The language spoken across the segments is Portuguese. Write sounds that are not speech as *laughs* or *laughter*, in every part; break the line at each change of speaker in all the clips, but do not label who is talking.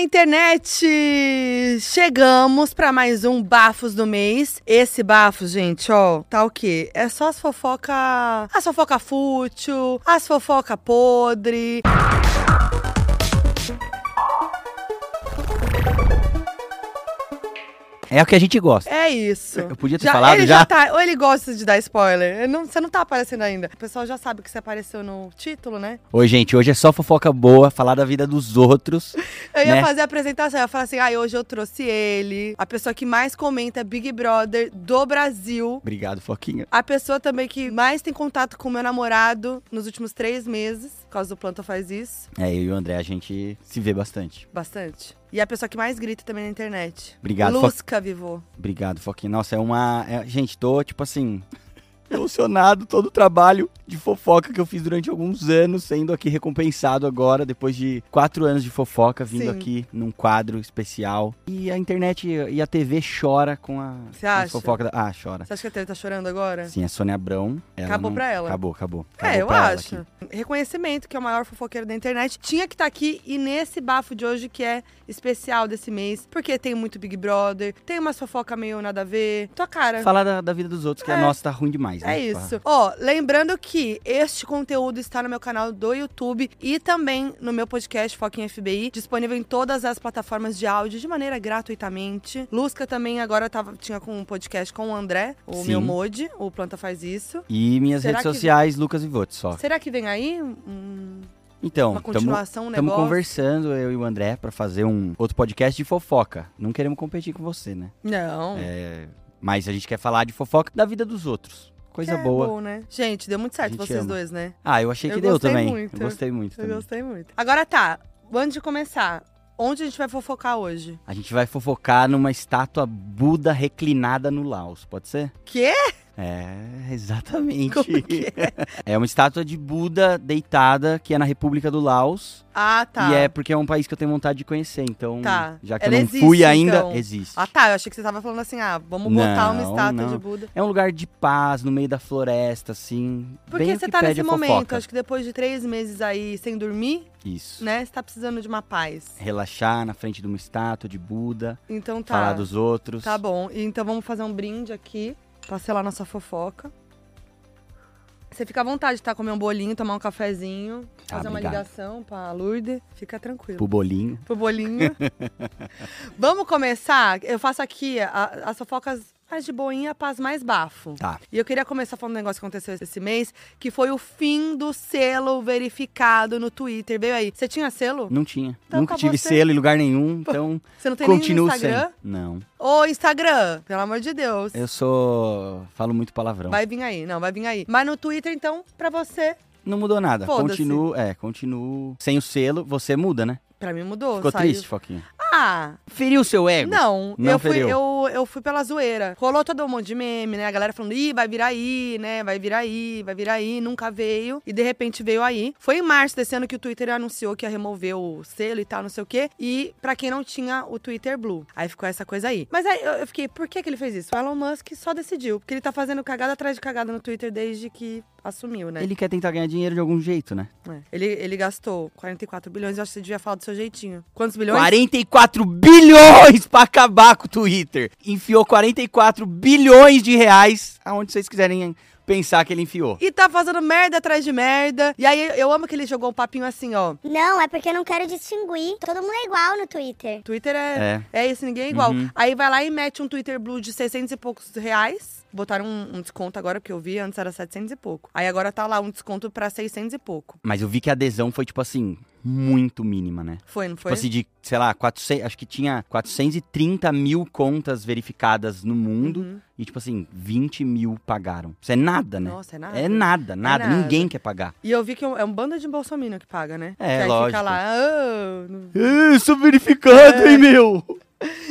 internet! Chegamos para mais um Bafos do Mês. Esse bafo, gente, ó, tá o quê? É só as fofoca... As fofoca fútil, as fofoca podre...
É o que a gente gosta.
É isso.
Eu podia ter falado
ele
já?
tá- ou ele gosta de dar spoiler. Ele não- você não tá aparecendo ainda. O pessoal já sabe que você apareceu no título, né?
Oi, gente, hoje é só fofoca boa, falar da vida dos outros.
Eu ia
Né?
fazer a apresentação, eu ia falar assim, ai, hoje eu trouxe ele. A pessoa que mais comenta é Big Brother do Brasil.
Obrigado, Foquinha.
A pessoa também que mais tem contato com o meu namorado nos últimos três meses, por causa do Planta Faz Isso,
É, eu e o André, a gente se vê bastante.
bastante. E a pessoa que mais grita também na internet.
Obrigado, Foquinha.
Lusca, Vivô.
Obrigado, Foquinha. Nossa, é uma. é- Gente, tô, tipo assim, emocionado todo o trabalho de fofoca que eu fiz durante alguns anos, sendo aqui recompensado agora, depois de quatro anos de fofoca, vindo
Sim.
aqui num quadro especial. E a internet e a TV chora com a
Você
com as
acha?
fofoca. da- Ah, chora.
Você acha que a Tere tá chorando agora?
Sim, a Sônia Abrão. ela
Acabou pra ela.
Acabou, acabou.
É,
Acabou
eu
pra ela
acho.
aqui.
Reconhecimento, que é o maior fofoqueiro da internet, tinha que estar aqui e nesse bafo de hoje, que é especial desse mês, porque tem muito Big Brother, tem umas fofoca meio nada a ver. Tua cara.
Falar da, da vida dos outros, que
É.
a nossa tá ruim demais, né?
É isso. Ó, lembrando que este conteúdo está no meu canal do YouTube e também no meu podcast Foca em FBI, disponível em todas as plataformas de áudio de maneira gratuitamente. Lusca também agora tava, tinha com um podcast com o André, o
Sim.
meu mod, o Planta Faz Isso.
E minhas
Será
redes
que-
sociais, Lucas Vivotti só.
Será que vem aí um-
Então,
uma
tamo,
continuação, um
tamo
negócio?
conversando, eu e o André, pra fazer um outro podcast de fofoca. Não queremos competir com você, né?
Não.
Mas a gente quer falar de fofoca da vida dos outros. Coisa
É
boa.
bom, né? Gente, deu muito certo
gente
vocês
ama.
dois, né?
Ah, eu achei que
Eu
deu
gostei
também.
muito.
Eu gostei muito
Eu
também.
gostei muito. Agora tá, antes de começar, onde a gente vai fofocar hoje?
A gente vai fofocar numa estátua Buda reclinada no Laos, pode ser?
Quê?
É, exatamente.
Como que
*laughs* é uma estátua de Buda deitada que é na República do Laos.
Ah, tá.
E é porque é um país que eu tenho vontade de conhecer, então.
Tá.
Já que
Ela
eu não
existe,
fui ainda,
então.
existe.
Ah, tá. Eu achei que você tava falando assim, ah, vamos botar uma
Não,
estátua
não.
de Buda.
É um lugar de paz, no meio da floresta, assim.
Porque
bem o
você
que
tá nesse
pede a
momento,
fofoca.
acho que depois de três meses aí sem dormir,
Isso.
né? Você tá precisando de uma paz.
Relaxar na frente de uma estátua de Buda,
Então tá.
falar dos outros.
Tá bom. E Então vamos fazer um brinde aqui pra selar nossa fofoca. Você fica à vontade, tá? Comer um bolinho, tomar um cafezinho,
Tá,
fazer uma
obrigado.
ligação pra Lourdes. Fica tranquilo.
Pro bolinho.
pro
*laughs*
bolinho. Vamos começar? Eu faço aqui a- as fofocas mais de boinha para as mais bafo.
Tá.
E eu queria começar falando um negócio que aconteceu esse mês, que foi o fim do selo verificado no Twitter. Veio aí. Você tinha selo?
Não tinha.
Então,
Nunca
pra
tive
você-
selo em lugar nenhum, então
Você não tem
continuo
nem no Instagram?
sem. Não.
Ô, Instagram, pelo amor de Deus.
Eu sou. Falo muito palavrão.
Vai vir aí, não, vai vir aí. Mas no Twitter, então, pra você,
Não mudou nada.
Foda-se.
Continuo. É, continuo. Sem o selo, você muda, né?
pra mim mudou.
Ficou
saiu.
triste, Foquinha.
Ah,
Feriu o seu ego?
Não,
É, Não
eu, fui,
feriu.
eu, eu fui pela zoeira. Rolou todo um monte de meme, né? A galera falando, ih, vai vir aí, né? Vai vir aí, vai vir aí. Nunca veio. E de repente veio aí. Foi em março desse ano que o Twitter anunciou que ia remover o selo e tal, não sei o quê. E pra quem não tinha o Twitter Blue. Aí ficou essa coisa aí. Mas aí eu eu fiquei, por que, que ele fez isso? O Elon Musk só decidiu. Porque ele tá fazendo cagada atrás de cagada no Twitter desde que assumiu, né?
Ele quer tentar ganhar dinheiro de algum jeito, né?
É. Ele, ele gastou 44 bilhões. Eu acho que você devia falar do seu jeitinho. Quantos bilhões?
44 bilhões pra acabar com o Twitter. Enfiou 44 bilhões de reais aonde vocês quiserem pensar que ele enfiou.
E tá fazendo merda atrás de merda. E aí eu amo que ele jogou um papinho assim, ó.
Não, é porque eu não quero distinguir. Todo mundo é igual no Twitter.
Twitter é, é. isso, ninguém é igual.
Uhum.
Aí vai lá e mete um Twitter Blue de 600 e poucos reais. Botaram um, um desconto agora, porque eu vi, antes era 700 e pouco. Aí agora tá lá um desconto pra 600 e pouco.
Mas eu vi que a adesão foi, tipo assim, muito mínima, né?
Foi, não foi?
Tipo assim, de, sei lá, 400, acho que tinha 430 mil contas verificadas no mundo
Uhum.
e, tipo assim, 20 mil pagaram. Isso é nada, né?
Nossa, é nada.
É nada, nada.
nada.
Ninguém quer pagar.
E eu vi que é um, é um bando de bolsominion que paga, né?
É,
que aí fica
lógico.
lá. "Ah, não-"
Eu É, sou verificado,
É.
hein, meu?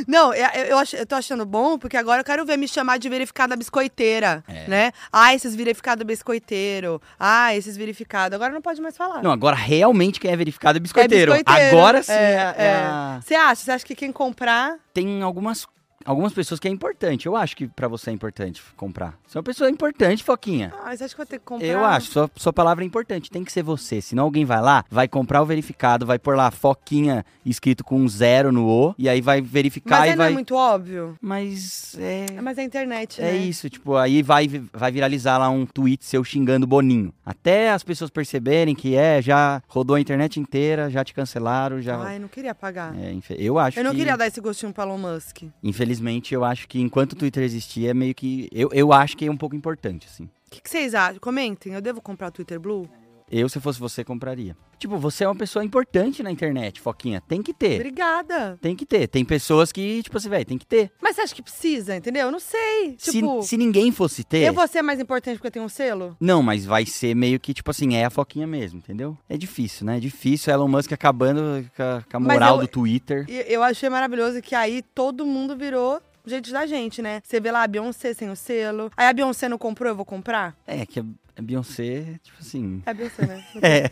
Não, eu, eu, ach- eu tô achando bom, porque agora eu quero ver me chamar de verificada biscoiteira,
É.
né? Ah, esses verificado biscoiteiro. Ah, esses verificado. Agora não pode mais falar.
Não, agora realmente quem é verificado é biscoiteiro.
Ah. biscoiteiro.
Agora sim
É,
é- é a-
Você acha? Você acha que quem comprar
tem algumas algumas pessoas que é importante. Eu acho que pra você é importante comprar. Você é uma pessoa importante, Foquinha.
Ah, você acha que eu vou ter que comprar?
Eu acho, sua, sua palavra é importante, tem que ser você. Senão alguém vai lá, vai comprar o verificado, vai pôr lá foquinha escrito com um zero no O, e aí vai verificar
Mas aí
e
não é
vai.
muito óbvio?
Mas é.
É, Mas é a internet, né?
É isso, tipo, aí vai, vai viralizar lá um tweet seu xingando o Boninho. Até as pessoas perceberem que é, já rodou a internet inteira, já te cancelaram, já.
Ai, não queria pagar.
É, infe- eu acho
Eu não
que,
queria dar esse gostinho pro Elon Musk. O
infelizmente, eu acho que enquanto o Twitter existir, é meio que. Eu, eu acho que é um pouco importante, assim.
que, que vocês acham? Comentem, eu devo comprar o Twitter Blue?
Eu, se fosse você, compraria. Tipo, você é uma pessoa importante na internet, Foquinha. Tem que ter.
Obrigada.
Tem que ter. Tem pessoas que, tipo assim, velho, tem que ter.
Mas você acha que precisa, entendeu? Eu não sei.
Se-
Tipo,
se, é. ninguém fosse ter.
eu vou ser mais importante porque eu tenho um selo?
Não, mas vai ser meio que, tipo assim, é a Foquinha mesmo, entendeu? É difícil, né? É difícil. Elon Musk acabando com a, com a
Mas
moral
eu-
do Twitter.
E eu achei maravilhoso que aí todo mundo virou gente da gente, né? Você vê lá a Beyoncé sem o selo. Aí a Beyoncé não comprou, eu vou comprar?
É, que a a Beyoncé, tipo assim. *laughs*
É a Beyoncé, *laughs* né?
É.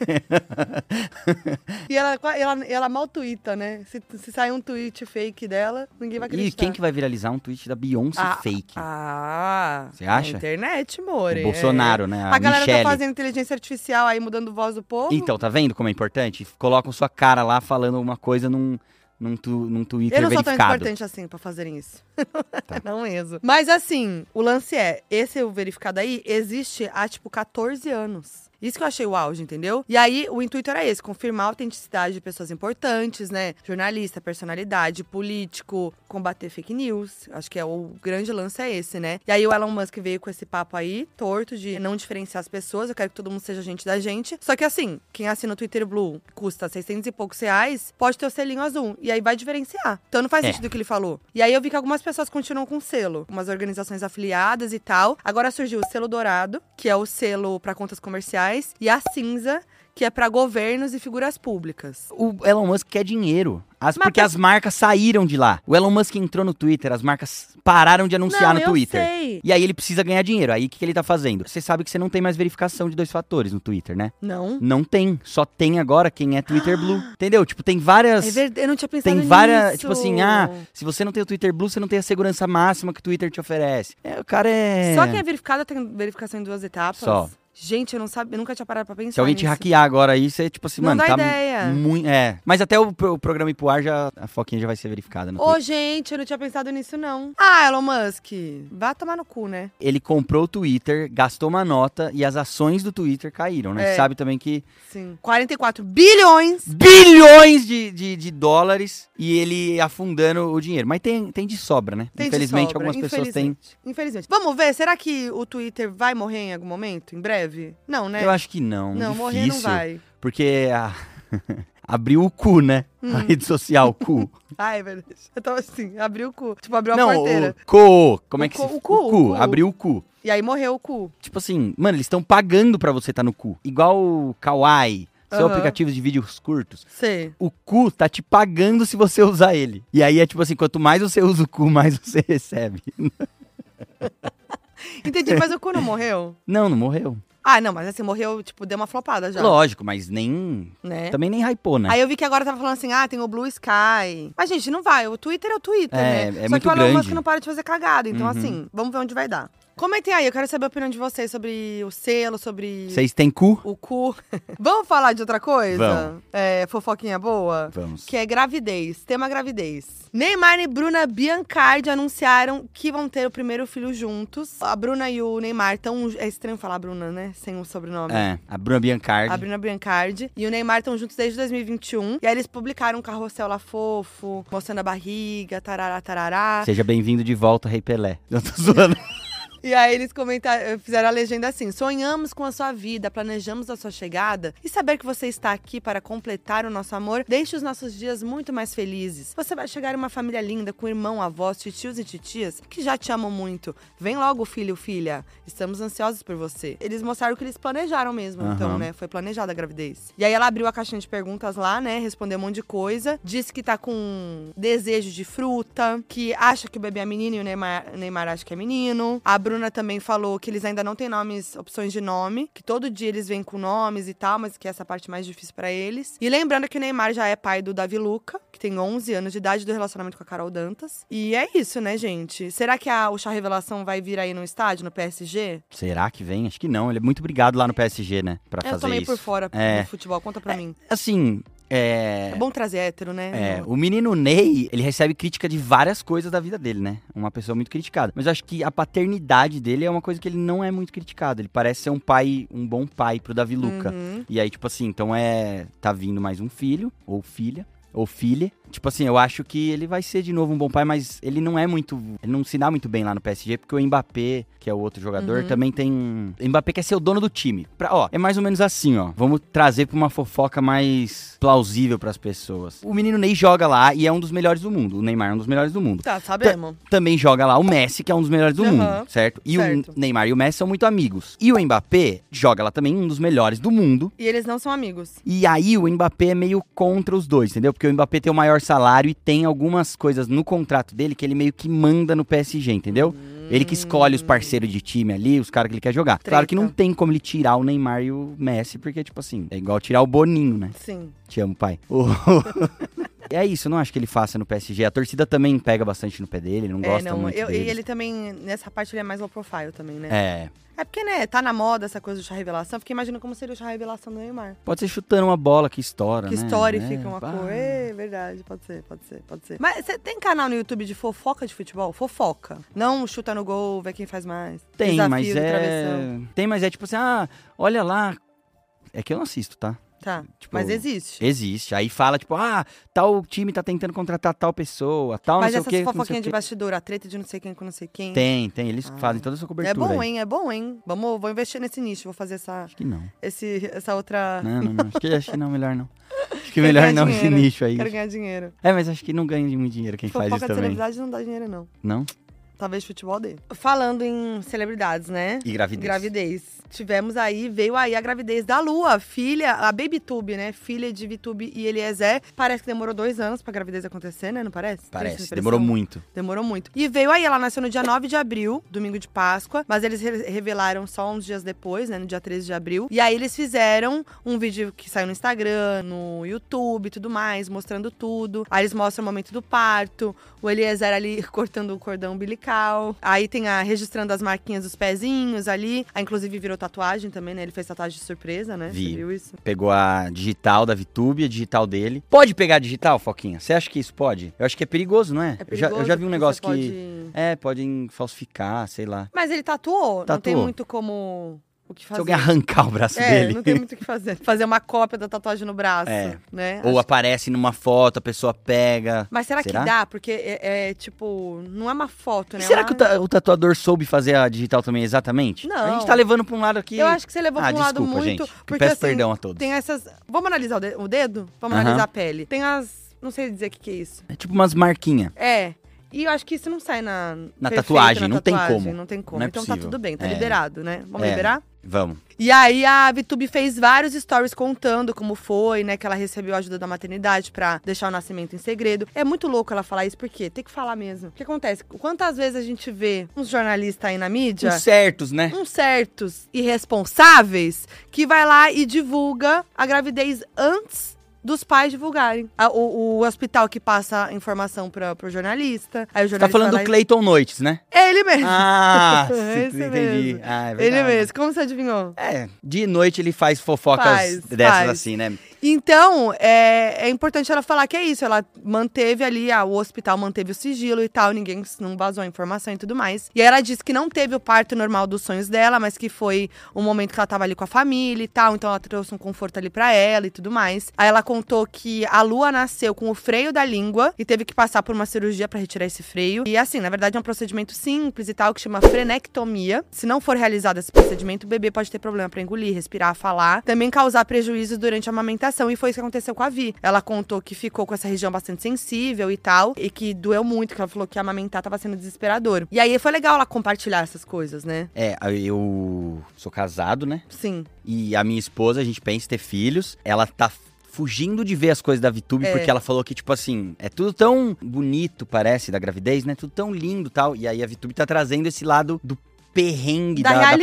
e ela, ela, ela mal tuita, né? Se, se sair um tweet fake dela, ninguém vai
e
acreditar.
quem que vai viralizar um tweet da Beyoncé
Ah,
fake?
Ah!
Você acha?
é Internet,
O
more.
Bolsonaro, né?
É.
A,
A galera
Michelle.
tá fazendo um inteligência artificial aí, mudando voz do povo.
Então, tá vendo como é importante? Colocam sua cara lá falando alguma coisa num, num, tu- num Twitter
Eu não sou tão
verificado. Tá.
importante assim pra fazerem isso. *laughs* não mesmo. Mas assim, o lance é, esse o verificado aí existe há tipo 14 anos. Isso que eu achei o auge, entendeu? E aí, o intuito era esse: confirmar a autenticidade de pessoas importantes, né? Jornalista, personalidade, político, combater fake news. Acho que é o grande lance é esse, né? E aí, o Elon Musk veio com esse papo aí, torto, de não diferenciar as pessoas. Eu quero que todo mundo seja gente da gente. Só que assim, quem assina o Twitter Blue custa 600 e poucos reais, pode ter o selinho azul. E aí vai diferenciar. Então não faz
É.
sentido o que ele falou. E aí eu vi que algumas pessoas continuam com selo, umas organizações afiliadas e tal. Agora surgiu o selo dourado, que é o selo para contas comerciais, e a cinza, que é para governos e figuras públicas.
O Elon Musk quer dinheiro. As-
Mas tá
porque
pra-
as marcas saíram de lá. O Elon Musk entrou no Twitter, as marcas pararam de
não,
anunciar no
eu
Twitter.
sei.
E aí ele precisa ganhar dinheiro. Aí o que, que ele tá fazendo? Você sabe que você não tem mais verificação de dois fatores no Twitter, né?
Não.
Não tem. Só tem agora quem é Twitter Blue. Entendeu? Tipo, tem várias.
É verdade, eu não tinha pensado
Tem várias,
nisso.
tipo assim, ah, se você não tem o Twitter Blue, você não tem a segurança máxima que o Twitter te oferece. É, o cara é.
Só quem é verificado tem verificação em duas etapas.
Só.
Gente, eu não sabia, eu nunca tinha parado pra pensar.
Se alguém te
nisso.
hackear agora aí, você, tipo assim,
Não
mano,
dá
tá
ideia.
muito. É. Mas até o, pro- o programa ir pro ar, já, a foquinha já vai ser verificada no
Ô, gente, eu não tinha pensado nisso, não. Ah, Elon Musk, vá tomar no cu, né?
ele comprou o Twitter, gastou uma nota e as ações do Twitter caíram, né?
É.
Sabe também que
Sim. 44 bilhões.
bilhões de, de, de dólares e ele afundando o dinheiro. Mas tem, tem de sobra, né?
Tem de
Infelizmente,
sobra,
algumas pessoas têm.
infelizmente. Infelizmente. Vamos ver, será que o Twitter vai morrer em algum momento? Em breve? Não, né?
Eu acho que não.
não,
difícil,
morrer não vai.
Porque a- *laughs* abriu o cu, né? A
Hum.
rede social,
*laughs*
o cu.
Ai, velho. Eu tava assim, abriu o cu. Tipo, abriu a
não,
porteira.
o co. Como é
O
que
co-
se
o cu, o cu.
Abriu o cu.
E aí morreu o cu.
Tipo assim, mano, eles estão pagando pra você estar no cu. Igual o Kawaii, são
Aham.
aplicativos de vídeos curtos.
Sei.
o cu tá te pagando se você usar ele. E aí é tipo assim, quanto mais você usa o cu, mais você *laughs* recebe.
Entendi, mas o cu não
*laughs*
morreu?
Não, não morreu.
Ah, não, mas assim, morreu, tipo, deu uma flopada já.
Lógico, mas nem.
Né?
Também nem hypou, né?
Aí eu vi que agora tava falando assim, ah, tem o Blue Sky. Mas, gente, não vai. O Twitter é o Twitter,
É,
né?
é
Só
muito
que o Elon Musk
grande.
não para de fazer cagada. Então,
Uhum.
assim, vamos ver onde vai dar. Comentem aí, eu quero saber a opinião de vocês sobre o selo, sobre
Vocês têm cu?
o cu. *laughs* vamos falar de outra coisa?
Vamos.
É, fofoquinha boa?
Vamos.
Que é gravidez, tema gravidez. Neymar e Bruna Biancardi anunciaram que vão ter o primeiro filho juntos. A Bruna e o Neymar estão. É estranho falar Bruna, né? Sem o sobrenome.
É, a Bruna Biancardi.
A Bruna Biancardi e o Neymar estão juntos desde 2021. E aí eles publicaram um carrossel lá fofo, mostrando a barriga, tarará, tarará.
Seja bem-vindo de volta, Rei Pelé. *laughs* Eu tô zoando.
E aí eles comentaram, fizeram a legenda assim: sonhamos com a sua vida, planejamos a sua chegada e saber que você está aqui para completar o nosso amor deixa os nossos dias muito mais felizes. Você vai chegar em uma família linda com irmão, avós, titios e titias que já te amam muito. Vem logo, filho, filha. Estamos ansiosos por você. Eles mostraram que eles planejaram mesmo, então,
Aham.
né? Foi planejada a gravidez. E aí ela abriu a caixinha de perguntas lá, né? Respondeu um monte de coisa. Disse que tá com desejo de fruta, que acha que o bebê é menino e o Neymar, Neymar acha que é menino. A Bruna também falou que eles ainda não têm nomes, opções de nome, que todo dia eles vêm com nomes e tal, mas que essa parte é mais difícil pra eles. E lembrando que o Neymar já é pai do Davi Luca, que tem 11 anos de idade do relacionamento com a Carol Dantas. E é isso, né, gente? Será que a, o chá revelação vai vir aí no estádio, no PSG?
Será que vem? Acho que não. Ele é muito obrigado lá no PSG, né? Pra
Eu
fazer
tô meio
isso.
por fora
É.
do futebol, conta pra mim.
Assim, é.
É bom trazer hétero, né?
É, o menino Ney, ele recebe crítica de várias coisas da vida dele, né? Uma pessoa muito criticada. Mas eu acho que a paternidade dele é uma coisa que ele não é muito criticado. Ele parece ser um pai, um bom pai pro Davi Luca.
Uhum.
E aí, tipo assim, então é. Tá vindo mais um filho, ou filha, ou filha. Tipo assim, eu acho que ele vai ser de novo um bom pai, mas ele não é muito. Ele não se dá muito bem lá no PSG, porque o Mbappé, que é o outro jogador,
Uhum.
também tem. O Mbappé quer ser o dono do time. Pra, ó, é mais ou menos assim, ó. Vamos trazer pra uma fofoca mais plausível pras pessoas. O menino Ney joga lá e é um dos melhores do mundo. O Neymar é um dos melhores do mundo
Tá, sabemos.
também joga lá o Messi, que é um dos melhores do
Aham.
mundo, certo? E
Certo.
o Neymar e o Messi são muito amigos. E o Mbappé joga lá também, um dos melhores do mundo.
E eles não são amigos.
E aí o Mbappé é meio contra os dois, entendeu? Porque o Mbappé tem o maior salário e tem algumas coisas no contrato dele que ele meio que manda no PSG, entendeu? Ele que escolhe os parceiros de time ali, os caras que ele quer jogar. Claro que não
Treta.
tem como ele tirar o Neymar e o Messi, porque, tipo assim, é igual tirar o Boninho, né?
Sim.
Te amo, pai. O- é isso, eu não acho que ele faça no PSG. A torcida também pega bastante no pé dele, ele não
É,
gosta
não.
muito
eu-
dele.
e ele também, nessa parte, ele é mais low profile também, né?
É,
É porque, né, tá na moda essa coisa do chá revelação. Eu Fiquei imaginando como seria o chá revelação do Neymar.
pode ser chutando uma bola que estoura,
Que
né?
história
É,
fica uma
pá.
cor. É verdade, pode ser, pode ser, pode ser. Mas você tem canal no YouTube de fofoca de futebol? Fofoca. Não chuta no gol, vê quem faz mais.
Tem,
Desafio
mas
do
é...
travessão.
Tem, mas é tipo assim, ah, olha lá... É que eu não assisto, tá?
Tá,
Tipo,
mas existe.
Existe. Aí fala, tipo, ah, tal time tá tentando contratar tal pessoa, tal,
Mas
não sei
essas
o quê. não sei o
fofoquinhas de
quê.
bastidor, a treta de não sei quem com não sei quem.
Tem, tem. Eles fazem toda essa cobertura
É bom,
aí.
hein? É bom, hein? Vamos, vou investir nesse nicho, vou fazer essa,
Acho que não.
esse, essa outra.
Não, não, não. Acho que, acho que não, é melhor não. Acho que
Quero
melhor
ganhar
não esse
dinheiro.
nicho aí.
Quero ganhar dinheiro.
É, mas acho que não ganha muito dinheiro quem faz
Fofoca
isso
de
também.
celebridade não dá dinheiro, não.
Não?
Talvez futebol dê. Falando em celebridades, né?
E gravidez.
Gravidez. Tivemos aí, veio aí a gravidez da Lua, filha, a Baby Tube, né? Filha de Vitube e Eliezer. Parece que demorou dois anos pra gravidez acontecer, né? Não parece? Tem essa
Parece,
impressão?
demorou muito.
Demorou muito. E veio aí, ela nasceu no dia 9 de abril, domingo de Páscoa, mas eles re- revelaram só uns dias depois, né, no dia 13 de abril. E aí eles fizeram um vídeo que saiu no Instagram, no YouTube e tudo mais, mostrando tudo. Aí eles mostram o momento do parto, o Eliezer ali *laughs* cortando o cordão umbilical. Aí tem a registrando as marquinhas dos pezinhos ali. Aí inclusive virou tatuagem também, né? Ele fez tatuagem de surpresa, né?
Vi.
Você viu isso?
Pegou a digital da Vitube, a digital dele. Pode pegar a digital, Foquinha? Você acha que isso pode? Eu acho que é perigoso, não é?
É
Eu já- eu, já,
perigoso
vi um
porque você
negócio que.
pode-
É, podem falsificar, sei lá.
Mas ele tatuou, não tem
Tatuou.
muito como o que
Se
fazer.
alguém arrancar o braço
É,
dele.
não tem muito o que fazer. *laughs* Fazer uma cópia da tatuagem no braço,
É.
né?
Ou
Acho-
aparece numa foto, a pessoa pega.
Mas será,
Será?
que dá? Porque é, é, tipo, não é uma foto,
E
né?
será
Uma-
que o, ta- o tatuador soube fazer a digital também exatamente?
Não.
A gente tá levando pra um lado aqui.
Eu acho que você levou
ah,
pra um lado
desculpa,
muito.
gente.
Porque
Peço
assim,
perdão a todos.
tem essas. Vamos analisar o, de- o dedo? Vamos
Aham.
analisar a pele. Tem as. Não sei dizer o que, que é isso.
É tipo umas marquinhas.
É. E eu acho que isso não sai na.
Na
perfeito
tatuagem, não tem
tatuagem,
como.
Não tem como.
Não é
então tá
possível.
tudo bem, tá
É.
liberado, né? Vamos
É.
liberar?
Vamos.
E aí a Vitube fez vários stories contando como foi, né? Que ela recebeu a ajuda da maternidade pra deixar o nascimento em segredo. É muito louco ela falar isso, porque tem que falar mesmo. O que acontece? Quantas vezes a gente vê uns jornalistas aí na mídia,
Uns certos, né?
uns certos irresponsáveis, que vai lá e divulga a gravidez antes dos pais divulgarem. A- o, o hospital que passa a informação pra, pro jornalista. Aí o
Tá
jornalista vai
falando do
lá e-
Clayton Noites,
*laughs*
né?
É ele mesmo.
Ah,
*laughs* É
sim,
esse
entendi.
mesmo.
Ah, é verdade.
*laughs* ele mesmo. Como você adivinhou?
É, de noite ele faz fofocas
Faz,
dessas
faz.
assim, né?
Então, é, é importante ela falar que é isso. Ela manteve ali, ah, o hospital manteve o sigilo e tal, ninguém não vazou a informação e tudo mais. E aí ela disse que não teve o parto normal dos sonhos dela, mas que foi um momento que ela tava ali com a família e tal, então ela trouxe um conforto ali pra ela e tudo mais. Aí ela contou que a Lua nasceu com o freio da língua e teve que passar por uma cirurgia pra retirar esse freio. E assim, na verdade é um procedimento simples e tal, que chama frenectomia. Se não for realizado esse procedimento, o bebê pode ter problema pra engolir, respirar, falar, também causar prejuízos durante a amamentação. E foi isso que aconteceu com a Vi. Ela contou que ficou com essa região bastante sensível e tal, e que doeu muito, que ela falou que amamentar tava sendo desesperador. E aí foi legal ela compartilhar essas coisas, né?
É, eu sou casado, né?
Sim.
E a minha esposa, a gente pensa em ter filhos. Ela tá fugindo de ver as coisas da VTube,
É.
porque ela falou que, tipo assim, é tudo tão bonito, parece, da gravidez, né? Tudo tão lindo e tal. E aí a VTube tá trazendo esse lado do perrengue
da,
da, da parte.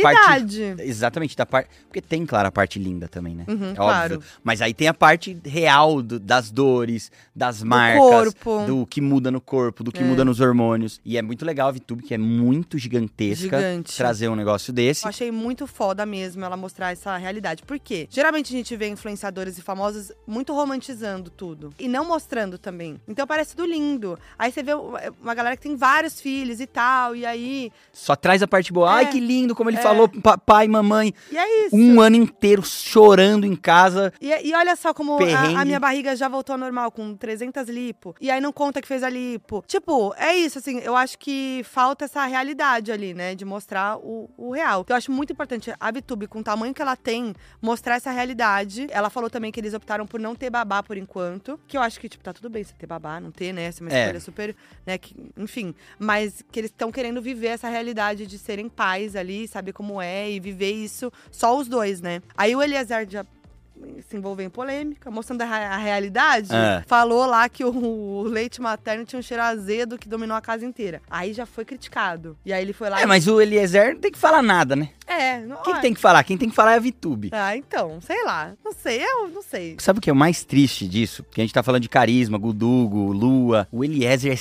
realidade.
Exatamente, da parte. Porque tem, claro, a parte linda também, né?
Uhum,
é
claro.
óbvio. Mas aí tem a parte real do- das dores, das marcas,
corpo. É.
do que muda no corpo, do que muda nos hormônios. E é muito legal a VTube, que é muito gigantesca,
Gigante.
trazer um negócio desse.
Eu achei muito foda mesmo ela mostrar essa realidade. Por quê? Geralmente a gente vê influenciadores e famosos muito romantizando tudo. E não mostrando também. Então parece tudo lindo. Aí você vê uma galera que tem vários filhos e tal. E aí.
Só traz a parte
É.
boa. Ai, que lindo, como ele
É.
falou, pa- pai, mamãe.
E é isso.
Um ano inteiro chorando em casa.
E, e olha só como a- a,
Perrengue.
minha barriga já voltou ao normal, com 300 lipo. E aí não conta que fez a lipo. Tipo, é isso, assim, eu acho que falta essa realidade ali, né? De mostrar o, o real. Então, eu acho muito importante a VTube, com o tamanho que ela tem, mostrar essa realidade. Ela falou também que eles optaram por não ter babá por enquanto. Que eu acho que, tipo, tá tudo bem você ter babá, não ter, né? Essa é uma
É.
escolha super, né? que- enfim. Mas que eles estão querendo viver essa realidade de serem pais ali, saber como é e viver isso só os dois, né? Aí o Eliezer já se envolver em polêmica, mostrando a, ra- a realidade,
É.
falou lá que o, o leite materno tinha um cheiro azedo que dominou a casa inteira. Aí já foi criticado. E aí ele foi lá.
É,
e-
mas o Eliezer não tem que falar nada, né?
É, não.
Quem que tem que falar? Quem tem que falar é a VTube.
Ah, então, sei lá. Não sei, eu não sei.
Sabe o que é o mais triste disso? Porque a gente tá falando de carisma, Gudugo, Lua. O Eliezer é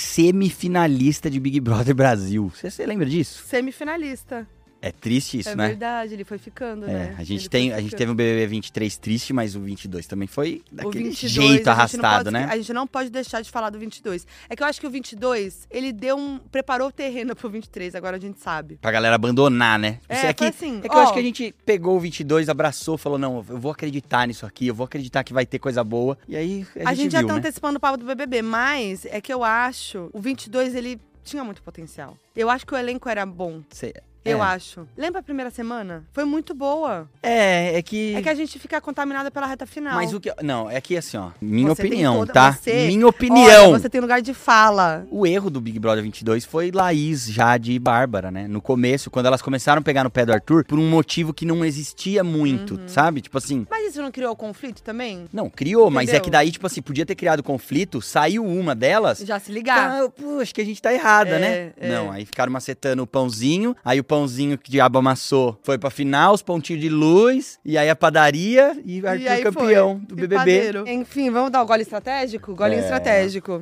semifinalista de Big Brother Brasil. Você, você lembra disso?
Semifinalista.
É triste isso,
é
né?
verdade, ele foi ficando, né?
É, a gente,
Ele
tem,
foi
a gente
ficando.
teve um BBB 23 triste, mas o 22 também foi daquele
o 22, a gente
jeito
não
arrastado,
pode-
né?
A gente não pode deixar de falar do 22. É que eu acho que o 22, ele deu um. preparou o terreno pro 23, agora a gente sabe.
Pra galera abandonar, né? Tipo,
É,
isso
foi
aqui-
assim,
é que eu
ó.
acho que a gente pegou o 22, abraçou, falou, não, eu vou acreditar nisso aqui, eu vou acreditar que vai ter coisa boa. E aí a,
A gente, já
viu,
tá
né?
antecipando o papo do BBB, mas é que eu acho o 22 ele tinha muito potencial. Eu acho que o elenco era bom.
Cê-
Eu
é.
acho. Lembra a primeira semana? Foi muito boa.
É, é que...
É que a gente fica contaminada pela reta final.
Mas o que... Não, é que assim, ó, minha
Você tem
opinião,
toda-
tá?
você-
Minha
Olha,
opinião!
você tem lugar de fala.
O erro do Big Brother 22 foi Laís, Jade e Bárbara, né? No começo, quando elas começaram a pegar no pé do Arthur, por um motivo que não existia muito,
Uhum.
sabe? Tipo assim...
Mas isso não criou conflito também?
Não, criou, mas é
Entendeu?
que daí, tipo assim, podia ter criado conflito, saiu uma delas...
Já se ligar.
Ah, eu, pô, acho que a gente tá errada,
É,
né?
é.
Não, aí ficaram macetando o pãozinho, aí o pãozinho que o diabo amassou foi pra final, os pontinhos de luz, e aí a padaria e o
E aí
Arthur campeão
foi.
do
E
BBB.
padeiro. Enfim, vamos dar o gole estratégico? Golinho
É.
estratégico.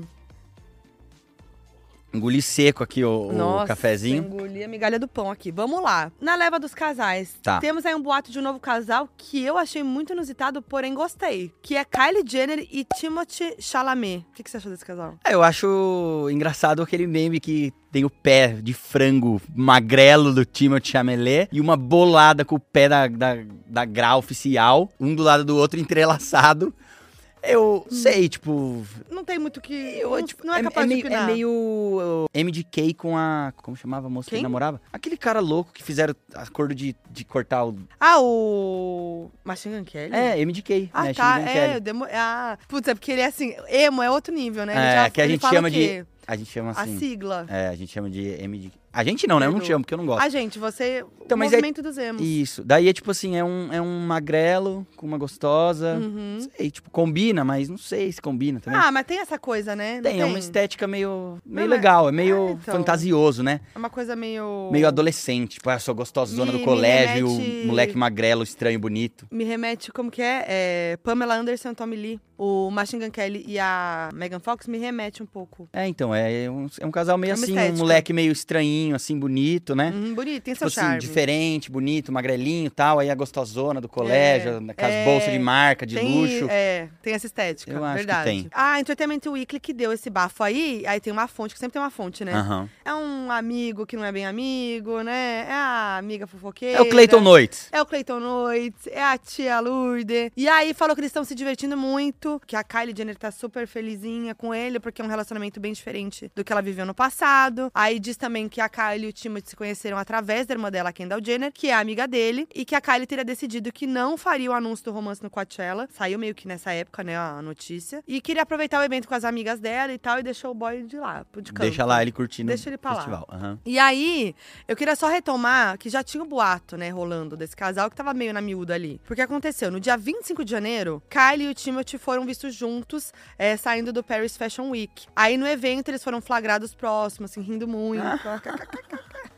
Engoli seco aqui o, o
Nossa,
cafezinho.
engoli a migalha do pão aqui. Vamos lá. Na leva dos casais,
Tá.
temos aí um boato de um novo casal que eu achei muito inusitado, porém gostei. Que é Kylie Jenner e Timothy Chalamet. O que, que você achou desse casal?
Ah, eu acho engraçado aquele meme que tem o pé de frango magrelo do Timothy Chamelé e uma bolada com o pé da, da, da grau oficial, um do lado do outro entrelaçado. Eu sei, tipo,
Não tem muito o que.
Eu,
não,
tipo,
não é, capaz
meio,
de opinar.
É meio uh, MDK com a. Como chamava a moça
Quem?
que namorava? Aquele cara louco que fizeram acordo de, de cortar o.
Ah, o. Machine Gun Kelly?
É, MDK.
Ah,
né?
tá.
Shin Gun
É,
Kelly.
eu demo... ah, putz, é porque ele é assim. Emo é outro nível, né? Ele
É,
já-
que a
ele
gente
fala
chama
o quê?
A gente chama
A
assim.
sigla.
É, a gente chama de MDK. A gente não, né? Eu não
Menu.
chamo, porque eu não gosto.
Ah, gente, você.
Então,
o
mas é-
movimento dos emos.
Isso. Daí é tipo assim, é um, é um magrelo com uma gostosa.
Uhum.
Não sei, tipo, combina, mas não sei se combina também.
Ah, mas tem essa coisa, né? Não
tem, é uma estética meio, meio
Não, mas-
legal, é meio
Ah, então.
fantasioso, né?
É uma coisa meio.
Meio adolescente, tipo, ah, eu sou gostosona
Me-
do
me
colégio,
remete-
o moleque magrelo, estranho, bonito.
Me remete, como que é? É, Pamela Anderson e Tommy Lee. O Machine Gun Kelly e a Megan Fox me remete um pouco.
É, então, é um, é um casal meio
É uma
assim, um
estética.
moleque meio estranhinho, assim, bonito, né?
Hum, bonito, tem seu
Tipo assim,
charme.
diferente, bonito, magrelinho e tal. Aí a gostosona do colégio, aquelas
é.
bolsas de marca, de
tem,
luxo.
É, tem essa estética,
Eu acho que
verdade.
tem.
Ah, Entertainment Weekly que deu esse bafo aí, aí tem uma fonte, que sempre tem uma fonte, né?
Aham.
É um amigo que não é bem amigo, né? É a amiga fofoqueira.
É o Clayton Noites.
É o Cleiton Noites, é a tia Lourdes. E aí falou que eles estão se divertindo muito, que a Kylie Jenner tá super felizinha com ele, porque é um relacionamento bem diferente do que ela viveu no passado. Aí diz também que a Kylie e o Timothy se conheceram através da irmã dela, a Kendall Jenner, que é amiga dele, e que a Kylie teria decidido que não faria o anúncio do romance no Coachella. Saiu meio que nessa época, né, a notícia. E queria aproveitar o evento com as amigas dela e tal, e deixou o boy de lá, de canto.
Deixa lá ele curtindo
Deixa ele pra
o
lá.
festival. Aham.
E aí, eu queria só retomar que já tinha um boato, né, rolando desse casal que tava meio na miúda ali. Porque aconteceu, no dia 25 de janeiro, Kylie e o Timothy foram vistos juntos, eh, saindo do Paris Fashion Week. Aí no evento eles foram flagrados próximos, assim, rindo muito.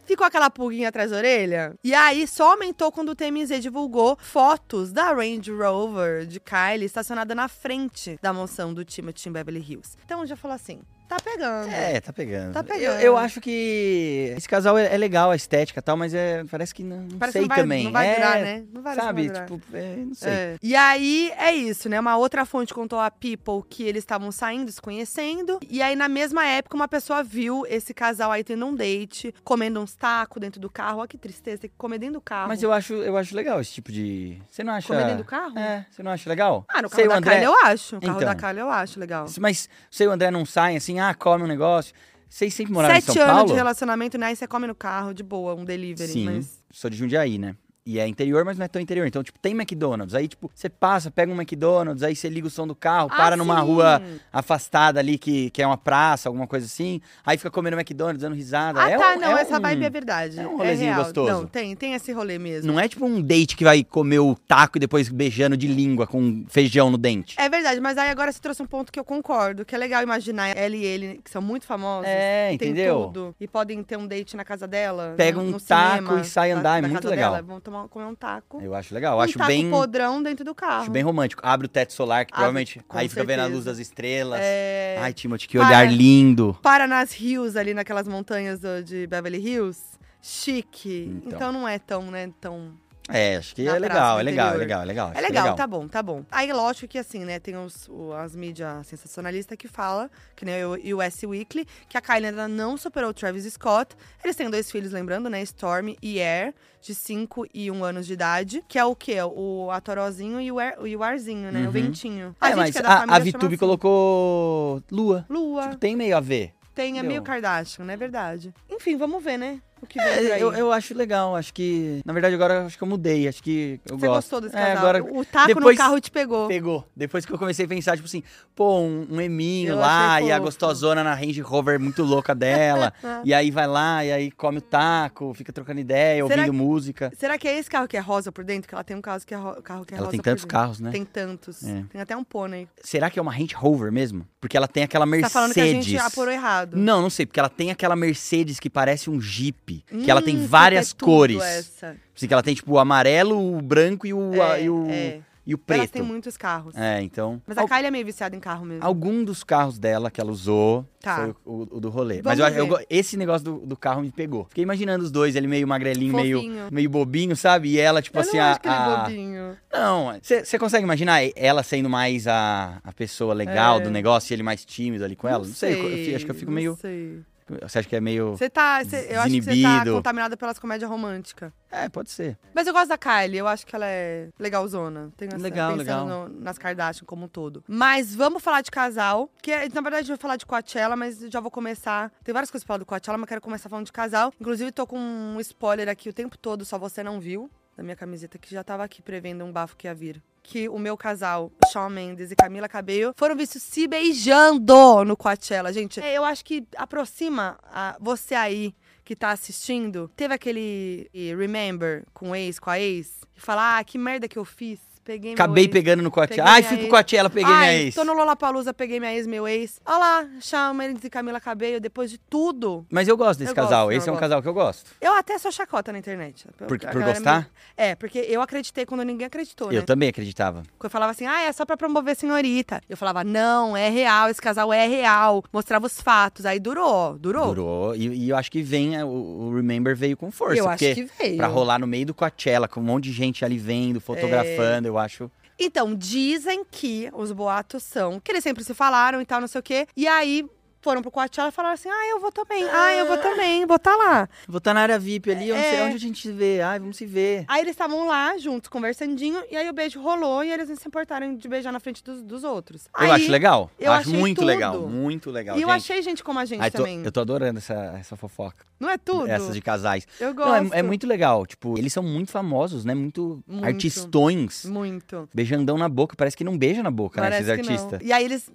ficou aquela pulguinha atrás da orelha. E aí só aumentou quando o TMZ divulgou fotos da Range Rover de Kylie estacionada na frente da mansão do Timothy em Beverly Hills. Então já falou assim, tá pegando.
É, tá pegando.
Tá
Eu,
pegando.
eu acho que esse casal é, é legal, a estética e tal, mas é, parece que não, não
Parece
sei
que não vai,
também.
não vai
é,
durar, né? Não parece que
Sabe,
vai durar.
tipo, é, não sei.
É. E aí é isso, né? Uma outra fonte contou a People que eles estavam saindo, se conhecendo. E aí, na mesma época, uma pessoa viu esse casal aí tendo um date, comendo uns tacos dentro do carro. Olha que tristeza, tem que comer dentro do carro.
Mas eu acho, eu acho legal esse tipo de. Você não acha?
Comer dentro do carro?
É, você não acha legal?
Ah, no carro
Sei o
da Kylie eu acho. O carro
Então.
da Kylie eu acho legal.
Mas você e o André não saem assim, ah, come um negócio. Vocês sempre moraram
Sete
em São
anos
Paulo?
de relacionamento, né? Aí você come no carro, de boa, um delivery.
Sim,
Mas...
sou de Jundiaí, né? E é interior, mas não é tão interior. Então, tipo, tem McDonald's. Aí, tipo, você passa, pega um McDonald's, aí você liga o som do carro,
Ah,
para numa
sim.
rua afastada ali, que, que é uma praça, alguma coisa assim. Aí fica comendo McDonald's, dando risada.
Ah,
é
tá,
um-
não,
é
essa
um-
vibe é verdade.
é um rolezinho
real.
gostoso.
Não, tem, tem esse rolê mesmo.
Não é tipo um date que vai comer o taco e depois beijando de língua com feijão no dente.
É verdade, mas aí agora você trouxe um ponto que eu concordo, que é legal imaginar ela e ele, que são muito famosos.
É,
tem
entendeu?
tudo. E podem ter um date na casa dela.
Pega
no-
um
no
taco
cinema
e sai
da-
andar, é
da
muito
casa
legal.
Dela. Vão tomar, comer um taco.
Eu acho legal, eu
um
acho
taco
bem,
podrão dentro do carro.
acho bem romântico. Abre o teto solar, que
Abre,
provavelmente
com
aí fica vendo a luz
certeza.
das estrelas.
É,
Ai, Timothy, que
Para.
olhar lindo.
Para nas rios ali, naquelas montanhas do- de Beverly Hills. Chique.
Então.
Então, não é tão, né, tão...
É, acho que
Na
é
praça,
legal,
no
é legal, é
interior.
legal, é legal. acho
É
que
legal, tá bom, tá bom. Aí, lógico que assim, né, tem os, o- as mídias sensacionalistas que fala, que nem o US Weekly, que a Kylie ainda não superou o Travis Scott. Eles têm dois filhos, lembrando, né, Storm e Air, de 5 e 1 anos de idade, que é o quê? O Atorozinho e o, Air, o Arzinho, né,
Uhum.
o Ventinho.
É,
A gente
mas
que é da
a,
família
a
chama
VTube
assim.
colocou lua.
Lua,
Tipo, tem meio a ver.
tem, é meio
entendeu?
Kardashian, não é verdade? Enfim, vamos ver, né, o que vem por
É,
aí.
eu, eu acho legal, acho que... Na verdade, agora eu acho que eu mudei, acho que eu
Você
gosto.
gostou desse
É,
casal?
agora
o taco
depois-
no carro te pegou.
pegou. Depois que eu comecei a pensar, tipo assim, pô, um, um eminho
Eu
lá
achei
e a
fofo.
gostosona na Range Rover muito louca
*laughs*
dela. e aí vai lá, e aí come o taco, fica trocando ideia,
Será
ouvindo música.
Será que é esse carro que é rosa por dentro? Que ela tem um carro que é, ro- carro que é
Ela
rosa
tem
por
tantos
dentro.
carros, né?
Tem tantos.
É.
Tem até um pônei.
Será que é uma Range Rover mesmo? Porque ela tem aquela
Você
Mercedes.
tá falando que a gente apurou errado.
Não, não sei, porque ela tem aquela Mercedes que parece um Jeep, que ela
Hum,
tem várias
puta, é tudo
cores.
Essa.
Assim, que ela tem tipo o amarelo, o branco e o, a-
É,
e o,
é.
e o
Elas
preto.
têm muitos carros.
É, então.
Mas a
al-
Kylie é meio viciada em carro mesmo.
algum dos carros dela que ela usou
Tá.
foi o, o- o do rolê.
Vamos
Mas eu, eu
ver.
go- esse negócio do, do carro me pegou. Fiquei imaginando os dois, ele meio magrelinho, meio,
Fofinho.
meio bobinho, sabe? E ela, tipo
eu
assim,
não
a.
acho que ele é
a-
bobinho. é.
Não, você consegue imaginar ela sendo mais a, a pessoa legal
É.
do negócio e ele mais tímido ali com ela? Não, sei, eu fi- acho que eu fico
não
meio.
sei.
Você acha que é meio.
Você tá. cê- eu acho que você tá
Desinibido.
contaminada pelas comédias românticas.
É, pode ser.
Mas eu gosto da Kylie, eu acho que ela é legalzona. Tem essa,
Legal,
pensando
legal.
no- nas Kardashian como um todo. Mas vamos falar de casal, que é- na verdade eu vou falar de Coachella, mas eu já vou começar. Tem várias coisas pra falar do Coachella, mas quero começar falando de casal. Inclusive tô com um spoiler aqui o tempo todo, só você não viu, da minha camiseta, que já tava aqui prevendo um bafo que ia vir. Que o meu casal, Shawn Mendes e Camila Cabello, foram vistos se beijando no Coachella. Gente, é, eu acho que aproxima a- você aí que tá assistindo, teve aquele eh, remember com o ex, com a ex, e falar, ah, que merda que eu fiz, peguei meu
Acabei
ex.
pegando no Coachella.
Peguei
Ai,
minha
fui pro
ex.
Coachella, peguei
Ai,
minha ex.
tô no Lollapalooza, peguei minha ex, meu ex. Olha lá, Shawn Mendes e Camila Cabello, depois de tudo.
Mas eu gosto desse
Eu
casal.
gosto, eu
Esse é um
gosto.
casal que eu gosto.
Eu até sou chacota na internet.
Por-
A
por
galera
gostar?
me- É, porque eu acreditei quando ninguém acreditou, né?
Eu também acreditava.
Porque eu falava assim, ah, é só pra promover a senhorita. Eu falava, não, é real, esse casal é real. Mostrava os fatos, aí durou, durou.
Durou. E, e eu acho que vem, é, o, o Remember veio com força.
eu acho
porque
que veio.
pra rolar no meio do Coachella, com um monte de gente ali vendo,
É.
fotografando, eu acho.
Então, dizem que os boatos são que eles sempre se falaram e tal, não sei o quê. E aí foram pro Coachella e falaram assim: ah, eu vou também, ah, eu vou também, vou tá lá.
Vou estar na área VIP ali, eu não sei
É.
onde a gente se vê. Ai, vamos se ver.
Aí eles estavam lá juntos, conversandinho, e aí o beijo rolou e eles não se importaram de beijar na frente dos, dos outros.
Eu acho legal.
eu
acho
achei
muito
tudo.
legal. Muito legal,
E eu
gente.
achei gente como a gente
Ai, tô-
também.
eu tô adorando essa, essa fofoca.
Não é tudo?
Essas de casais.
Eu gosto.
Não, é, é muito legal. Tipo, eles são muito famosos, né? Muito,
Muito.
artistões.
Muito.
Beijandão na boca. Parece que não beija na boca,
Parece
né?
que
Esses
não.
artistas.
E aí eles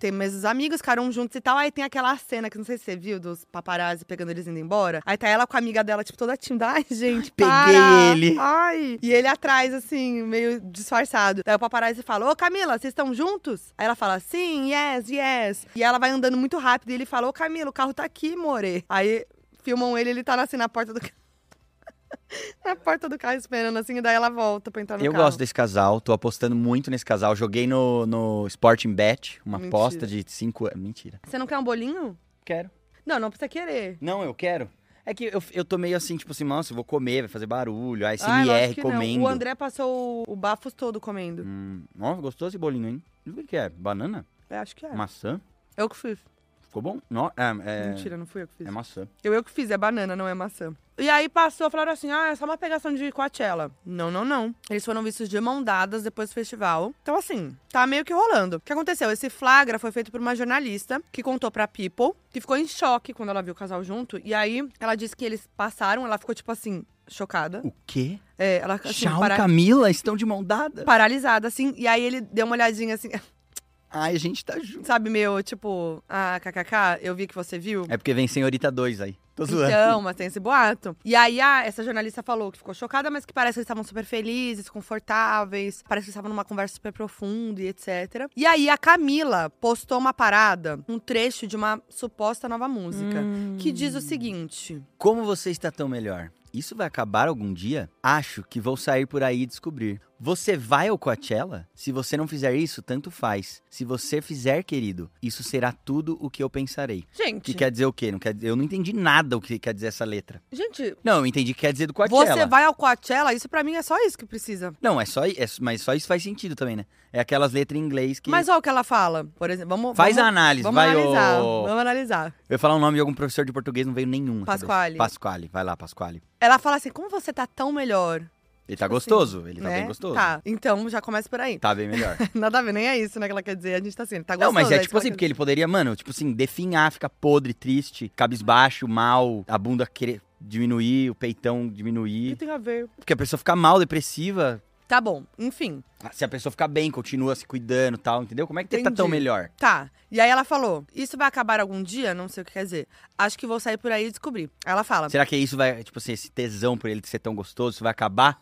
têm mais os amigos, ficaram juntos e tal. Aí tem aquela cena que não sei se você viu, dos paparazzi pegando eles indo embora. Aí tá ela com a amiga dela, tipo, toda tímida. Ai, gente,
Peguei
para!
ele.
Ai! E ele atrás, assim, meio disfarçado. Daí o paparazzi fala, ô Camila, vocês estão juntos? Aí ela fala, sim, yes, yes. E ela vai andando muito rápido e ele fala, ô Camila, o carro tá aqui, more. Aí... filmam ele, ele tá assim na porta do carro. *laughs* na porta do carro esperando, assim, e daí ela volta pra entrar no
Eu
carro.
gosto desse casal, tô apostando muito nesse casal. Joguei no, no Sporting Bet, uma
Mentira.
aposta de 5 Mentira.
Você não quer um bolinho?
Quero.
Não, não precisa querer.
Não, eu quero. É que eu, eu tô meio assim, tipo assim, nossa, eu vou comer, vai fazer barulho,
Ai, lógico
ASMR,
Ah, que não.
comendo.
O André passou o, o bafos todo comendo.
Hum, nossa, gostoso esse bolinho, hein? O que que é? Banana?
Eu acho que é.
Maçã?
Eu que fiz.
Ficou bom? No, é, é,
Mentira, não fui eu que fiz.
é maçã.
Eu, eu que fiz, é banana, não é maçã. E aí passou, falaram assim: ah, é só uma pegação de Coachella. Não, não, não. Eles foram vistos de mão dadas depois do festival. Então, assim, tá meio que rolando. O que aconteceu? Esse flagra foi feito por uma jornalista que contou pra People, que ficou em choque quando ela viu o casal junto. E aí ela disse que eles passaram, ela ficou, tipo assim, chocada.
O quê?
É, ela assim,
Tchau,
para-
Camila, estão de mão dada.
paralisada, assim. E aí ele deu uma olhadinha assim,
Ai, a gente tá junto.
sabe, meu, tipo, ah, kkk, eu vi que você viu.
É porque vem Senhorita 2 aí. Tô zoando.
Então, mas tem esse boato. E aí, a- essa jornalista falou que ficou chocada, mas que parece que eles estavam super felizes, confortáveis, parece que eles estavam numa conversa super profunda e etc. E aí, a Camila postou uma parada, um trecho de uma suposta nova música, que
Hum.
diz o seguinte:
Como você está tão melhor? Isso vai acabar algum dia? Acho que vou sair por aí e descobrir. Você vai ao Coachella? Se você não fizer isso, tanto faz. Se você fizer, querido, isso será tudo o que eu pensarei.
Gente,
Que quer dizer o quê? Não quer, eu não entendi nada o que quer dizer essa letra.
gente,
Não, eu entendi que quer dizer do Coachella.
você vai ao Coachella? Isso pra mim é só isso que precisa.
Não, é só, i- é- mas só isso faz sentido também, né? É aquelas letras em inglês que
Mas olha o que ela fala. Por exemplo, vamos.
faz a
vamos,
análise,
Vamos
vai
analisar.
ô-
Vamos analisar.
Eu ia falar o nome de algum professor de português, não veio nenhum. na cabeça.
Pasquale.
Pasquale, vai lá, Pasquale.
Ela fala assim: como você tá tão melhor?
Ele tá
Tipo assim,
gostoso, ele tá
né?
bem gostoso.
Tá, então já começa por aí. *laughs*
Tá bem melhor.
Nada a ver, nem é isso, né? Que ela quer dizer. A gente tá assim, tá gostoso.
Não, mas é
né,
tipo assim,
isso
porque ele poderia, mano, tipo assim, definhar, ficar podre, triste, cabisbaixo, mal, a bunda querer diminuir, o peitão
que- que
diminuir.
tem a ver?
Porque a pessoa fica mal, depressiva.
Tá bom, enfim.
Se a pessoa ficar bem, continua se cuidando e tal, entendeu? Como é que ele tá
Entendi.
tão melhor?
Tá. E aí ela falou: Isso vai acabar algum dia? Não sei o que quer dizer. Acho que vou sair por aí e descobrir. Aí Ela fala.
Será que isso vai, tipo assim, esse tesão por ele ser tão gostoso, isso vai acabar?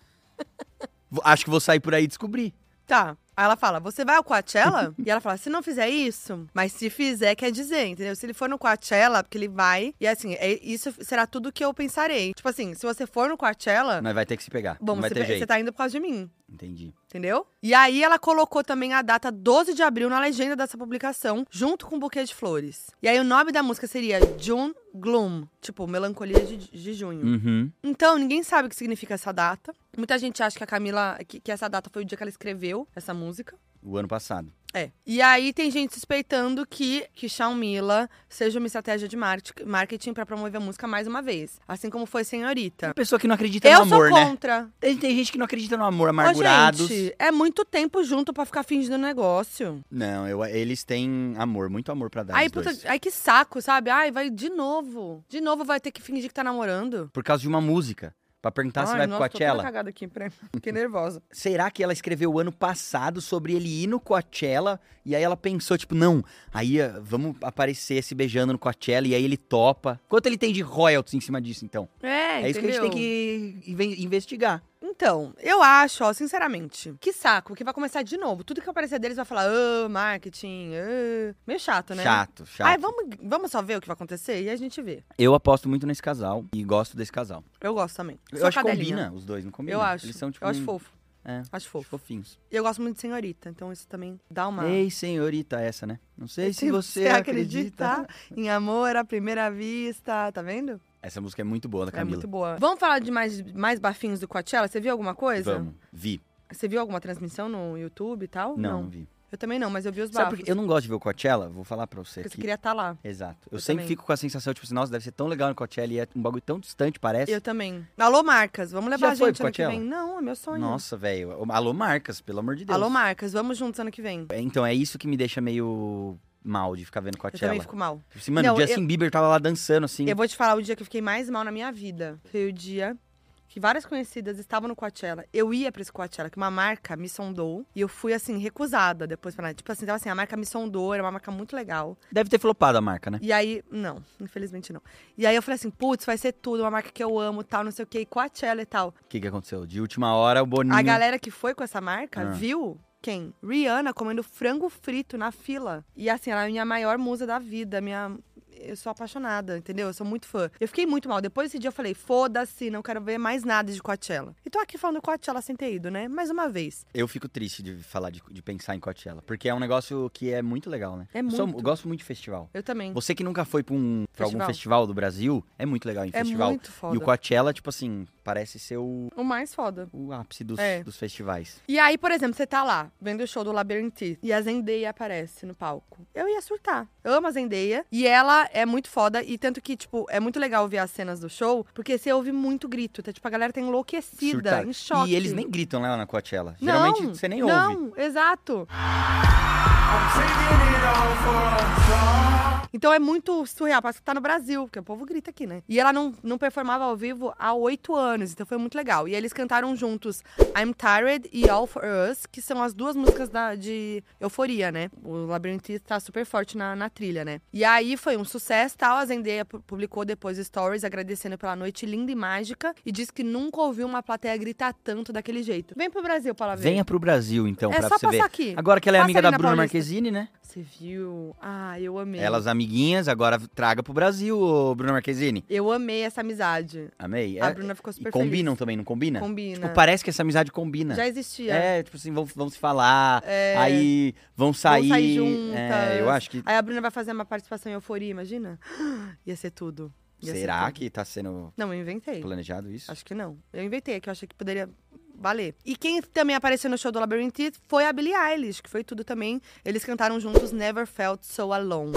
Vou- Acho que vou sair por aí e descobrir.
Tá. Aí ela fala, você vai ao Coachella? *laughs* e ela fala, se não fizer isso, mas se fizer, quer dizer, entendeu? Se ele for no Coachella, porque ele vai, e assim, é- isso será tudo que eu pensarei. Tipo assim, se você for no Coachella,
Mas vai ter que se pegar.
bom,
não vai
você,
ter
pe-
jeito.
você tá indo por causa de mim.
Entendi.
Entendeu? E aí ela colocou também a data 12 de abril na legenda dessa publicação, junto com um buquê de flores. E aí o nome da música seria June Gloom, tipo, melancolia de, de junho.
Uhum.
Então, ninguém sabe o que significa essa data. Muita gente acha que a Camila, que, que essa data foi o dia que ela escreveu essa música.
O ano passado.
É. E aí tem gente suspeitando que que Shawn Mila seja uma estratégia de market- marketing pra promover a música mais uma vez, assim como foi Senhorita.
Uma pessoa que não acredita
Eu
no amor,
sou
né?
contra.
Tem, tem gente que não acredita no amor,
É Ô,
amargurados.
gente, é muito tempo junto pra ficar fingindo um negócio.
Não, eu- eles têm amor, muito amor pra dar.
Aí,
os dois.
puta, aí que saco, sabe? Ai, vai de novo. De novo vai ter que fingir que tá namorando.
Por causa de uma música. Pra perguntar se
Ai,
Tá, vai
nossa,
pro
tô toda
Coachella.
cagada aqui, peraí. *laughs* Fiquei nervosa.
Será que ela escreveu o ano passado sobre ele ir no Coachella? E aí ela pensou, tipo, não, aí ah, vamos aparecer se beijando no Coachella e aí ele topa. Quanto ele tem de royalties em cima disso, então?
É,
É, isso que a gente tem
entendeu?
que inve- investigar.
Então, eu acho, ó, sinceramente, que saco, que vai começar de novo. Tudo que aparecer deles vai falar, ah, marketing, ah. Meio chato, né?
Chato, chato.
Ai, vamos, vamos só ver o que vai acontecer e a gente vê.
Eu aposto muito nesse casal e gosto desse casal.
Eu gosto também.
Eu
Sou
acho que
cadelinha.
combina os dois, não combina?
Eu acho.
Eles são, tipo,
eu acho
um-
fofo.
É.
Acho fofo.
fofinhos.
E eu gosto muito de senhorita, então isso também dá uma.
Ei, senhorita, essa, né? Não sei *laughs* se
*laughs*
você acredita.
em amor à primeira vista, tá vendo?
Essa música é muito boa da
É
Camila.
muito boa. Vamos falar de mais, mais bafinhos do Coachella? Você viu alguma coisa?
Vamos, vi.
Você viu alguma transmissão no YouTube e tal?
Não, não, vi.
Eu também não, mas eu vi os
Sabe
bafos.
porque eu não gosto de ver o Coachella? Vou falar pra você
Porque você
aqui.
queria estar lá.
Exato. Eu,
Eu
sempre
também.
fico com a sensação, tipo assim, nossa, deve ser tão legal no Coachella e é um bagulho tão distante, parece.
Eu também. Alô, Marcas, vamos levar
Já
a
foi
gente
pro
ano que
Coachella?
vem? Não, é meu sonho.
Nossa, velho. Alô, Marcas, pelo amor de Deus.
Alô, Marcas, vamos juntos ano que vem.
É, Então, é isso que me deixa meio mal de ficar vendo
Eu
Coachella.
também fico mal.
Tipo assim, mano,
Não,
o Justin Bieber tava lá dançando, assim.
Eu vou te falar o dia que eu fiquei mais mal na minha vida. Foi o dia que várias conhecidas estavam no Coachella. Eu ia pra esse Coachella, que uma marca me sondou. E eu fui, assim, recusada depois. pra lá. Tipo assim, tava assim, a marca me sondou, era uma marca muito legal.
Deve ter flopado a marca, né?
E aí, não, infelizmente não. E aí eu falei assim, putz, vai ser tudo, uma marca que eu amo, tal, não sei o quê, e Coachella e tal.
O que que aconteceu? De última hora, o Boninho...
A galera que foi com essa marca
Uhum. Ah.
viu quem? Rihanna comendo frango frito na fila. E assim, ela é a minha maior musa da vida, minha eu sou apaixonada, entendeu? Eu sou muito fã. Eu fiquei muito mal. Depois desse dia eu falei, foda-se, não quero ver mais nada de Coachella. E tô aqui falando Coachella sem ter ido, né? Mais uma vez.
Eu fico triste de falar, de, de pensar em Coachella, porque é um negócio que é muito legal, né?
É
Eu sou-
muito.
eu gosto muito de festival.
Eu também.
Você que nunca foi pra, um, pra algum
Festival.
festival do Brasil, é muito legal em
É
festival.
muito foda.
E o Coachella, tipo assim, parece ser o,
O mais foda.
o ápice dos,
É.
dos festivais.
E aí, por exemplo, você tá lá, vendo o show do Labyrinth e a Zendaya aparece no palco. Eu ia surtar. Eu amo a Zendaya. E ela é muito foda. E tanto que, tipo, é muito legal ver as cenas do show, porque você ouve muito grito. Tá, tipo, a galera tá enlouquecida,
Surtar.
em choque.
E eles nem gritam lá na Coachella.
Não,
Geralmente você nem ouve.
Não, exato. Então é muito surreal, parece que tá no Brasil, porque o povo grita aqui, né? E ela não, não performava ao vivo há oito anos, então foi muito legal. E eles cantaram juntos I'm Tired e All For Us, que são as duas músicas da- de Euforia, né? O Labyrinth tá super forte na, na trilha, né? E aí foi um sucesso, tal. A Zendaya pu- publicou depois stories agradecendo pela noite linda e mágica e disse que nunca ouviu uma plateia gritar tanto daquele jeito. Vem pro Brasil pra lá ver.
Venha pro Brasil, então,
É
pra
só
você
passar
ver.
aqui.
Agora que ela é
Passa
amiga
ali
da
na
Bruna
Paulista.
Marquezine, né?
Você viu? Ah, eu amei.
Elas amiguinhas, agora traga pro Brasil, ô Bruna Marquezine.
Eu amei essa amizade.
Amei.
A
É-
Bruna ficou
e
super
combinam
feliz.
também, não combina?
Combina.
Tipo, parece que essa amizade combina.
Já existia. É,
É, tipo assim, vão, vão se falar, aí vão sair.
sair juntas.
é, eu acho que.
Aí a Bruna vai fazer uma participação em euforia, imagina? *gasps* Ia ser tudo. Ia ser
Será
tudo.
que tá sendo
Não, eu inventei.
planejado isso?
Acho que não. Eu inventei, é que eu achei que poderia valer. E quem também apareceu no show do Labyrinth foi a Billie Eilish, que foi tudo também. Eles cantaram juntos Never Felt So Alone.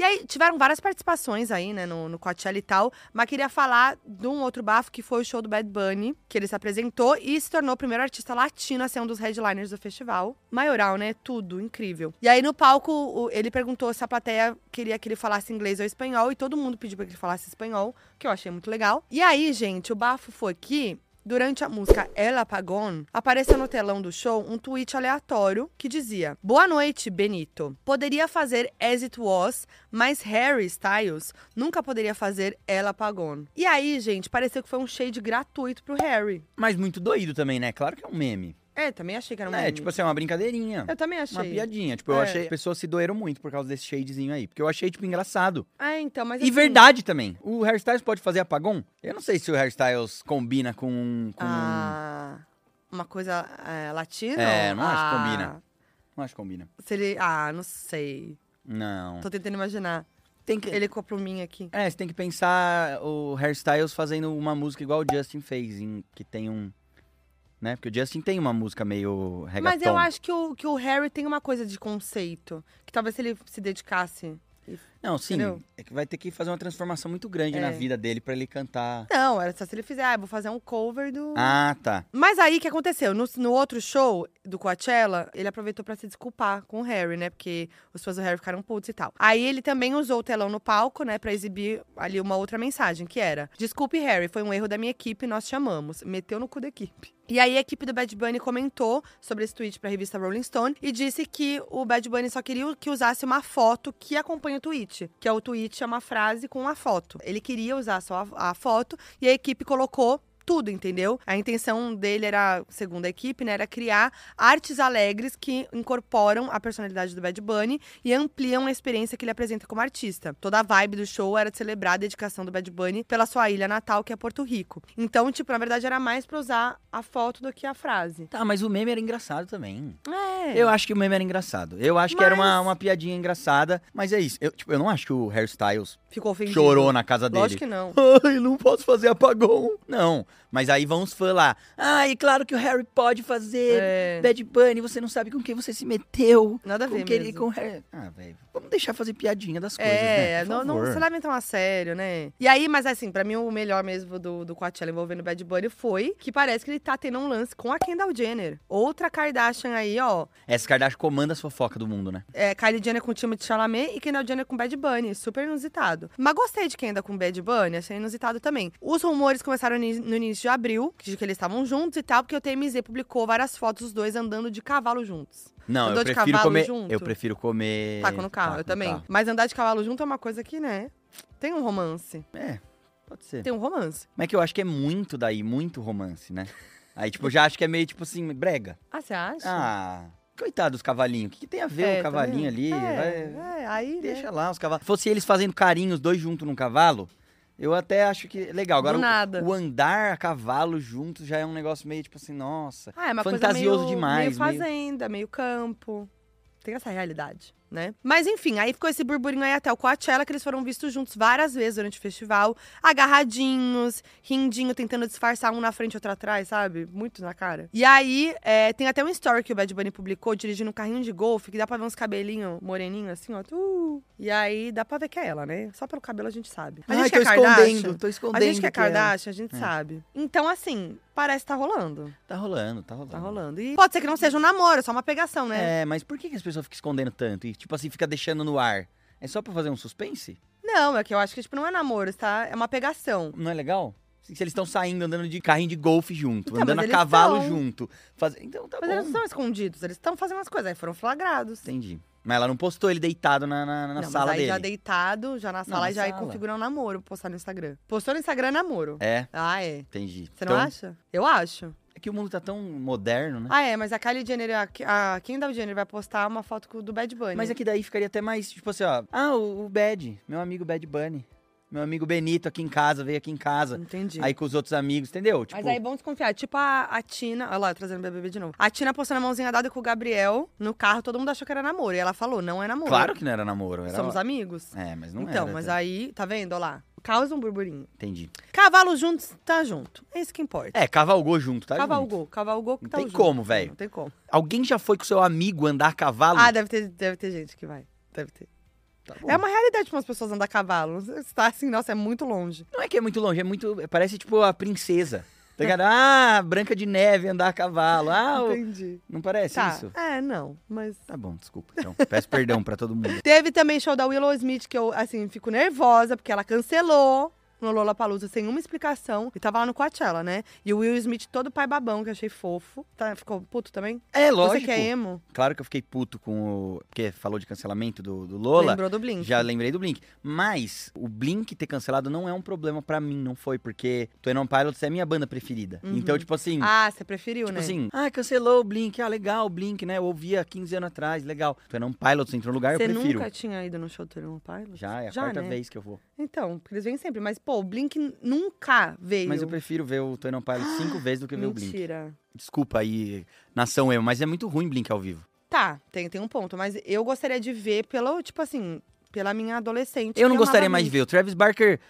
E aí, tiveram várias participações aí, né, no, no Coachella e tal. Mas queria falar de um outro bafo, que foi o show do Bad Bunny, que ele se apresentou e se tornou o primeiro artista latino a ser um dos headliners do festival. Maioral, né? Tudo, incrível. E aí, no palco, o- ele perguntou se a plateia queria que ele falasse inglês ou espanhol. E todo mundo pediu pra que ele falasse espanhol, que eu achei muito legal. E aí, gente, o bafo foi que Durante a música El Apagón, apareceu no telão do show um tweet aleatório que dizia: Boa noite, Benito. Poderia fazer As It Was, mas Harry Styles nunca poderia fazer El Apagón. E aí, gente, pareceu que foi um shade gratuito pro Harry.
Mas muito doido também, né? Claro que é um meme.
É, também achei que era um.
é,
meme.
tipo assim, é uma brincadeirinha.
eu também achei.
Uma piadinha. Tipo, eu
É.
achei. As pessoas se doeram muito por causa desse shadezinho aí. Porque eu achei, tipo, engraçado.
É, então, mas.
E
assim-
verdade também. O Hairstyles pode fazer apagão? Eu não sei se o Hairstyles combina com. um com...
Ah. Uma coisa é, latina?
É, não acho que
Ah,
combina. Não acho que combina.
Se ele. Ah, não sei.
Não.
Tô tentando imaginar.
Hum. Tem que...
Ele com a pluminha aqui.
É, você tem que pensar o Hairstyles fazendo uma música igual o Justin fez, em- que tem um. Né? Porque o Justin tem uma música meio reggaeton.
Mas eu acho que o, que o Harry tem uma coisa de conceito. Que talvez se ele se dedicasse.
Não, sim.
entendeu?
É que vai ter que fazer uma transformação muito grande na
É.
vida dele pra ele cantar.
Não, era só se ele fizer, ah, eu vou fazer um cover do.
Ah, tá.
Mas aí o que aconteceu? No, no outro show do Coachella, ele aproveitou pra se desculpar com o Harry, né? Porque os fãs do Harry ficaram putos e tal. Aí ele também usou o telão no palco, né, Pra exibir ali uma outra mensagem, que era: Desculpe, Harry, foi um erro da minha equipe, nós chamamos. Meteu no cu da equipe. E aí a equipe do Bad Bunny comentou sobre esse tweet pra revista Rolling Stone e disse que o Bad Bunny só queria que usasse uma foto que acompanha o tweet, que é o tweet é uma frase com a foto. Ele queria usar só a- a foto e a equipe colocou tudo, entendeu? A intenção dele era, segundo a equipe, né, era criar artes alegres que incorporam a personalidade do Bad Bunny e ampliam a experiência que ele apresenta como artista. Toda a vibe do show era de celebrar a dedicação do Bad Bunny pela sua ilha natal, que é Porto Rico. Então, tipo, na verdade era mais pra usar a foto do que a frase.
Tá, mas o meme era engraçado também.
É.
Eu acho que o meme era engraçado. Eu acho que era uma, uma piadinha engraçada, mas é isso. Eu, tipo, eu não acho que o Hairstyles
Ficou ofendido.
chorou na casa dele.
Lógico que não.
Ai, não posso fazer apagão. Não, mas aí vão os fãs lá. Ai, claro que o Harry pode fazer.
É.
Bad Bunny, você não sabe com quem você se meteu.
Nada a
com
ver
quem ele
mesmo.
com o Harry. Ah, velho, vamos deixar fazer piadinha das coisas,
É,
né? Por
não, não
favor.
se levem tão a sério, né? E aí, mas assim, pra mim o melhor mesmo do, do Coachella envolvendo o Bad Bunny foi que parece que ele tá tendo um lance com a Kendall Jenner. Outra Kardashian aí, ó.
Essa Kardashian comanda a fofoca do mundo, né?
É, Kylie Jenner com o time de Chalamet e Kendall Jenner com Bad Bunny. Super inusitado. Mas gostei de Kendall com Bad Bunny, achei inusitado também. Os rumores começaram ni- no início de abril, de que eles estavam juntos e tal, porque o TMZ publicou várias fotos dos dois andando de cavalo juntos.
Não,
Andou
eu
de
prefiro
cavalo
comer.
junto?
Eu prefiro comer.
Taco no carro,
taco
eu também.
carro.
Mas andar de cavalo junto é uma coisa que, né? Tem um romance.
É, pode ser.
Tem um romance.
Mas é que eu acho que é muito daí, muito romance, né? Aí, tipo, eu já acho que é meio, tipo assim, brega.
Ah, você acha?
Ah, Coitado dos cavalinhos. O que, que tem a ver
É,
o
tá vendo?
cavalinho
É,
ali? Vai-
é, aí, né?
Deixa lá os cavalos. Se fosse eles fazendo carinho, os dois juntos num cavalo, eu até acho que é legal. Agora,
Do
o-
nada.
o andar a cavalo juntos já é um negócio meio tipo assim, nossa.
Ah, é uma
Fantasioso
coisa meio,
demais,
Meio
meio-
fazenda, meio... campo. Tem essa realidade, né? Mas enfim, aí ficou esse burburinho aí até o Coachella, que eles foram vistos juntos várias vezes durante o festival. Agarradinhos, rindinho, tentando disfarçar um na frente e outro atrás, sabe? Muito na cara. E aí, é, tem até um story que o Bad Bunny publicou, dirigindo um carrinho de golfe, que dá pra ver uns cabelinhos moreninhos, assim, ó. tu. E aí, dá pra ver que é ela, né? Só pelo cabelo a gente sabe. A gente
Ai,
que é
tô
Kardashian-
escondendo, tô escondendo.
A gente que é
que é.
Kardashian, a gente sabe. Então, assim, parece que tá rolando.
Tá rolando, tá rolando.
Tá rolando. E pode ser que não seja um namoro, é só uma pegação, né?
É, mas por que, que as pessoas ficam escondendo tanto? E, tipo assim, fica deixando no ar? É só pra fazer um suspense?
Não, é que eu acho que, tipo, não é namoro, tá? É uma pegação.
Não é legal? Se se eles estão saindo andando de carrinho de golfe junto,
Então,
andando
mas
a
eles
cavalo
tão.
junto. faz- Então tá
Mas eles não
bom.
estão escondidos, eles estão fazendo as coisas, aí foram flagrados.
Entendi. Mas ela não postou ele deitado na, na, na
não, mas
sala
aí
dele.
já deitado, já na sala,
na
e já aí
sala.
configurou um namoro, postar no Instagram. Postou no Instagram é namoro.
É,
Ah, é.
entendi.
Você não
Então,
acha? Eu acho.
É que o mundo tá tão moderno, né?
Ah, é, mas a Kylie Jenner, a, a Kendall Jenner vai postar uma foto com- do Bad Ah, Bunny.
Mas é que daí ficaria até mais, tipo assim, ó. Ah, o, o Bad, meu amigo Bad Bunny. Meu amigo Benito aqui em casa, veio aqui em casa.
Entendi.
Aí com os outros amigos, entendeu? Tipo,
Mas aí é bom desconfiar. Tipo a, a Tina. Olha lá, trazendo BBB de novo. A Tina postando a mãozinha dada com o Gabriel no carro, todo mundo achou que era namoro. E ela falou: não é namoro.
claro que não era namoro. Era...
Somos amigos.
É, mas não
então,
era.
mas aí, tá vendo? Olha lá. Causa um burburinho.
Entendi.
Cavalo juntos, tá junto. É isso que importa.
É, cavalgou junto, tá? junto.
cavalgou, cavalgou que
Não
tá
tem
junto.
como, velho. Tá
Não tem como.
Alguém já foi com seu amigo andar a cavalo?
Ah, deve ter, deve ter gente que vai. Deve ter.
Tá bom.
É uma realidade para as pessoas andar a cavalo. Você tá assim, nossa, é muito longe.
Não é que é muito longe, é muito. Parece tipo a princesa. Tá ligado? *laughs* Ah, Branca de Neve andar a cavalo. Ah, o-
Entendi.
não parece
Tá.
isso?
É, não, mas.
Tá bom, desculpa. Então, peço perdão pra
*laughs*
todo mundo.
Teve também show da Willow Smith, que eu, assim, fico nervosa, porque ela cancelou no Lollapalooza sem uma explicação. E tava lá no Coachella, né? E o Will Smith todo pai babão, que eu achei fofo. Tá, ficou puto também?
É, lógico.
Você que é emo?
Claro que eu fiquei puto com o. Porque falou de cancelamento do, do Lola.
Lembrou do Blink?
Já lembrei do Blink. Mas o Blink ter cancelado não é um problema pra mim, não foi, porque Twin On Pilots é minha banda preferida.
Uhum.
Então, tipo assim.
Ah, você preferiu,
Tipo
né?
assim, ah, cancelou o Blink, ah, legal, o Blink, né? Eu ouvia há 15 anos atrás, legal. Twin On Pilots entrou no lugar,
você
eu prefiro.
nunca tinha ido no show do Tony Pilot?
Já, é a
Já,
quarta
né?
vez que eu vou.
Então, porque eles vêm sempre. Mas, pô, o Blink nunca veio.
Mas eu prefiro ver o Twin On
*gasps*
Pilots cinco vezes do que ver o Blink.
Mentira.
Desculpa aí, nação eu, mas é muito ruim Blink ao vivo.
Tá, tem, tem um ponto. Mas eu gostaria de ver pelo, tipo assim, pela minha adolescente.
Eu
que
não
amava
gostaria mais de
Blink.
ver. O Travis Barker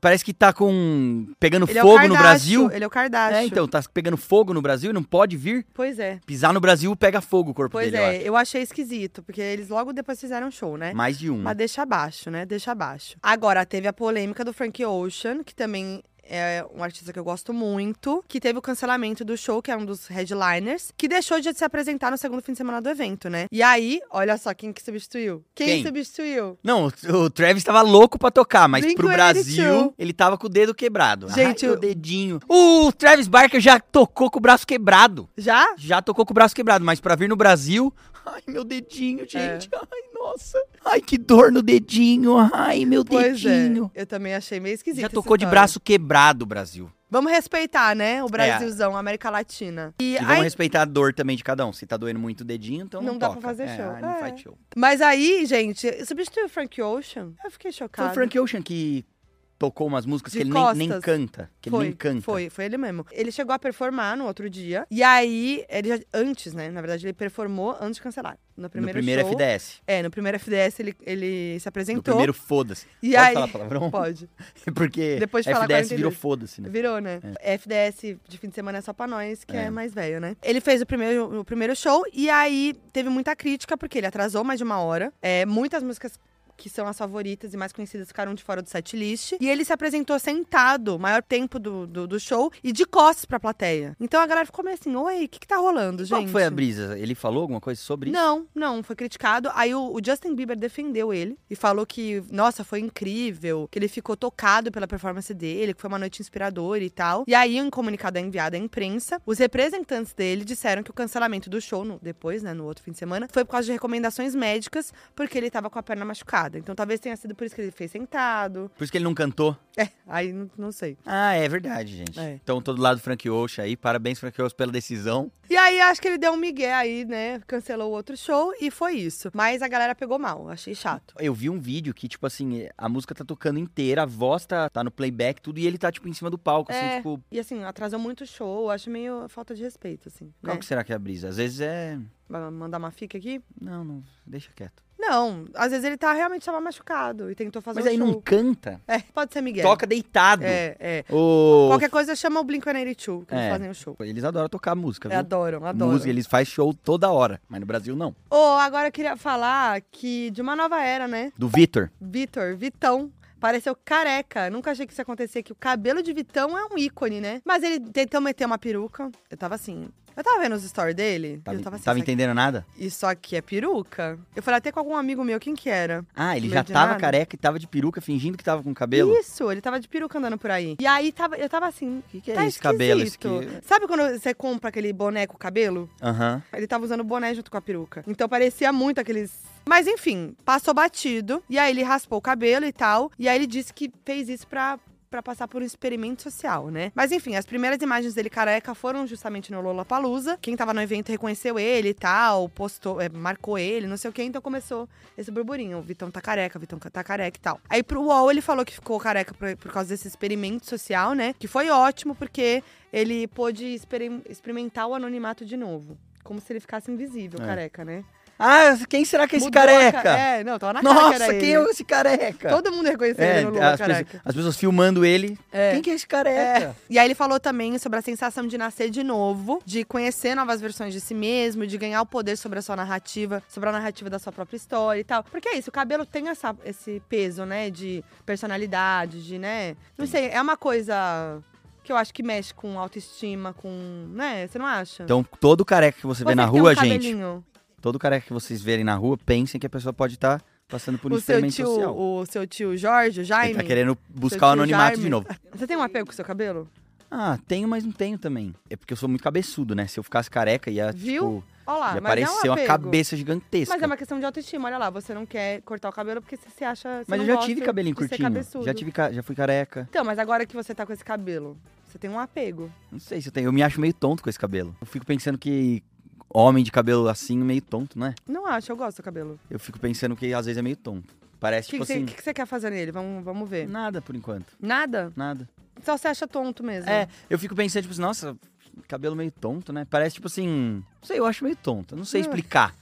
parece que tá com. pegando
Ele é o
fogo no
Kardashian,
Brasil.
Ele é o Kardashian.
É, então, tá pegando fogo no Brasil e não pode vir.
Pois é.
Pisar no Brasil pega fogo o corpo
Pois
dele, eu
é, eu, achei esquisito, porque eles logo depois fizeram show, né?
acho. Mais de um.
Mas deixa abaixo, né? Deixa abaixo. Agora, teve a polêmica do Frank Ocean, que também é um artista que eu gosto muito, que teve o cancelamento do show, que é um dos headliners, que deixou de se apresentar no segundo fim de semana do evento, né? E aí, olha só quem que substituiu. Quem,
Quem?
substituiu?
Não, o o Travis tava louco pra tocar, mas pro
Blink-182.
Brasil ele tava com o dedo quebrado.
Gente,
Ai,
eu-
o dedinho. O Travis Barker já tocou com o braço quebrado.
Já?
Já tocou com o braço quebrado, mas pra vir no Brasil. *laughs* Ai, meu
É.
dedinho, gente. Ai, nossa. Ai, que dor no dedinho. Ai, meu
Pois é.
dedinho.
Eu também achei meio esquisito.
Já tocou de braço quebrado, Brasil.
Vamos respeitar, né? O Brasilzão, a América Latina. E,
E
aí-
vamos respeitar a dor também de cada um. Se tá doendo muito o dedinho, então não,
Não dá pra
toca.
fazer
É,
show.
ai, não
É.
faz show.
Mas aí, gente, substituiu o Frank Ocean? Eu fiquei chocada.
Foi o Frank Ocean que tocou umas músicas
De
que ele nem, nem
costas.
canta. Que
foi,
ele nem canta.
Foi, foi ele mesmo. Ele chegou a performar no outro dia. E aí, ele já- antes, né? Na verdade, ele performou antes de cancelar. No
No
primeiro,
primeiro
show.
FDS.
É, no primeiro FDS ele, ele se
No
apresentou.
primeiro foda-se. *laughs*
e
Pode
aí.
falar palavrão?
Pode.
Porque
Depois de falar
FDS
42.
virou foda-se, né?
Virou, né? FDS de fim de semana é só pra nós, que é,
É.
mais velho, né? Ele fez o primeiro, o primeiro show e aí teve muita crítica, porque ele atrasou mais de uma hora. É, muitas músicas que são as favoritas e mais conhecidas ficaram de fora do setlist. E ele se apresentou sentado, o maior tempo do, do, do show, e de costas pra plateia. Então a galera ficou meio assim, oi, o que, que tá rolando, gente?
Qual que foi a brisa? Ele falou alguma coisa sobre isso?
Não, não, foi criticado. Aí o, o Justin Bieber defendeu ele e falou que, nossa, foi incrível, que ele ficou tocado pela performance dele, que foi uma noite inspiradora e tal. E aí, um comunicado é enviado à imprensa. Os representantes dele disseram que o cancelamento do show, no- depois, né, no outro fim de semana, foi por causa de recomendações médicas, porque ele tava com a perna machucada. Então talvez tenha sido por isso que ele fez sentado.
Por isso que ele não cantou?
É, aí não, não sei.
Ah, é verdade, gente.
É.
Então, todo lado Frank Ocean aí. Parabéns, Frank Ocean, pela decisão.
E aí acho que ele deu um migué aí, né? Cancelou o outro show e foi isso. Mas a galera pegou mal, achei chato.
Eu vi um vídeo que, tipo assim, a música tá tocando inteira, a voz tá, tá no playback, tudo, e ele tá, tipo, em cima do palco, assim,
É.
tipo...
E assim, atrasou muito o show, acho meio falta de respeito, assim.
Qual
Né?
que será que é a brisa? Às vezes é...
Vai mandar uma fica aqui?
Não, não, deixa quieto.
Não, às vezes ele tá realmente tava machucado e tentou fazer
Mas
um
aí
show.
não canta,
É, pode ser Miguel.
toca deitado.
É, é.
Ô,
Qualquer coisa chama o Blink-182, que
É.
eles fazem o show. É,
Eles adoram tocar música, viu?
Adoram, adoram.
Música, eles fazem show toda hora, mas no Brasil não.
Ô, agora eu queria falar que de uma nova era, né?
Do Vitor.
Vitor, Vitão. Pareceu careca. Nunca achei que isso ia acontecer. Que o cabelo de Vitão é um ícone, né? Mas ele tentou meter uma peruca. Eu tava assim. Eu tava vendo os stories dele.
Tava,
eu tava assim.
tava
isso, aqui,
entendendo nada?
isso aqui é peruca? Eu falei até com algum amigo meu, quem que era?
Ah, ele
Não
já
de
tava
nada.
careca e tava de peruca, fingindo que tava com cabelo.
Isso, ele tava de peruca andando por aí. E aí tava, eu tava assim.
O que, que é
tá
esse cabelo? Esse que...
esquisito. Sabe quando você compra aquele boné com o cabelo?
Aham.
Ele tava usando o boné junto com a peruca. Então parecia muito aqueles. Mas enfim, passou batido. E aí ele raspou o cabelo e tal. E aí ele disse que fez isso pra. Pra passar por um experimento social, né? Mas enfim, as primeiras imagens dele careca foram justamente no Lollapalooza. Quem tava no evento reconheceu ele e tal, postou, é, marcou ele, não sei o que. Então começou esse burburinho. O Vitão tá careca, o Vitão tá careca e tal. Aí pro UOL ele falou que ficou careca por, por causa desse experimento social, né? Que foi ótimo porque ele pôde experim- experimentar o anonimato de novo. Como se ele ficasse invisível,
É.
careca, né?
Ah, quem será que é esse
Mudou a
careca?
ca- É, não, tava na cara que
Nossa,
era
quem
ele.
é esse careca?
Todo mundo reconheceu
É,
ele no Lula,
as,
careca.
pessoas, as pessoas filmando ele.
É.
Quem que é esse careca?
E aí ele falou também sobre a sensação de nascer de novo, de conhecer novas versões de si mesmo, de ganhar o poder sobre a sua narrativa, sobre a narrativa da sua própria história e tal. Porque é isso, o cabelo tem essa, esse peso, né, de personalidade, de, né, não sei, é uma coisa que eu acho que mexe com autoestima, com, né, você não acha?
Então, todo careca que você,
Você
vê na
que tem
rua,
um
gente,
cabelinho,
todo careca que vocês verem na rua, pensem que a pessoa pode estar passando por um
o seu
experimento
tio,
social.
o seu tio Jorge, o Jaime.
Ele tá querendo buscar
Seu
o
tio
anonimato
Jaime.
de novo.
Você tem um apego com o seu cabelo?
Ah, tenho, mas não tenho também. É porque eu sou muito cabeçudo, né? Se eu ficasse careca, ia,
Viu?
tipo,
Olha lá, mas
ia
é um
aparecer uma
apego.
cabeça gigantesca.
Mas é uma questão de autoestima, olha lá, você não quer cortar o cabelo porque você se acha. você
Mas eu
não
já
gosta
tive cabelinho
de ser
curtinho.
cabeçudo.
Já, tive, ca- já fui careca.
Então, mas agora que você tá com esse cabelo, você tem um apego.
Não sei se eu tenho. Eu me acho meio tonto com esse cabelo. Eu fico pensando que homem de cabelo assim, meio tonto, né?
Não acho, eu gosto do cabelo. O
Eu fico pensando que às vezes é meio tonto. Parece,
que,
tipo
que, você-
assim, Hum.
que que você quer fazer nele? Vamos, vamos ver.
nada por enquanto.
Nada?
Nada.
Só você acha tonto mesmo.
É, eu fico pensando, tipo assim, nossa, cabelo meio tonto, né? Parece, tipo assim, não sei, eu acho meio tonto. eu Não sei
Não. *laughs* É.
explicar.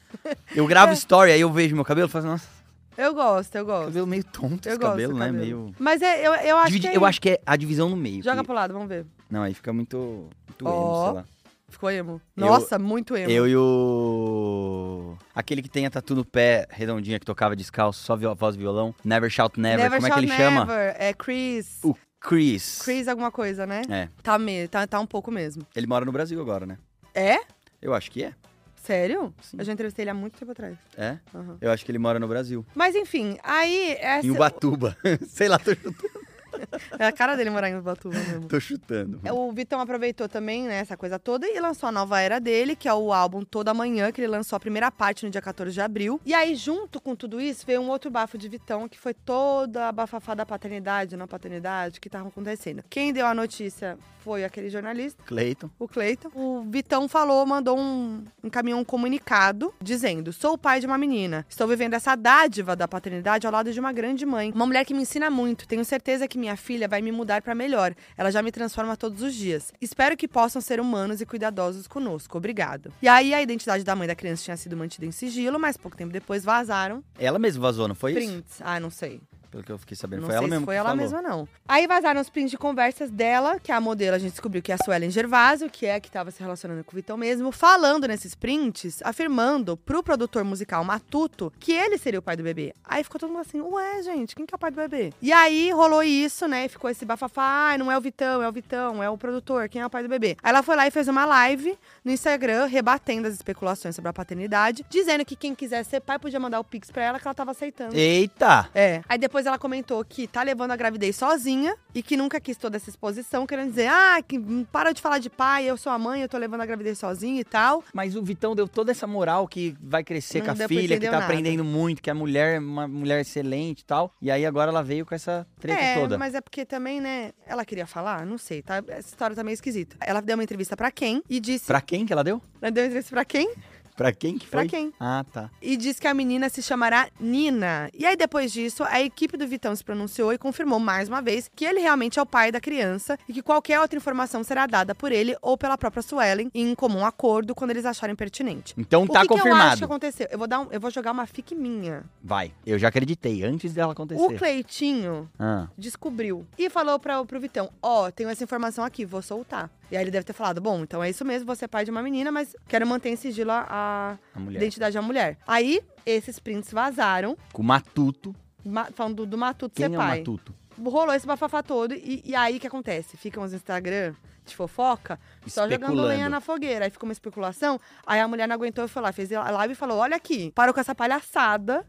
Eu gravo story, aí eu vejo meu cabelo e falo, assim, nossa,
Eu gosto, eu gosto.
cabelo meio tonto
Eu
esse
gosto.
cabelo,
do
né?
cabelo.
Meio...
Mas é, eu, eu acho
Dividi-
que. é
Eu
isso.
acho que é a divisão no meio.
Joga
que-
pro lado, vamos ver.
Não, aí fica muito, muito emo,
Ó.
sei lá.
Ficou emo.
Eu-
Nossa, muito emo.
Eu e o. Aquele que tem a tatu no pé redondinha que tocava descalço, só vi- voz e violão. Never Shout Never.
Never
Como é que
Shall
ele chama?
Never. É Chris.
O Chris.
Chris alguma coisa, né?
É.
Tá, me... tá, tá um pouco mesmo.
Ele mora no Brasil agora, né?
É?
Eu acho que é.
Sério?
Sim.
Eu já entrevistei ele há muito tempo atrás.
É?
Aham.
Eu acho que ele mora no Brasil.
Mas enfim, aí. Essa...
Em Ubatuba. *laughs* Sei lá, tô chutando.
É a cara dele morar em Ubatuba
*laughs*
mesmo.
Tô chutando.
O Vitão aproveitou também, né, essa coisa toda e lançou a nova era dele, que é o álbum Toda Manhã, que ele lançou a primeira parte no dia 14 de abril. E aí, junto com tudo isso, veio um outro bafo de Vitão, que foi toda a bafafá da paternidade, não paternidade, que tava acontecendo. Quem deu a notícia foi aquele jornalista.
Cleiton.
o Cleiton. O Vitão falou, mandou um, encaminhou um comunicado dizendo: Sou o pai de uma menina. Estou vivendo essa dádiva da paternidade ao lado de uma grande mãe. Uma mulher que me ensina muito. Tenho certeza que minha filha vai me mudar para melhor. Ela já me transforma todos os dias. Espero que possam ser humanos e cuidadosos conosco. Obrigado. E aí a identidade da mãe da criança tinha sido mantida em sigilo, mas pouco tempo depois vazaram
Ela mesma vazou, não foi isso?
prints. Ah, não sei.
Pelo que eu fiquei sabendo.
Não
foi
sei
ela
se
mesma.
foi
que
ela
falou.
mesma, não. Aí vazaram os prints de conversas dela, que é a modelo, a gente descobriu que é a Suelen Gervásio, que é a que tava se relacionando com o Vitão mesmo, falando nesses prints, afirmando pro produtor musical Matuto que ele seria o pai do bebê. Aí ficou todo mundo assim, ué, gente, quem que é o pai do bebê? E aí rolou isso, né? Ficou esse bafafá, ai, não é o Vitão, é o Vitão, é o produtor, quem é o pai do bebê? Aí ela foi lá e fez uma live no Instagram, rebatendo as especulações sobre a paternidade, dizendo que quem quisesse ser pai podia mandar o pix pra ela, que ela tava aceitando.
Eita!
É. Aí depois depois ela comentou que tá levando a gravidez sozinha e que nunca quis toda essa exposição, querendo dizer, ah, que hum, para de falar de pai, eu sou a mãe, eu tô levando a gravidez sozinha e tal.
Mas o Vitão deu toda essa moral que vai crescer
Não
com a
deu pra
filha, que
entender
tá
nada.
aprendendo muito, que a mulher é uma mulher excelente e tal. E aí agora ela veio com essa treta
é,
toda.
mas é porque também, né, ela queria falar, não sei, tá? Essa história tá meio esquisita. Ela deu uma entrevista pra quem e disse.
Pra quem que ela deu?
Ela deu uma entrevista pra quem?
Pra quem que
Pra
foi?
quem?
Ah, tá.
e diz que a menina se chamará Nina. E aí, depois disso, a equipe do Vitão se pronunciou e confirmou mais uma vez que ele realmente é o pai da criança e que qualquer outra informação será dada por ele ou pela própria Suelen em comum acordo quando eles acharem pertinente.
Então
o
tá
que que eu acho
confirmado.
que aconteceu? Eu vou, dar um- eu vou jogar uma fic minha.
Vai. Eu já acreditei antes dela acontecer.
O Cleitinho
Ah.
descobriu e falou pra, pro Vitão, ó, tenho essa informação aqui, vou soltar. E aí ele deve ter falado, bom, então é isso mesmo, você é pai de uma menina, mas quero manter em sigilo a, a
A mulher.
identidade da mulher. Aí, esses prints vazaram,
Com o Matuto.
Ma- falando do, do Matuto
Quem
ser
é o
pai.
Matuto?
Rolou esse bafafá todo e, e aí o que acontece? Ficam os Instagram de fofoca só jogando
Especulando.
lenha na fogueira. Aí fica uma especulação. Aí a mulher não aguentou e foi lá, fez a live e falou: Olha aqui, parou com essa palhaçada.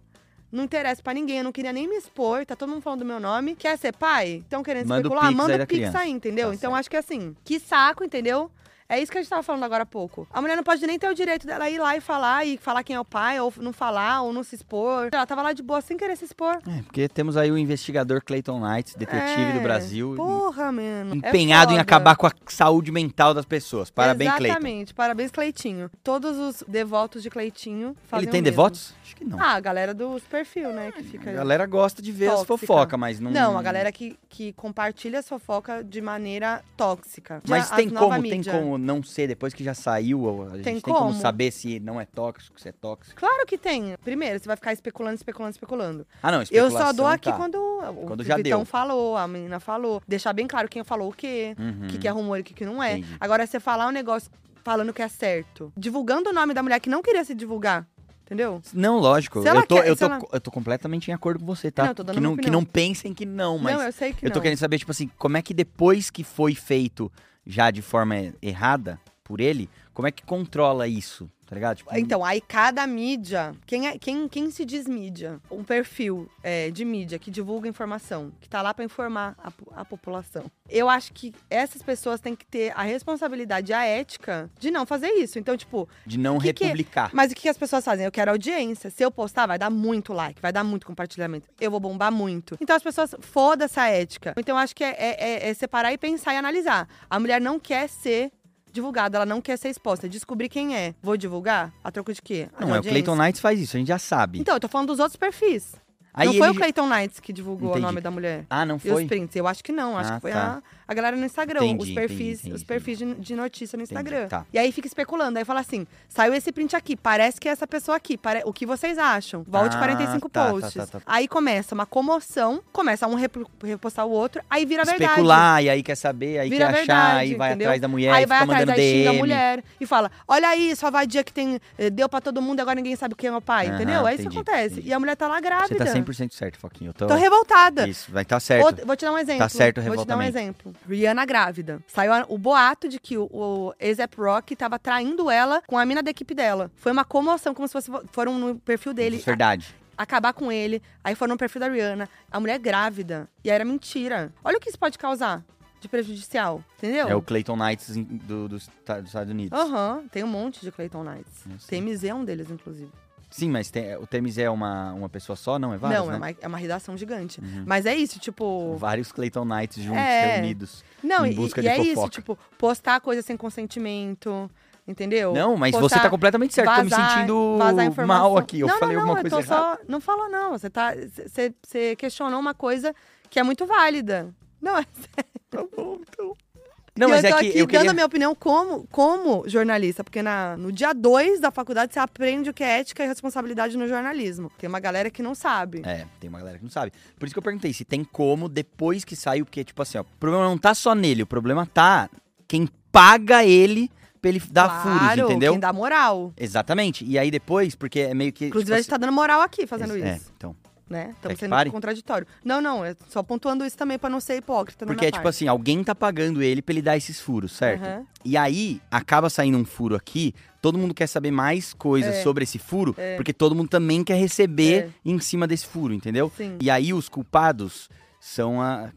Não interessa pra ninguém, eu não queria nem me expor, tá todo mundo falando do meu nome. Quer ser pai? Estão querendo
Manda o
especular?
pix
Manda
aí da
o pix
criança.
aí, entendeu?
Tá
então
certo.
acho que assim, que saco, entendeu? É isso que a gente tava falando agora há pouco. A mulher não pode nem ter o direito dela ir lá e falar, e falar quem é o pai, ou não falar, ou não se expor. Ela tava lá de boa sem querer se expor.
É, porque temos aí o investigador Clayton Knight, detetive do
É,
Brasil.
Porra, mano. É
Empenhado em acabar com a saúde mental das pessoas. Parabéns, Clayton.
Exatamente. Parabéns, Cleitinho. Todos os devotos de Cleitinho fazem
Ele
o
tem
mesmo.
devotos? Acho que não. Ah,
Ah, a galera dos perfil, né? Que fica.
A galera gosta de ver as
Tóxica.
fofocas, mas não.
Não, a galera que, que compartilha as fofocas de maneira tóxica. Já
Mas
as
tem
nova
como,
mídia.
tem como não ser, depois que já saiu, a gente
Tem
tem, como?
como?
saber se não é tóxico, se é tóxico.
Claro que tem. Primeiro, você vai ficar especulando, especulando, especulando.
Ah, não,
Eu só dou
especulação,
aqui
tá.
quando o
Quando já
Vitão
deu.
falou, a menina falou. Deixar bem claro quem falou o quê.
Uhum.
o que, que é rumor e o que, que não é.
Entendi.
Agora, você falar um negócio falando que é certo, divulgando o nome da mulher que não queria se divulgar, entendeu?
Não, lógico.
Se ela
Eu tô,
quer-
eu,
se
tô,
ela-
eu tô completamente em acordo com você, tá?
Não, eu tô dando
que,
minha
não, que
opinião.
não pensem que não, mas.
não, eu sei que
Eu
não.
tô querendo saber, tipo assim, como é que depois que foi feito já de forma errada por ele, como é que controla isso? Tá ligado? Tipo,
Então, aí cada mídia, quem, é, quem, quem se diz mídia? Um perfil é, de mídia que divulga informação, que tá lá pra informar a, po- a população. Eu acho que essas pessoas têm que ter a responsabilidade, e a ética de não fazer isso. Então, tipo,
de não
que que-
republicar.
Mas o que que as pessoas fazem? Eu quero audiência. Se eu postar, vai dar muito like, vai dar muito compartilhamento. Eu vou bombar muito. Então as pessoas foda essa ética. Então eu acho que é, é- é- é separar e pensar e analisar. A mulher não quer ser divulgada, ela não quer ser exposta. Descobrir quem é. Vou divulgar? A troco de quê? A de
Não, é o
audiência?
Clayton Knight faz isso, a gente já sabe.
Então, eu tô falando dos outros perfis.
Aí
não foi
ele
o
já-
Clayton Knights que divulgou
Entendi.
o nome da mulher.
Ah, não
E os
foi?
prints? Eu acho que não. Acho
Ah,
que foi
tá.
a, a galera no Instagram.
Entendi,
os perfis,
entendi,
os
entendi.
perfis de, de notícia no
Entendi,
Instagram.
tá.
E aí fica especulando. Aí fala assim: saiu esse print aqui, parece que é essa pessoa aqui. pare- O que vocês acham? Volte
Ah,
45
tá, tá,
posts.
tá, tá.
Aí começa uma comoção, começa um repro- repostar o outro, aí vira verdade.
Especular, e aí quer saber, aí
Vira
quer achar,
verdade,
aí vai
entendeu?
atrás da mulher,
aí
fica
vai atrás,
mandando
aí
DM.
xinga a mulher e fala: Olha aí, sua vadia que tem. eh, Deu pra todo mundo, agora ninguém sabe quem é o pai,
Aham,
entendeu? É isso que
entendi,
acontece.
entendi.
E a mulher tá lá
Você
grávida.
tá 100% certo, Foquinha. Eu tô...
Tô revoltada.
Isso, vai estar certo.
Outro- vou te dar um exemplo.
Tá certo o
Vou te dar um
revoltamento.
exemplo. Rihanna grávida. Saiu a- o boato de que o, o A$AP Rock tava traindo ela com a mina da equipe dela. Foi uma comoção, como se fosse, foram no perfil dele
Isso é verdade.
a- acabar com ele. Aí foram no perfil da Rihanna. A mulher é grávida. E aí era mentira. Olha o que isso pode causar de prejudicial, entendeu?
É o Clayton Knight do, dos ta- dos Estados Unidos.
Aham, tem um monte de Clayton Knights.
Eu sei.
TMZ é um deles, inclusive.
Sim, mas tem- o TMZ é uma, uma pessoa só? Não, é vários,
Não,
né? Uhum.
é, uma, é uma redação gigante. Mas é isso, tipo.
Vários Clayton Knights juntos,
É.
reunidos.
Não,
em
e,
busca
e
de
é isso,
fofoca.
tipo, postar coisa sem consentimento, entendeu?
Não, mas você
Postar-
tá completamente certo. tô me
vazar-
sentindo
vazar informação.
mal aqui. Eu
não,
falei
não, não,
alguma coisa
eu tô
errada.
Só... Não falou, não. Você, tá... você, você questionou uma coisa que é muito válida. Não, *laughs* é
Tá bom, então. Não,
e
mas
eu tô
é que
aqui
eu
dando
queria...
a minha opinião como, como jornalista, porque na, no dia 2 da faculdade você aprende o que é ética e responsabilidade no jornalismo. Tem uma galera que não sabe.
É, tem uma galera que não sabe. Por isso que eu perguntei se tem como depois que saiu, porque, tipo assim, ó, o problema não tá só nele, o problema tá quem paga ele pra ele dar
claro,
furos, entendeu?
Quem dá moral.
Exatamente. E aí depois, porque é meio que.
Inclusive,
tipo
a gente tá dando moral aqui fazendo
Ex-
isso.
É, então.
né?
Quer
Estamos
que
sendo
pare?
contraditório. Não, não, é só pontuando isso também pra não ser hipócrita.
Porque é tipo assim, alguém tá pagando ele pra ele dar esses furos, certo?
Aham.
E aí, acaba saindo um furo aqui, todo mundo quer saber mais coisas sobre esse furo, porque todo mundo também quer receber
É.
em cima desse furo, entendeu?
Sim.
E aí, os culpados são a...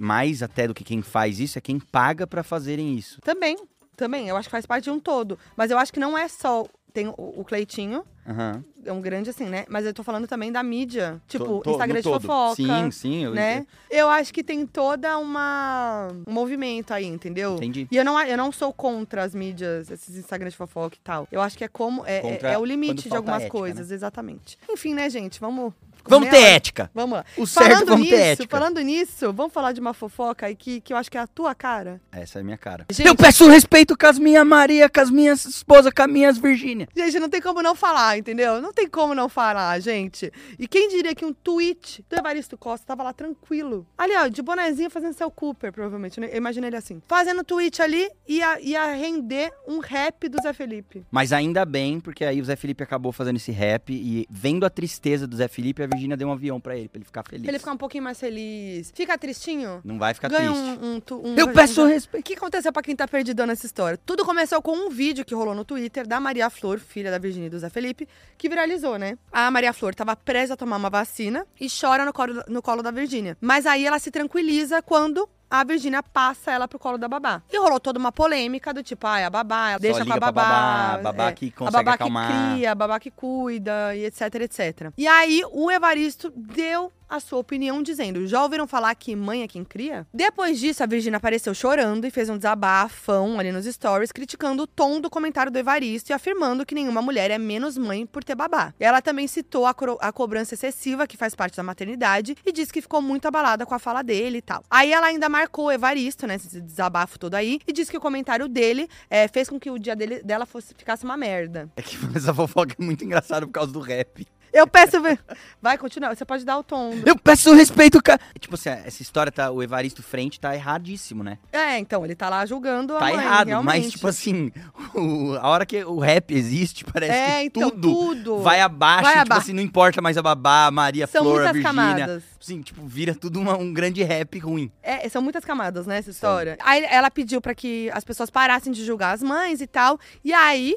Mais até do que quem faz isso, é quem paga pra fazerem isso.
Também, também. Eu acho que faz parte de um todo. Mas eu acho que não é só. Tem o, o Cleitinho,
Aham.
é um grande assim, né? Mas eu tô falando também da mídia. Tipo,
To- to-
Instagram
no
de
todo.
fofoca.
Sim, sim, eu
né? Eu acho que tem toda uma um movimento aí, entendeu?
entendi.
E eu não, a- eu não sou contra as mídias, esses Instagrams de fofoca e tal. Eu acho que é como. É, é-
Contra
é o
quando
limite de
falta
algumas
ética, né?
coisas, exatamente. Enfim, né, gente? Vamos.
Vamos ter
meia hora-
ética!
Vamos lá.
O certo,
é falando
vamos ter
nisso,
ética.
falando nisso, vamos falar de uma fofoca aí que, que eu acho que é a tua cara.
Essa é a minha cara.
Gente-
Eu peço respeito com as minhas Maria, com as minhas esposas, com as minhas Virgínia.
Gente, não tem como não falar, entendeu? Não tem como não falar, gente. E quem diria que um tweet do Evaristo Costa tava lá tranquilo. Ali, ó, de bonezinho fazendo seu Cooper, provavelmente. né? Eu imaginei ele assim. Fazendo tweet ali ia, ia render um rap do Zé Felipe.
Mas ainda bem, porque aí o Zé Felipe acabou fazendo esse rap e vendo a tristeza do Zé Felipe, a Virgínia deu um avião pra ele, pra ele ficar feliz.
Pra ele ficar um pouquinho mais feliz. Fica tristinho?
Não vai ficar
Ganha
triste.
um, um, tu- um-
Eu
um-
peço
um- O
respeito.
que aconteceu pra quem tá perdido nessa história? Tudo começou com um vídeo que rolou no Twitter da Maria Flor, filha da Virginia e do Zé Felipe, que viralizou, né? A Maria Flor tava presa a tomar uma vacina e chora no colo, no colo da Virginia. Mas aí ela se tranquiliza quando a Virginia passa ela pro colo da babá. E rolou toda uma polêmica do tipo, ai, a babá, ela deixa com a
liga pra
babá. É.
babá, a babá que consegue
A babá
acalmar.
que cria, a babá que cuida, e etc, etc. E aí, o Evaristo deu a sua opinião dizendo, já ouviram falar que mãe é quem cria? Depois disso, a Virgínia apareceu chorando e fez um desabafão ali nos stories, criticando o tom do comentário do Evaristo e afirmando que nenhuma mulher é menos mãe por ter babá. Ela também citou a, cro- a cobrança excessiva que faz parte da maternidade e disse que ficou muito abalada com a fala dele e tal. Aí ela ainda marcou o Evaristo, né, esse desabafo todo aí, e disse que o comentário dele eh, fez com que o dia dele- dela fosse, ficasse uma merda.
É que essa fofoca é muito engraçada por causa do rap.
Eu peço.
*laughs*
Vai, continua. Você pode dar o tom.
Eu peço respeito, cara. Tipo assim, essa história tá. O Evaristo Frente tá erradíssimo, né?
É, então, ele tá lá julgando a
Tá
mãe,
errado,
realmente.
mas tipo assim, o- a hora que o rap existe, parece
é,
que
então,
tudo,
tudo.
vai abaixo.
Vai
tipo
abaixo.
assim, não importa mais a babá, a Maria, a
São
Flor, a
muitas
Virgínia.
camadas.
Sim, tipo, vira tudo uma- um grande rap ruim.
É, são muitas camadas, né, essa história. Aí ela pediu pra que as pessoas parassem de julgar as mães e tal. E aí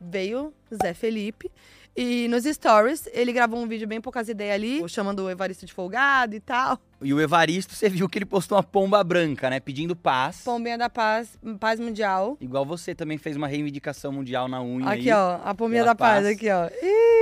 veio Zé Felipe. E nos stories, ele gravou um vídeo bem poucas ideias ali, chamando o Evaristo de folgado e tal.
E o Evaristo, você viu que ele postou uma pomba branca, né? Pedindo paz.
Pombinha da Paz, Paz Mundial.
Igual você também fez uma reivindicação mundial na unha.
Aqui,
aí.
ó, a Pombinha
pela
da paz,
paz.
aqui, ó.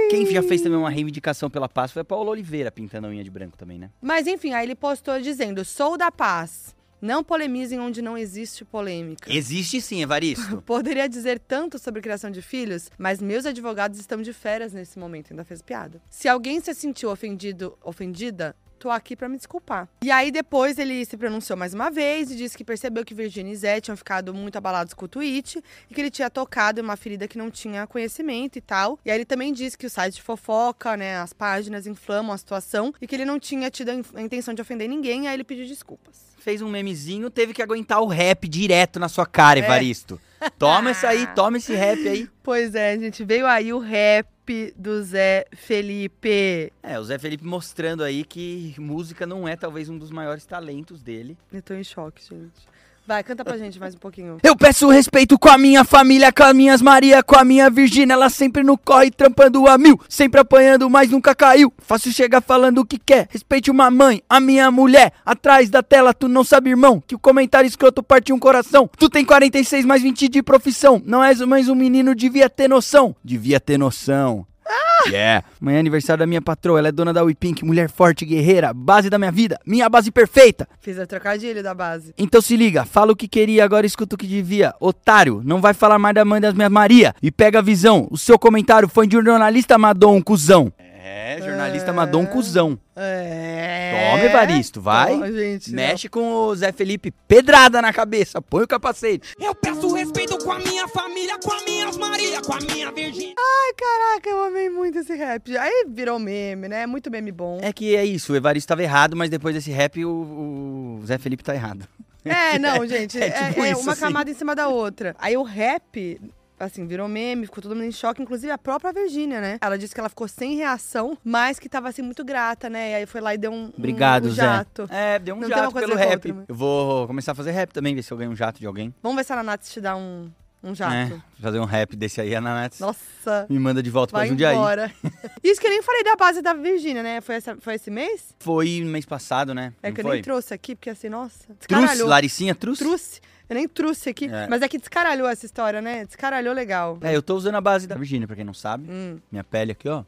Quem já fez também uma reivindicação pela paz foi a Paula Oliveira pintando a unha de branco também, né?
Mas enfim, aí ele postou dizendo: sou da paz. Não polemizem onde não existe polêmica.
Existe sim, Evaristo.
*laughs*
*laughs*
Poderia dizer tanto sobre criação de filhos, mas meus advogados estão de férias nesse momento, ainda fez piada. Se alguém se sentiu ofendido, ofendida, tô aqui pra me desculpar. E aí depois ele se pronunciou mais uma vez e disse que percebeu que Virginia e Zé tinham ficado muito abalados com o tweet e que ele tinha tocado em uma ferida que não tinha conhecimento e tal. E aí ele também disse que o site de fofoca, né, as páginas inflamam a situação e que ele não tinha tido a in- a intenção de ofender ninguém, e aí ele pediu desculpas.
fez um memezinho, teve que aguentar o rap direto na sua cara,
É.
Evaristo. Toma isso aí, toma esse rap aí.
Pois é, gente, veio aí o rap do Zé Felipe.
É, o Zé Felipe mostrando aí que música não é talvez um dos maiores talentos dele.
Eu tô em choque, gente. Vai, canta pra gente mais um pouquinho.
Eu peço respeito com a minha família, com as minhas Maria, com a minha Virgínia. Ela sempre no corre, trampando a mil. Sempre apanhando, mas nunca caiu. Fácil chegar falando o que quer. Respeite uma mãe, a minha mulher. Atrás da tela, tu não sabe, irmão. Que o comentário escroto parte um coração. Tu tem 46 mais 20 de profissão. Não és mais um menino, devia ter noção. Devia ter noção. Yeah. Amanhã é aniversário da minha patroa, ela é dona da WePink, mulher forte, guerreira, base da minha vida, minha base perfeita.
Fiz a trocadilho da base.
Então se liga, fala o que queria, agora escuta o que devia. Otário, não vai falar mais da mãe das minhas Maria. E pega a visão, o seu comentário foi de um jornalista Madon, cuzão. É, jornalista Madon, cuzão.
É.
Toma, Evaristo, vai.
Toma, gente,
Mexe com o Zé Felipe, pedrada na cabeça, põe o capacete.
Eu peço respeito com a minha família, com as minhas Maria, com a minha Virgínia.
Caraca, eu amei muito esse rap. Aí virou meme, né? Muito meme bom.
É que é isso, o Evaristo tava errado, mas depois desse rap o, o Zé Felipe tá errado.
É, não, gente. É,
*laughs* É tipo
é
isso,
uma
assim.
camada em cima da outra. Aí o rap assim, virou meme, ficou todo mundo em choque, inclusive a própria Virgínia, né? Ela disse que ela ficou sem reação, mas que tava assim muito grata, né? E aí foi lá e deu um, um-
Obrigado,
um
Zé.
jato.
É, deu um
Não tem uma
jato
coisa
pelo
contra,
rap.
né?
Eu vou começar a fazer rap também, ver se eu ganho um jato de alguém.
Vamos ver se a Nanatis te dá um, um jato.
né? fazer um rap desse aí, a Nanats
Nossa,
me manda de volta pra
vai
Jundiaí. *laughs*
embora. Isso que eu nem falei da base da Virgínia, né? Foi, essa, foi esse mês?
Foi mês passado, né?
É
Não
que eu
foi?
nem trouxe aqui, porque assim, nossa,
Truce,
descaralhou.
Laricinha, truce?
Trouxe. Eu nem trouxe aqui.
É.
Mas é que descaralhou essa história, né? Descaralhou legal.
É, eu tô usando a base da Virgínia, pra quem não sabe.
Hum.
Minha pele aqui, ó.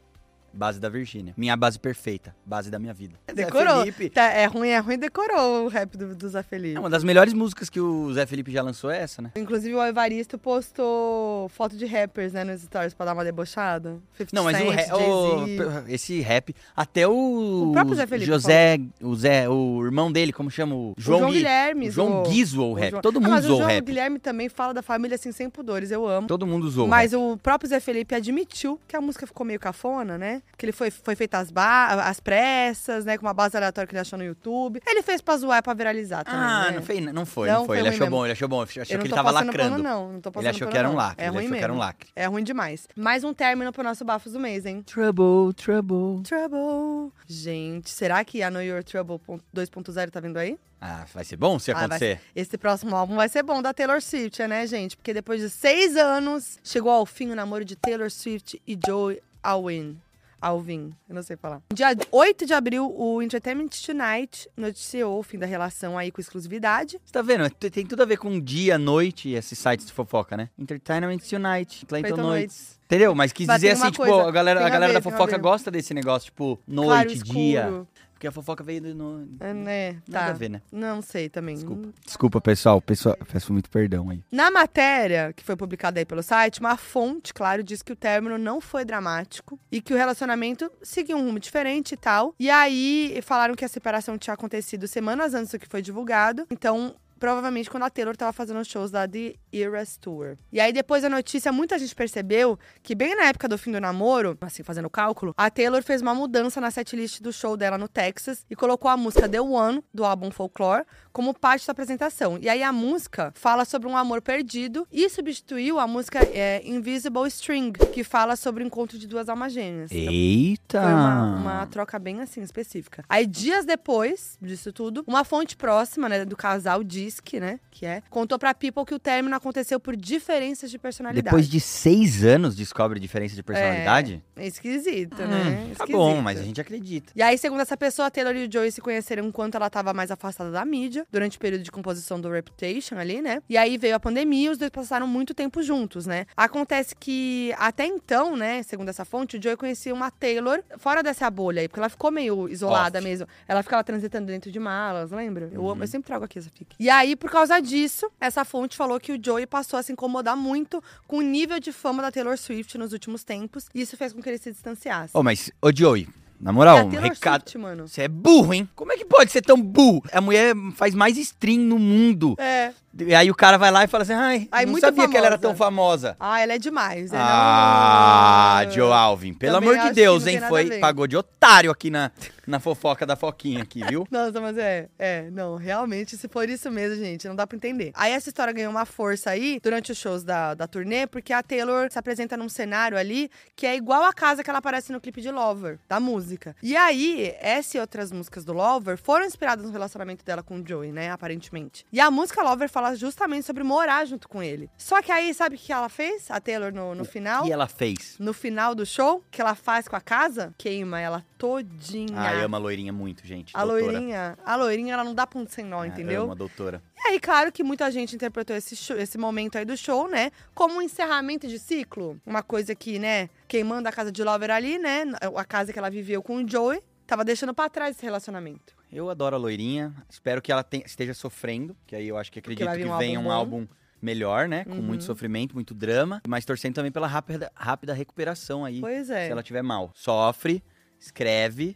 Base da Virgínia. Minha base perfeita. Base da minha vida. Zé
Decorou.
Felipe.
Tá, é ruim, é ruim, decorou o rap do, do Zé Felipe.
É, uma das melhores músicas que o Zé Felipe já lançou é essa, né?
Inclusive, o Evaristo postou foto de rappers, né, nos stories pra dar uma debochada. 50
Não, mas o,
Cent,
rap,
Jay-Z.
esse rap, até o,
O próprio Zé Felipe
José, o Zé, o irmão dele, como chama? O
O João,
João, Gui-
Guilherme.
o João
zoou.
Gui zoou o rap.
João-
Todo
Ah,
mundo
mas
zoou
o
o
João
rap.
Guilherme também fala da família, assim, sem pudores. Eu amo.
Todo mundo zoou. o rap.
Mas o próprio Zé Felipe admitiu que a música ficou meio cafona, né? Que ele foi, foi feita às, ba- às pressas, né? Com uma base aleatória que ele achou no YouTube. Ele fez pra zoar e pra viralizar também,
Ah,
né?
não foi, não foi,
Não,
não foi.
foi
Ele
ruim
achou
mesmo.
bom, ele achou bom. Ele achou
Eu
que
não
ele
tô
tava
passando
lacrando.
Pano, não. Não tô passando
ele achou
pano,
que era um
não.
lacre,
É
ele
ruim
achou
mesmo.
que era um lacre.
É ruim demais. Mais um término pro nosso Bafos do Mês, hein?
Trouble, trouble.
Trouble. Gente, será que a Know Your Trouble pon- 2.0 tá vindo aí?
Ah, vai ser bom se
Ah, vai
acontecer.
Esse próximo álbum vai ser bom da Taylor Swift, né, gente? Porque depois de seis anos, chegou ao fim o namoro de Taylor Swift e Joey Alwyn. Alvin, eu não sei falar. Dia 8 de abril, o Entertainment Tonight noticiou o fim da relação aí com exclusividade.
Você tá vendo? Tem- Tem tudo a ver com dia, noite, esses sites de fofoca, né? Entertainment Tonight, Clayton
Clayton
Noites. Entendeu? Mas quis
Mas
dizer
tem uma
assim, tipo,
coisa,
a galera,
tem
a
a
galera
ver,
da
tem a
fofoca
ver.
gosta desse negócio, tipo,
claro,
noite,
escuro.
dia. Porque a fofoca veio do... No...
É, né?
Nada a
Tá.
ver, né?
Não sei também.
Desculpa. Desculpa, pessoal. Pessoal, peço muito perdão aí.
Na matéria que foi publicada aí pelo site, uma fonte, claro, diz que o término não foi dramático e que o relacionamento seguiu um rumo diferente e tal. E aí falaram que a separação tinha acontecido semanas antes do que foi divulgado. Então. Provavelmente quando a Taylor tava fazendo os shows da The Eras Tour. E aí, depois da notícia, muita gente percebeu que, bem na época do fim do namoro, assim, fazendo o cálculo, a Taylor fez uma mudança na setlist do show dela no Texas e colocou a música The One, do álbum Folklore, como parte da apresentação. E aí a música fala sobre um amor perdido e substituiu a música é, Invisible String, que fala sobre o encontro de duas almas gêmeas. Então,
Eita!
Foi uma, uma troca bem assim, específica. Aí, dias depois disso tudo, uma fonte próxima, né, do casal diz que, né, que é, contou pra People que o término aconteceu por diferenças de personalidade.
Depois de seis anos descobre a diferença de personalidade?
É esquisito, né?
Tá
Esquisito.
bom, mas a gente acredita.
E aí, segundo essa pessoa, a Taylor e o Joey se conheceram enquanto ela estava mais afastada da mídia, durante o período de composição do Reputation ali, né? E aí veio a pandemia e os dois passaram muito tempo juntos, né? Acontece que até então, né, segundo essa fonte, o Joey conhecia uma Taylor fora dessa bolha aí, porque ela ficou meio isolada
Off. Uhum.
mesmo. Ela ficava transitando dentro de malas, lembra? Eu amo, eu sempre trago aqui essa fic. E aí, por causa disso, essa fonte falou que o Joey passou a se incomodar muito com o nível de fama da Taylor Swift nos últimos tempos, e isso fez com que ele se distanciasse.
Ô, mas, ô Joey,
É
na
a
moral, um
Taylor
Oh, recado.
Swift, mano.
Você é burro, hein? Como é que pode ser tão burro? A mulher faz mais stream no mundo.
É.
E aí o cara vai lá e fala assim, ai,
Ai,
não
muito
sabia que ela era
famosa."
tão famosa.
Ah, ela é demais, né?
Ah,
Não.
Joe Alvin, pelo
Também
amor
acho que
de Deus,
não tem
hein?
nada a
Foi,
ver.
pagou de otário aqui na, na fofoca da foquinha aqui, viu?
Nossa, mas é, é, não, realmente, se for isso mesmo, gente, não dá pra entender. Aí essa história ganhou uma força aí durante os shows da, da turnê, porque a Taylor se apresenta num cenário ali que é igual a casa que ela aparece no clipe de Lover, da música. E aí, essa e outras músicas do Lover foram inspiradas no relacionamento dela com o Joey, né, aparentemente. E a música Lover fala justamente sobre morar junto com ele. Só que aí, sabe o que ela fez, a Taylor, no, no final?
E ela fez.
No final do show, que ela faz com a casa, queima ela todinha.
Ai, ama a loirinha muito, gente.
A
doutora.
loirinha, a loirinha, ela não dá ponto sem nó,
Ah,
entendeu?
Ama, a doutora.
E aí, claro que muita gente interpretou esse, show- esse momento aí do show, né? Como um encerramento de ciclo. Uma coisa que, né, queimando a casa de Lover ali, né? A casa que ela viveu com o Joey, tava deixando pra trás esse relacionamento.
Eu adoro a loirinha. Espero que ela tenha- esteja sofrendo, que aí eu acho que acredito
vai vir
que
um
venha
álbum
um
bom.
álbum melhor, né? Com
Uhum.
muito sofrimento, muito drama. Mas torcendo também pela rápida, rápida recuperação aí.
Pois
Se
é.
ela tiver mal. Sofre, escreve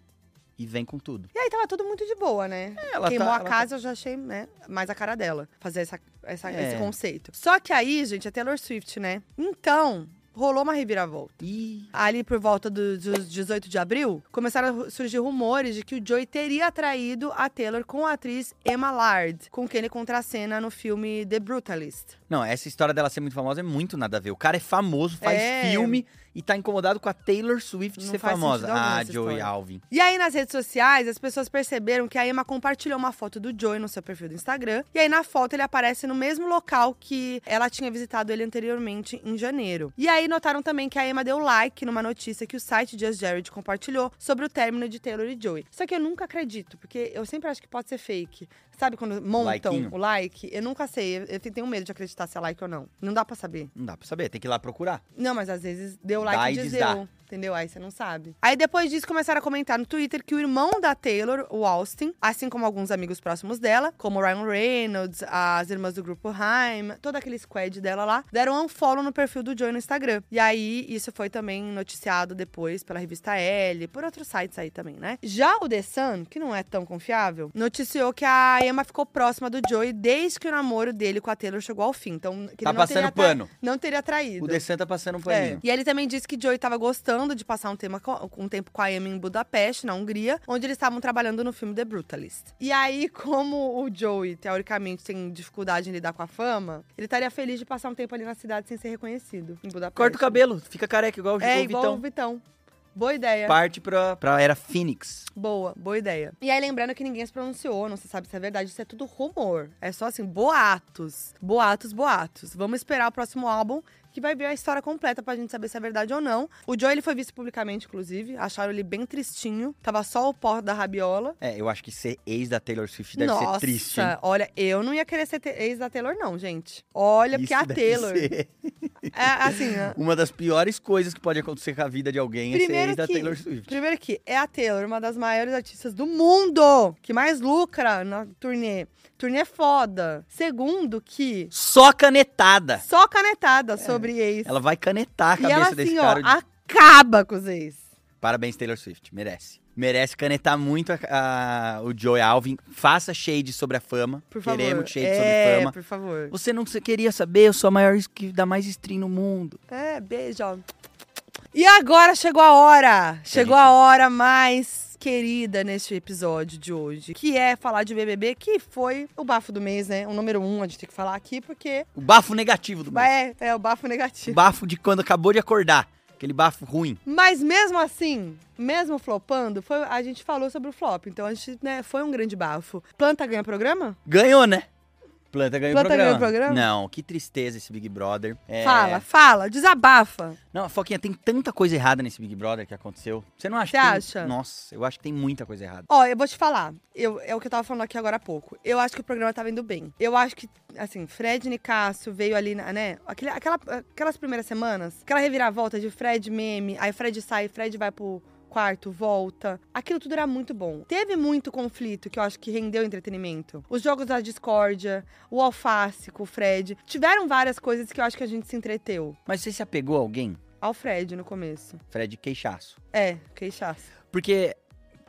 e vem com tudo.
E aí tava tudo muito de boa, né?
Ela
Queimou
tá-
a
ela tá-
casa, eu já achei, né, mais a cara dela. Fazer essa, essa-
É.
esse conceito. Só que aí, gente, é Taylor Swift, né? Então, rolou uma reviravolta.
Ih,
Ali por volta do- dos 18 de abril, começaram a surgir rumores de que o Joey teria traído a Taylor com a atriz Emma Lard, com quem ele contracena no filme The Brutalist.
Não, essa história dela ser muito famosa é muito nada a ver. O cara é famoso, faz
É.
filme e tá incomodado com a Taylor Swift
Não
ser
faz
famosa.
sentido algum
Ah,
essa
Joey
história.
Alvin.
E aí, nas redes sociais, as pessoas perceberam que a Emma compartilhou uma foto do Joey no seu perfil do Instagram. E aí, na foto, ele aparece no mesmo local que ela tinha visitado ele anteriormente, em janeiro. E aí, notaram também que a Emma deu like numa notícia que o site Just Jared compartilhou sobre o término de Taylor e Joey. Só que eu nunca acredito, porque eu sempre acho que pode ser fake. Sabe quando montam
Likinho.
o like? Eu nunca sei, eu- eu tenho medo de acreditar se é like ou não. Não dá pra saber.
Não dá pra saber, tem que ir lá procurar.
Não, mas às vezes deu
Dá
like
e
e desdeu.
desdá.
Entendeu? Aí você não sabe. Aí depois disso começaram a comentar no Twitter que o irmão da Taylor, o Austin, assim como alguns amigos próximos dela, como o Ryan Reynolds, as irmãs do grupo Haim, todo aquele squad dela lá, deram um follow no perfil do Joey no Instagram. E aí isso foi também noticiado depois pela revista L, por outros sites aí também, né? Já o The Sun, que não é tão confiável, noticiou que a Emma ficou próxima do Joey desde que o namoro dele com a Taylor chegou ao fim. Então, que
Tá
ele não teria
passando
tra-
pano.
Não teria traído.
O The Sun tá passando um
É.
paninho.
E ele também disse que Joey tava gostando de passar um, tema co- um tempo com a Emma em Budapeste, na Hungria, onde eles estavam trabalhando no filme The Brutalist. E aí, *laughs* como o Joey, teoricamente, tem dificuldade em lidar com a fama, ele estaria feliz de passar um tempo ali na cidade sem ser reconhecido, em Budapeste.
Corta o cabelo, fica careca igual o
É,
o
igual o
Vitão.
Vitão. Boa ideia.
Parte pra, pra era Phoenix.
Boa, boa ideia. E aí, lembrando que ninguém se pronunciou, não se sabe se é verdade, isso é tudo rumor. É só assim, boatos. Boatos, boatos. Vamos esperar o próximo álbum, que vai vir a história completa pra gente saber se é verdade ou não. O Joe, ele foi visto publicamente, inclusive. Acharam ele bem tristinho. Tava só o pó da rabiola.
É, eu acho que ser ex da Taylor Swift deve
Nossa,
ser triste. hein?
olha, eu não ia querer ser te- ex da Taylor, não, gente. Olha, porque
Isso
a
deve
Taylor.
ser *laughs*
É assim, né?
Uma das piores coisas que pode acontecer com a vida de alguém é ser
Primeiro
ex da
que-
Taylor Swift.
Primeiro que é a Taylor, uma das maiores artistas do mundo, que mais lucra na turnê. Turnê é foda. Segundo que
Só canetada.
só canetada sobre ex.
É. Ela vai canetar a
e ela
cabeça desse
assim, ó,
cara. de-
acaba com os ex.
Parabéns, Taylor Swift. Merece. Merece canetar muito a- a- o Joey Alvin. Faça shade sobre a fama.
Por favor.
Queremos shade
é,
sobre fama.
por favor.
Você não se- queria saber? Eu sou a maior que dá mais stream no mundo.
É, beijo. ó. E agora chegou a hora. Chegou a hora mais querida neste episódio de hoje, que é falar de BBB, que foi o bafo do mês, né? O número um, a gente tem que falar aqui, porque
O bafo negativo do mês.
é, é o bafo negativo.
O bafo de quando acabou de acordar. Aquele bafo ruim.
Mas mesmo assim, mesmo flopando, foi- a gente falou sobre o flop. Então a gente, né, foi um grande bafo. Planta ganha programa?
Ganhou, né? Planta ganhou o
Planta ganhou
programa.
o programa?
Não, que tristeza esse Big Brother. É,
Fala, fala, desabafa.
Não, Foquinha, tem tanta coisa errada nesse Big Brother que aconteceu. Você não acha?
Você
que tem-
acha?
Nossa, eu acho que tem muita coisa errada.
Ó, eu vou te falar. Eu, é o que eu tava falando aqui agora há pouco. Eu acho que o programa tava indo bem. Eu acho que, assim, Fred e Nicásio veio ali, na- né? Aquele, aquela, aquelas primeiras semanas, aquela reviravolta de Fred meme, aí Fred sai, Fred vai pro quarto, volta. Aquilo tudo era muito bom. Teve muito conflito que eu acho que rendeu entretenimento. Os jogos da discórdia, o alface com o Fred. Tiveram várias coisas que eu acho que a gente se entreteu.
Mas você se apegou a alguém?
Ao Fred no começo.
Fred, queixaço.
É, queixaço.
Porque.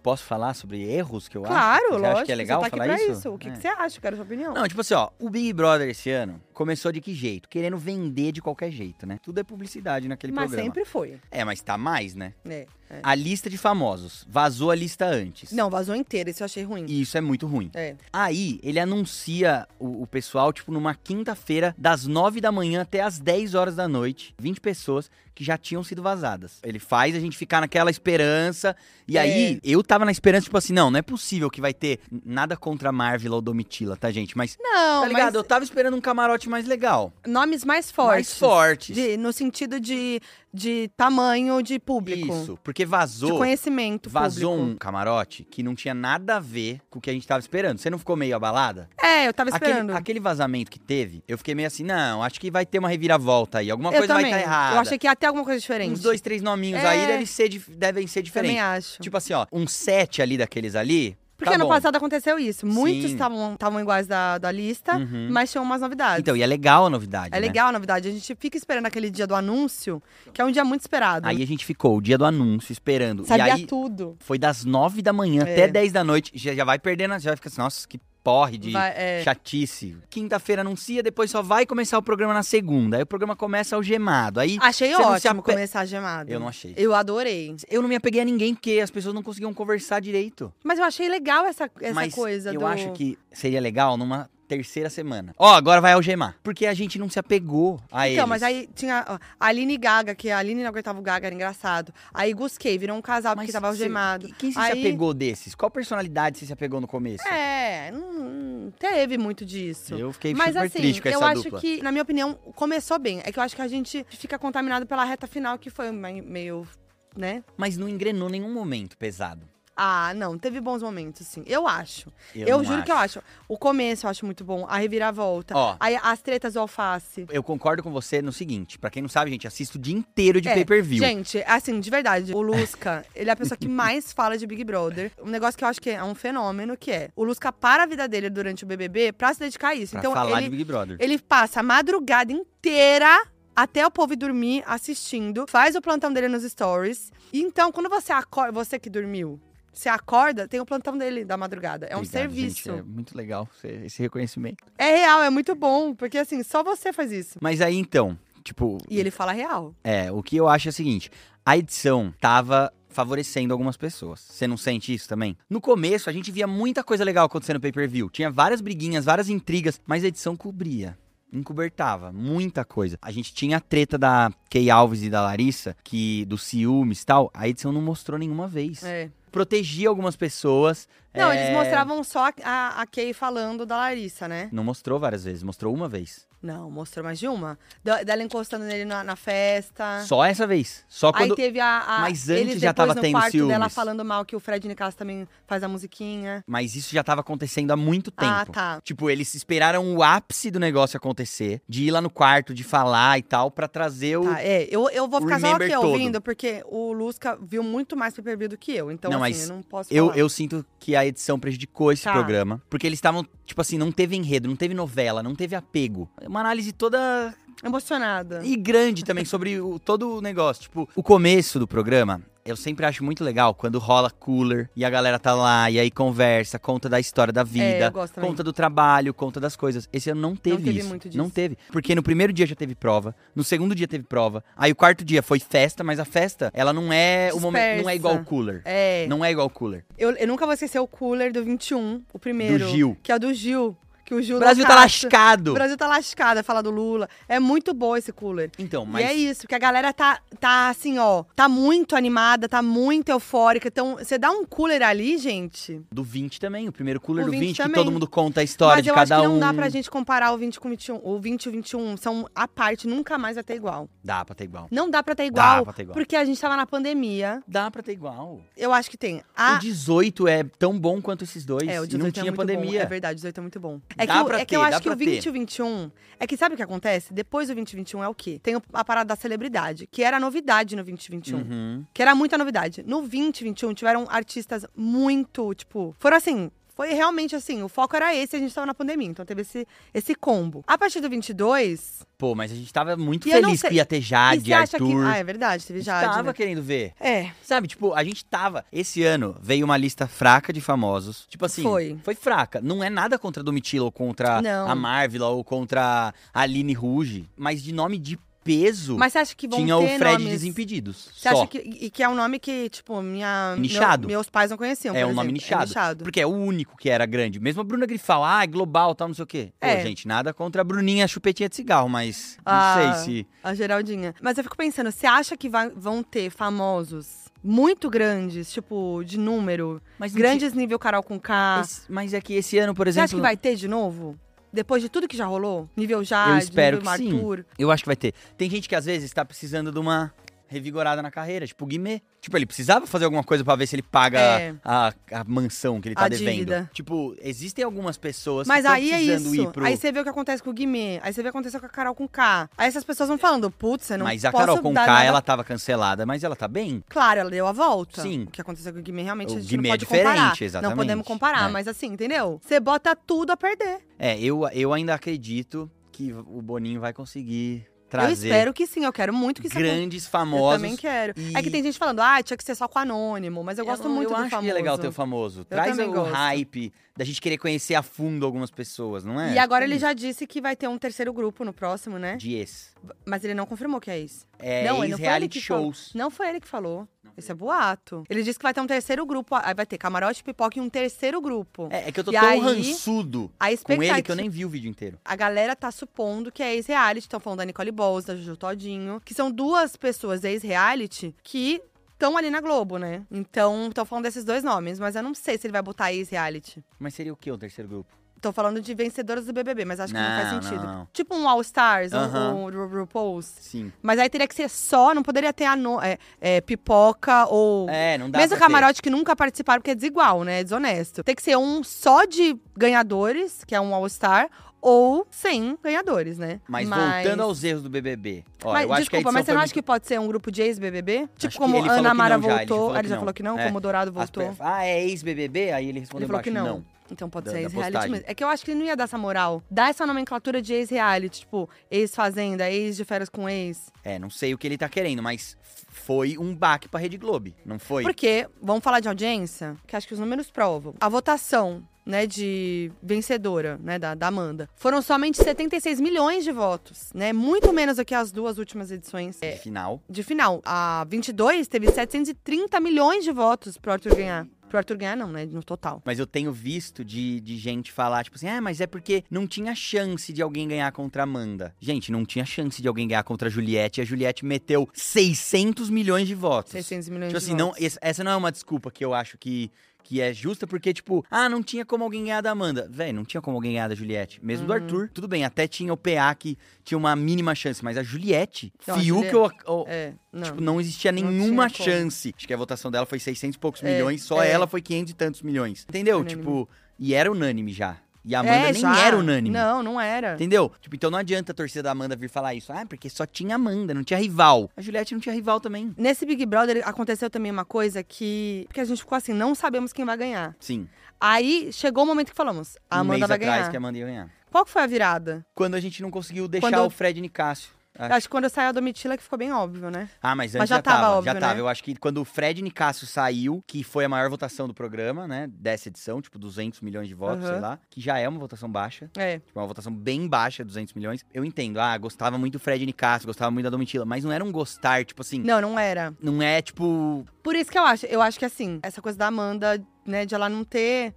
Posso falar sobre erros que eu acho?
Claro,
Você
lógico.
acha que é legal
você tá aqui
falar
pra
isso?
isso. O que,
É.
que você acha? Quero a sua opinião.
Não, tipo assim, ó, o Big Brother esse ano começou de que jeito? Querendo vender de qualquer jeito, né? Tudo é publicidade naquele
Mas
programa.
sempre foi.
É, mas tá mais, né?
né? É.
A lista de famosos. Vazou a lista antes.
Não, vazou inteira, isso eu achei ruim.
E isso é muito ruim.
É.
Aí, ele anuncia o, o pessoal, tipo, numa quinta-feira, das 9 da manhã até as 10 horas da noite, 20 pessoas que já tinham sido vazadas. Ele faz a gente ficar naquela esperança. E
É.
aí, eu tava na esperança, tipo assim, não, não é possível que vai ter nada contra a Marvel ou Domitila, tá, gente? Mas,
Não,
tá ligado? Eu tava esperando um camarote mais legal.
mas nomes mais fortes.
Mais fortes.
De- no sentido de, de tamanho de público.
Isso, porque
De
vazou.
conhecimento
Vazou
público.
um camarote que não tinha nada a ver com o que a gente tava esperando. Você não ficou meio abalada?
É, eu tava esperando.
um? Aquele, aquele vazamento que teve, eu fiquei meio assim, não, acho que vai ter uma reviravolta aí, alguma
eu
coisa
também.
vai estar errada.
Eu achei que ia ter alguma coisa diferente.
Uns dois, três nominhos
É.
aí devem ser, dif- devem ser
Também
diferentes.
acho.
Tipo assim, ó, um sete ali daqueles ali,
Porque
tá
ano
bom.
passado aconteceu isso. Muitos
Sim.
estavam iguais da, da lista,
Uhum.
mas tinham umas novidades.
Então, e é legal a novidade,
é
né?
legal, na verdade. A gente fica esperando aquele dia do anúncio, que é um dia muito esperado.
Aí a gente ficou o dia do anúncio esperando.
Sabia
e aí
tudo.
foi das nove da manhã
É.
até dez da noite, já, já vai perdendo, já vai ficar assim, nossa, que porre, de
Vai- é.
chatice. Quinta-feira anuncia, depois só vai começar o programa na segunda. Aí o programa começa algemado. Aí
Achei
você não se
ótimo
ape-
começar gemado.
Eu não achei.
Eu adorei.
Eu não me apeguei a ninguém, porque as pessoas não conseguiam conversar direito.
Mas eu achei legal essa, essa
Mas
coisa
eu
do...
acho que seria legal numa terceira semana. Ó, agora vai algemar. Porque a gente não se apegou a
Então,
eles.
mas aí tinha ó, a Aline Gaga, que a Aline não aguentava o Gaga, era engraçado. Aí Gusquei, virou um casal
Mas
porque tava
cê-
algemado.
e Quem você se
Aí-
apegou desses? Qual personalidade você se apegou no começo?
É, não, não teve muito disso.
Eu fiquei
Mas
super
assim,
triste com
eu
essa
acho
dupla.
que, na minha opinião, começou bem. É que eu acho que a gente fica contaminado pela reta final, que foi me- meio, né?
Mas não engrenou nenhum momento pesado.
Ah, não, teve bons momentos, sim. Eu acho.
Eu,
Eu,
não
juro que eu acho. O começo eu acho muito bom, a reviravolta,
Ó.
aí as tretas do alface.
Eu concordo com você no seguinte, pra quem não sabe, gente, assisto o dia inteiro de
É,
pay-per-view.
Gente, assim, de verdade, o Lusca, ele é a pessoa que mais fala de Big Brother. Um negócio que eu acho que é um fenômeno, que é o Lusca para a vida dele durante o BBB pra se dedicar a isso.
pra
então,
falar
ele,
de Big Brother.
Ele passa a madrugada inteira até o povo ir dormir assistindo, faz o plantão dele nos stories. E então, quando você acorda, você que dormiu, você acorda, tem o plantão dele da madrugada. É um
Obrigado,
serviço.
gente, é muito legal esse- esse reconhecimento.
é... real, é muito bom, porque assim, só você faz isso.
Mas aí então, tipo,
E ele fala real.
é, o que eu acho é o seguinte, a edição tava favorecendo algumas pessoas. Você não sente isso também? No começo a gente via muita coisa legal acontecendo no pay-per-view, tinha várias briguinhas, várias intrigas, mas a edição cobria. Encobertava muita coisa. A gente tinha a treta da Kay Alves e da Larissa, que dos ciúmes e tal, a edição não mostrou nenhuma vez.
É.
protegia algumas pessoas.
Não,
é,
eles mostravam só a, a Kay falando da Larissa, né?
Não mostrou várias vezes, mostrou uma vez.
Não, mostrou mais de uma. Da- dela encostando nele na, na festa.
Só essa vez. Só
Ah. Aí
quando.
teve a, a-
Mas antes
eles
já
depois
tava
no
tendo
quarto dela
ciúmes.
falando mal que o Fred Nicasso também faz a musiquinha.
Mas isso já tava acontecendo há muito tempo.
Ah, tá.
Tipo, eles esperaram o ápice do negócio acontecer, de ir lá no quarto, de falar e tal, pra trazer o.
Tá, é, eu, eu vou
o
ficar só
remember
aqui
todo.
ouvindo, porque o Lusca viu muito mais pay per view do que eu. Então,
Não,
assim,
mas
eu não posso
Eu,
falar.
eu sinto que a edição prejudicou esse
Tá.
programa. Porque eles estavam, tipo assim, não teve enredo, não teve novela, não teve apego. É Uma análise toda
Emocionada.
E grande também *laughs* sobre o- todo o negócio. Tipo, o começo do programa. Eu sempre acho muito legal quando rola cooler e a galera tá lá e aí conversa, conta da história da vida,
É, eu gosto também.
conta do trabalho, conta das coisas. Esse ano não teve,
teve
isso.
muito
Não
disso.
teve. Porque no primeiro dia já teve prova, no segundo dia teve prova, aí o quarto dia foi festa, mas a festa, ela não é o momento, não é
Dispersa.
igual o cooler.
É.
Não é igual o cooler.
Eu, eu nunca vou esquecer o cooler do 21, o primeiro.
Do Gil.
Que é o do Gil. Que o Gil
O Brasil tá
Locato- O
lascado.
Brasil tá lascado, é falar do Lula. É muito bom esse cooler.
Então, mas
E é isso, porque a galera tá, tá assim, ó, tá muito animada, tá muito eufórica. Então, você dá um cooler ali, gente.
do 20 também, o primeiro cooler
O
do
20
20, que
também.
todo mundo conta a história
Mas
de
eu
cada
acho que não
um.
dá pra gente comparar o 20 com o 21. O 20 e o 21 são a parte, nunca mais vai ter igual.
Dá pra ter igual.
Não dá pra ter
Dá
igual,
pra ter igual.
porque a gente tava na pandemia.
Dá pra ter igual.
Eu acho que tem.
O
A...
18 é tão bom quanto esses dois.
Ah. é, o 18
e não
é
tinha
muito bom. É
pandemia.
verdade, o 18 é muito bom. É
Dá
que, o-
pra
é que eu
ter,
acho
dá
que o
pra
20 e
ter.
o 21. É que sabe o que acontece? Depois do 20 e 21 é o quê? Tem a parada da celebridade, que era novidade no 20 e 21.
Uhum.
Que era muita novidade. No 20 e 21 tiveram artistas muito, tipo. Foram assim. Foi realmente assim, o foco era esse, a gente tava na pandemia, então teve esse, esse combo. A partir do 22,
Pô, mas a gente tava muito
E eu não
feliz que
sei-
ia ter
e
Jade,
você acha que.
Arthur.
Ah, é verdade,
a
teve
gente
Jade.
tava
né?
querendo ver.
É.
Sabe, tipo, a gente tava. Esse ano veio uma lista fraca de famosos. Tipo assim.
Foi.
fraca. Não é nada contra a Domitila ou contra
Não.
a Marvel ou contra a Aline Ruge. Mas de nome de peso,
Mas você acha que vão
tinha
ter
o Fred
nomes...
Desimpedidos.
Você
só.
acha que. E que é um nome que, tipo, minha. meu-
Nichado.
meus pais não conheciam.
É
por
um nome
exemplo. É
nichado. Porque é o único que era grande. Mesmo a Bruna Grifal, ah, é global, tal, não sei o quê. Pô,
É.
gente, nada contra a Bruninha Chupetinha de Cigarro, mas não
Ah.
sei se...
A Geraldinha. Mas eu fico pensando, você acha que vai- vão ter famosos muito grandes, tipo, de número?
Mas não
Grandes nível Carol com K.
tinha- esse- Mas é que esse ano, por
Você
exemplo...
acha que vai ter de novo? Depois de tudo que já rolou? Nível Jade,
espero
nível
que sim.
Arthur.
Eu acho que vai ter. Tem gente que às vezes tá precisando de uma revigorada na carreira, tipo o Guimê. Tipo, ele precisava fazer alguma coisa pra ver se ele paga
É.
a, a mansão que ele tá
A
devendo.
dívida.
Tipo, existem algumas pessoas
Mas
que tão
aí é
precisando
isso.
ir pro...
Aí você vê o que acontece com o Guimê. Aí você vê o que aconteceu com a Carol com K. Aí essas pessoas vão falando, putz, eu não
É. Mas a
posso
Carol com
dar
K,
nada
ela tava cancelada, mas ela tá bem.
Claro, ela deu a volta.
Sim.
O que aconteceu com o Guimê realmente
O
a gente
Guimê
não
é
pode
diferente,
comparar.
exatamente.
Não podemos comparar,
É.
mas assim, entendeu? Você bota tudo a perder.
É, eu, eu ainda acredito que o Boninho vai conseguir trazer
Eu espero que sim, eu quero muito que isso aconteça.
grandes
Eu
famosos.
também quero. É que
e-
tem gente falando, ah, tinha que ser só com anônimo, mas eu gosto
não-
muito
eu
do
acho
famoso.
que é legal ter o famoso. Traz
também
o
gosto.
hype da gente querer conhecer a fundo algumas pessoas, não é?
E agora ele já disse que vai ter um terceiro grupo no próximo, né?
De ex.
Mas ele não confirmou que é isso.
É,
Não, ele não foi ele
ex-reality
que falou.
shows.
Não foi ele que falou. Isso é boato. Ele disse que vai ter um terceiro grupo. Aí vai ter camarote, pipoca e um terceiro grupo.
É, é que eu tô
E
tão
aí,
rançudo
A
com
expectativa.
ele que eu nem vi o vídeo inteiro.
A galera tá supondo que é ex-reality. Estão falando da Nicole Balls, da Juju Todinho. Que são duas pessoas ex-reality que estão ali na Globo, né? Então, estão falando desses dois nomes. Mas eu não sei se ele vai botar ex-reality.
Mas seria o que o terceiro grupo?
Tô falando de vencedoras do BBB, mas acho que não,
Não,
faz sentido.
não.
Tipo um All Stars, um-
Aham.
um Ru- RuPaul's.
Sim.
Mas aí teria que ser só, não poderia ter ano, é, é, pipoca ou.
É, não dá
Mesmo
pra ter.
camarote que nunca participaram, porque é desigual, né? É desonesto. Tem que ser um só de ganhadores, que é um All-Star, ou sem ganhadores, né?
Mas, voltando aos erros do BBB. Ó,
Mas,
eu acho
desculpa,
que a
mas você não acha
edição
que pode ser um grupo de ex-BBB? Tipo
que
como
ele falou
Ana
que
Mara
não já, ele já
voltou.
falou
Ah,
que
ele já
não.
falou que não,
É.
como o Dourado
foi muito-
voltou.
As pe- Ah, é ex-BBB? Aí ele
Ele
respondeu
falou
embaixo,
que não. Então pode
Da-
ser
da
ex-reality
postagem.
mesmo. É que eu acho que ele não ia dar essa moral. Dá essa nomenclatura de ex-reality, tipo, ex-fazenda, ex-de férias com ex.
É, não sei o que ele tá querendo, mas f- foi um baque pra Rede Globo, não foi?
Porque, vamos falar de audiência, que acho que os números provam. A votação, né, de vencedora, né, da, da Amanda, foram somente 76 milhões de votos, né? Muito menos do que as duas últimas edições. É,
De final.
de final. A 22 teve 730 milhões de votos pro Arthur ganhar. Pro Arthur ganhar, não, né? No total.
Mas eu tenho visto de, de gente falar, tipo assim, ah, mas é porque não tinha chance de alguém ganhar contra a Amanda. Gente, não tinha chance de alguém ganhar contra a Juliette, e a Juliette meteu 600 milhões de votos.
600 milhões
Tipo
de
assim,
votos.
não, es- essa não é uma desculpa que eu acho que, que é justa, porque, tipo, ah, não tinha como alguém ganhar da Amanda. Véi, não tinha como alguém ganhar da Juliette. Mesmo
Uhum.
do Arthur, tudo bem, até tinha o PA que tinha uma mínima chance, mas a Juliette,
Não, a
Fiuk,
Juliette-
eu, eu-
É, não.
Tipo, não existia
Não
nenhuma
tinha como.
chance. Acho que a votação dela foi 600 e poucos
É,
milhões, só
é.
ela foi 500 e tantos milhões. Entendeu?
Unânime.
Tipo, e era unânime já. E a Amanda
É,
nem
já.
era unânime.
Não, não era.
Entendeu? Tipo, então não adianta a torcida da Amanda vir falar isso. Ah, porque só tinha Amanda, não tinha rival. A Juliette não tinha rival também.
Nesse Big Brother aconteceu também uma coisa que. Porque a gente ficou assim, não sabemos quem vai ganhar.
Sim.
Aí chegou o momento que falamos, a
um mês
Amanda vai
atrás
ganhar.
que a Amanda ia ganhar.
Qual que foi a virada?
Quando a gente não conseguiu deixar
Quando eu-
o Fred Nicásio.
Eu Acho que quando eu saí da Mitila que ficou bem óbvio, né?
Ah, mas antes
Mas já
já tava,
tava,
já
óbvio,
tava.
né?
Eu acho que quando o Fred Nicásio saiu, que foi a maior votação do programa, né, dessa edição, tipo 200 milhões de votos,
Aham.
sei lá, que já é uma votação baixa.
É.
Tipo, uma votação bem baixa, 200 milhões. Eu entendo, ah, gostava muito do Fred Nicasso, gostava muito da Domitila, mas não era um gostar, tipo assim,
Não, não era.
não, é tipo.
Por isso que eu acho. Eu acho que assim, essa coisa da Amanda, né, de ela não ter.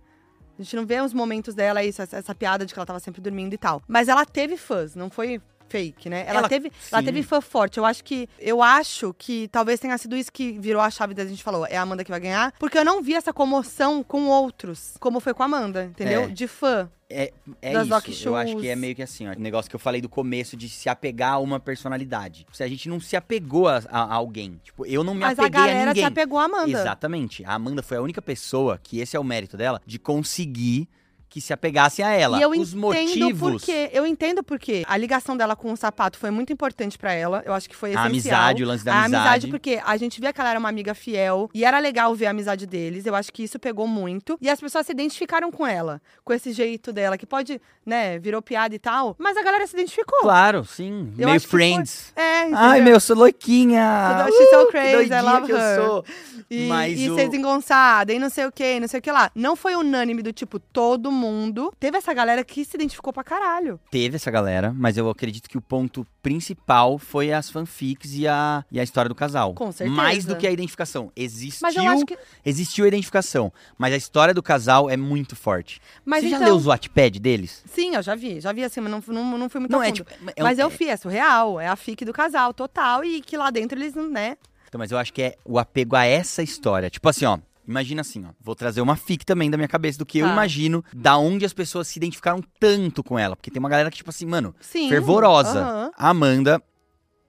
A gente não vê os momentos dela, isso, essa, essa piada de que ela tava sempre dormindo e tal. Mas ela teve fãs, não foi fake, né? Ela,
Ela-
teve, ela
sim.
teve fã forte. Eu acho que eu acho que talvez tenha sido isso que virou a chave da gente falou, é a Amanda que vai ganhar, porque eu não vi essa comoção com outros, como foi com a Amanda, entendeu?
É.
De fã.
É
Das
isso.
rock
Eu acho
shows.
que é meio que assim, ó. O negócio que eu falei do começo de se apegar a uma personalidade. Tipo, Se a gente não se apegou a, a- a alguém. Tipo, eu não me
Mas a
apeguei a,
galera se
ninguém.
apegou à Amanda.
Exatamente. A Amanda foi a única pessoa, que esse é o mérito dela, de conseguir que se apegasse a ela.
E eu
É Os
entendo
motivos.
porque eu entendo porque a ligação dela com o sapato foi muito importante pra ela. Eu acho que foi
A
essencial.
amizade, o lance da
A
amizade.
amizade, porque a gente via que ela era uma amiga fiel e era legal ver a amizade deles. Eu acho que isso pegou muito. E as pessoas se identificaram com ela, com esse jeito dela, que pode, né, virou piada e tal, mas a galera se identificou.
Claro, sim.
Eu
meio
acho que foi-
friends.
É, entendeu?
Ai, meu, eu sou louquinha!
Tudo- she's so
Uh, que
crazy, I
doidinha
love
que eu
her.
sou!
E,
Mas
e
o-
ser desengonçada, e não sei o que, não sei o que lá. Não foi unânime do tipo, todo mundo. Teve essa galera que se identificou pra caralho.
Teve essa galera, mas eu acredito que o ponto principal foi as fanfics e a, e a história do casal.
Com certeza.
Mais do que a identificação. Existiu,
Mas eu acho que.
existiu a identificação, mas a história do casal é muito forte.
Mas
Você
então...
já leu os Wattpad deles?
Sim, eu já vi, já vi assim, mas não, não, não fui muito
Não,
a
é
fundo.
tipo... é um-
mas eu vi, é surreal, é a fic do casal, total, e que lá dentro eles, né?
Então, mas eu acho que é o apego a essa história. Tipo assim, ó. Imagina assim, ó. Vou trazer uma fic também da minha cabeça do que eu
Tá.
imagino da onde as pessoas se identificaram tanto com ela. Porque tem uma galera que, tipo assim, mano,
Sim.
fervorosa. né,
aham.
A Amanda,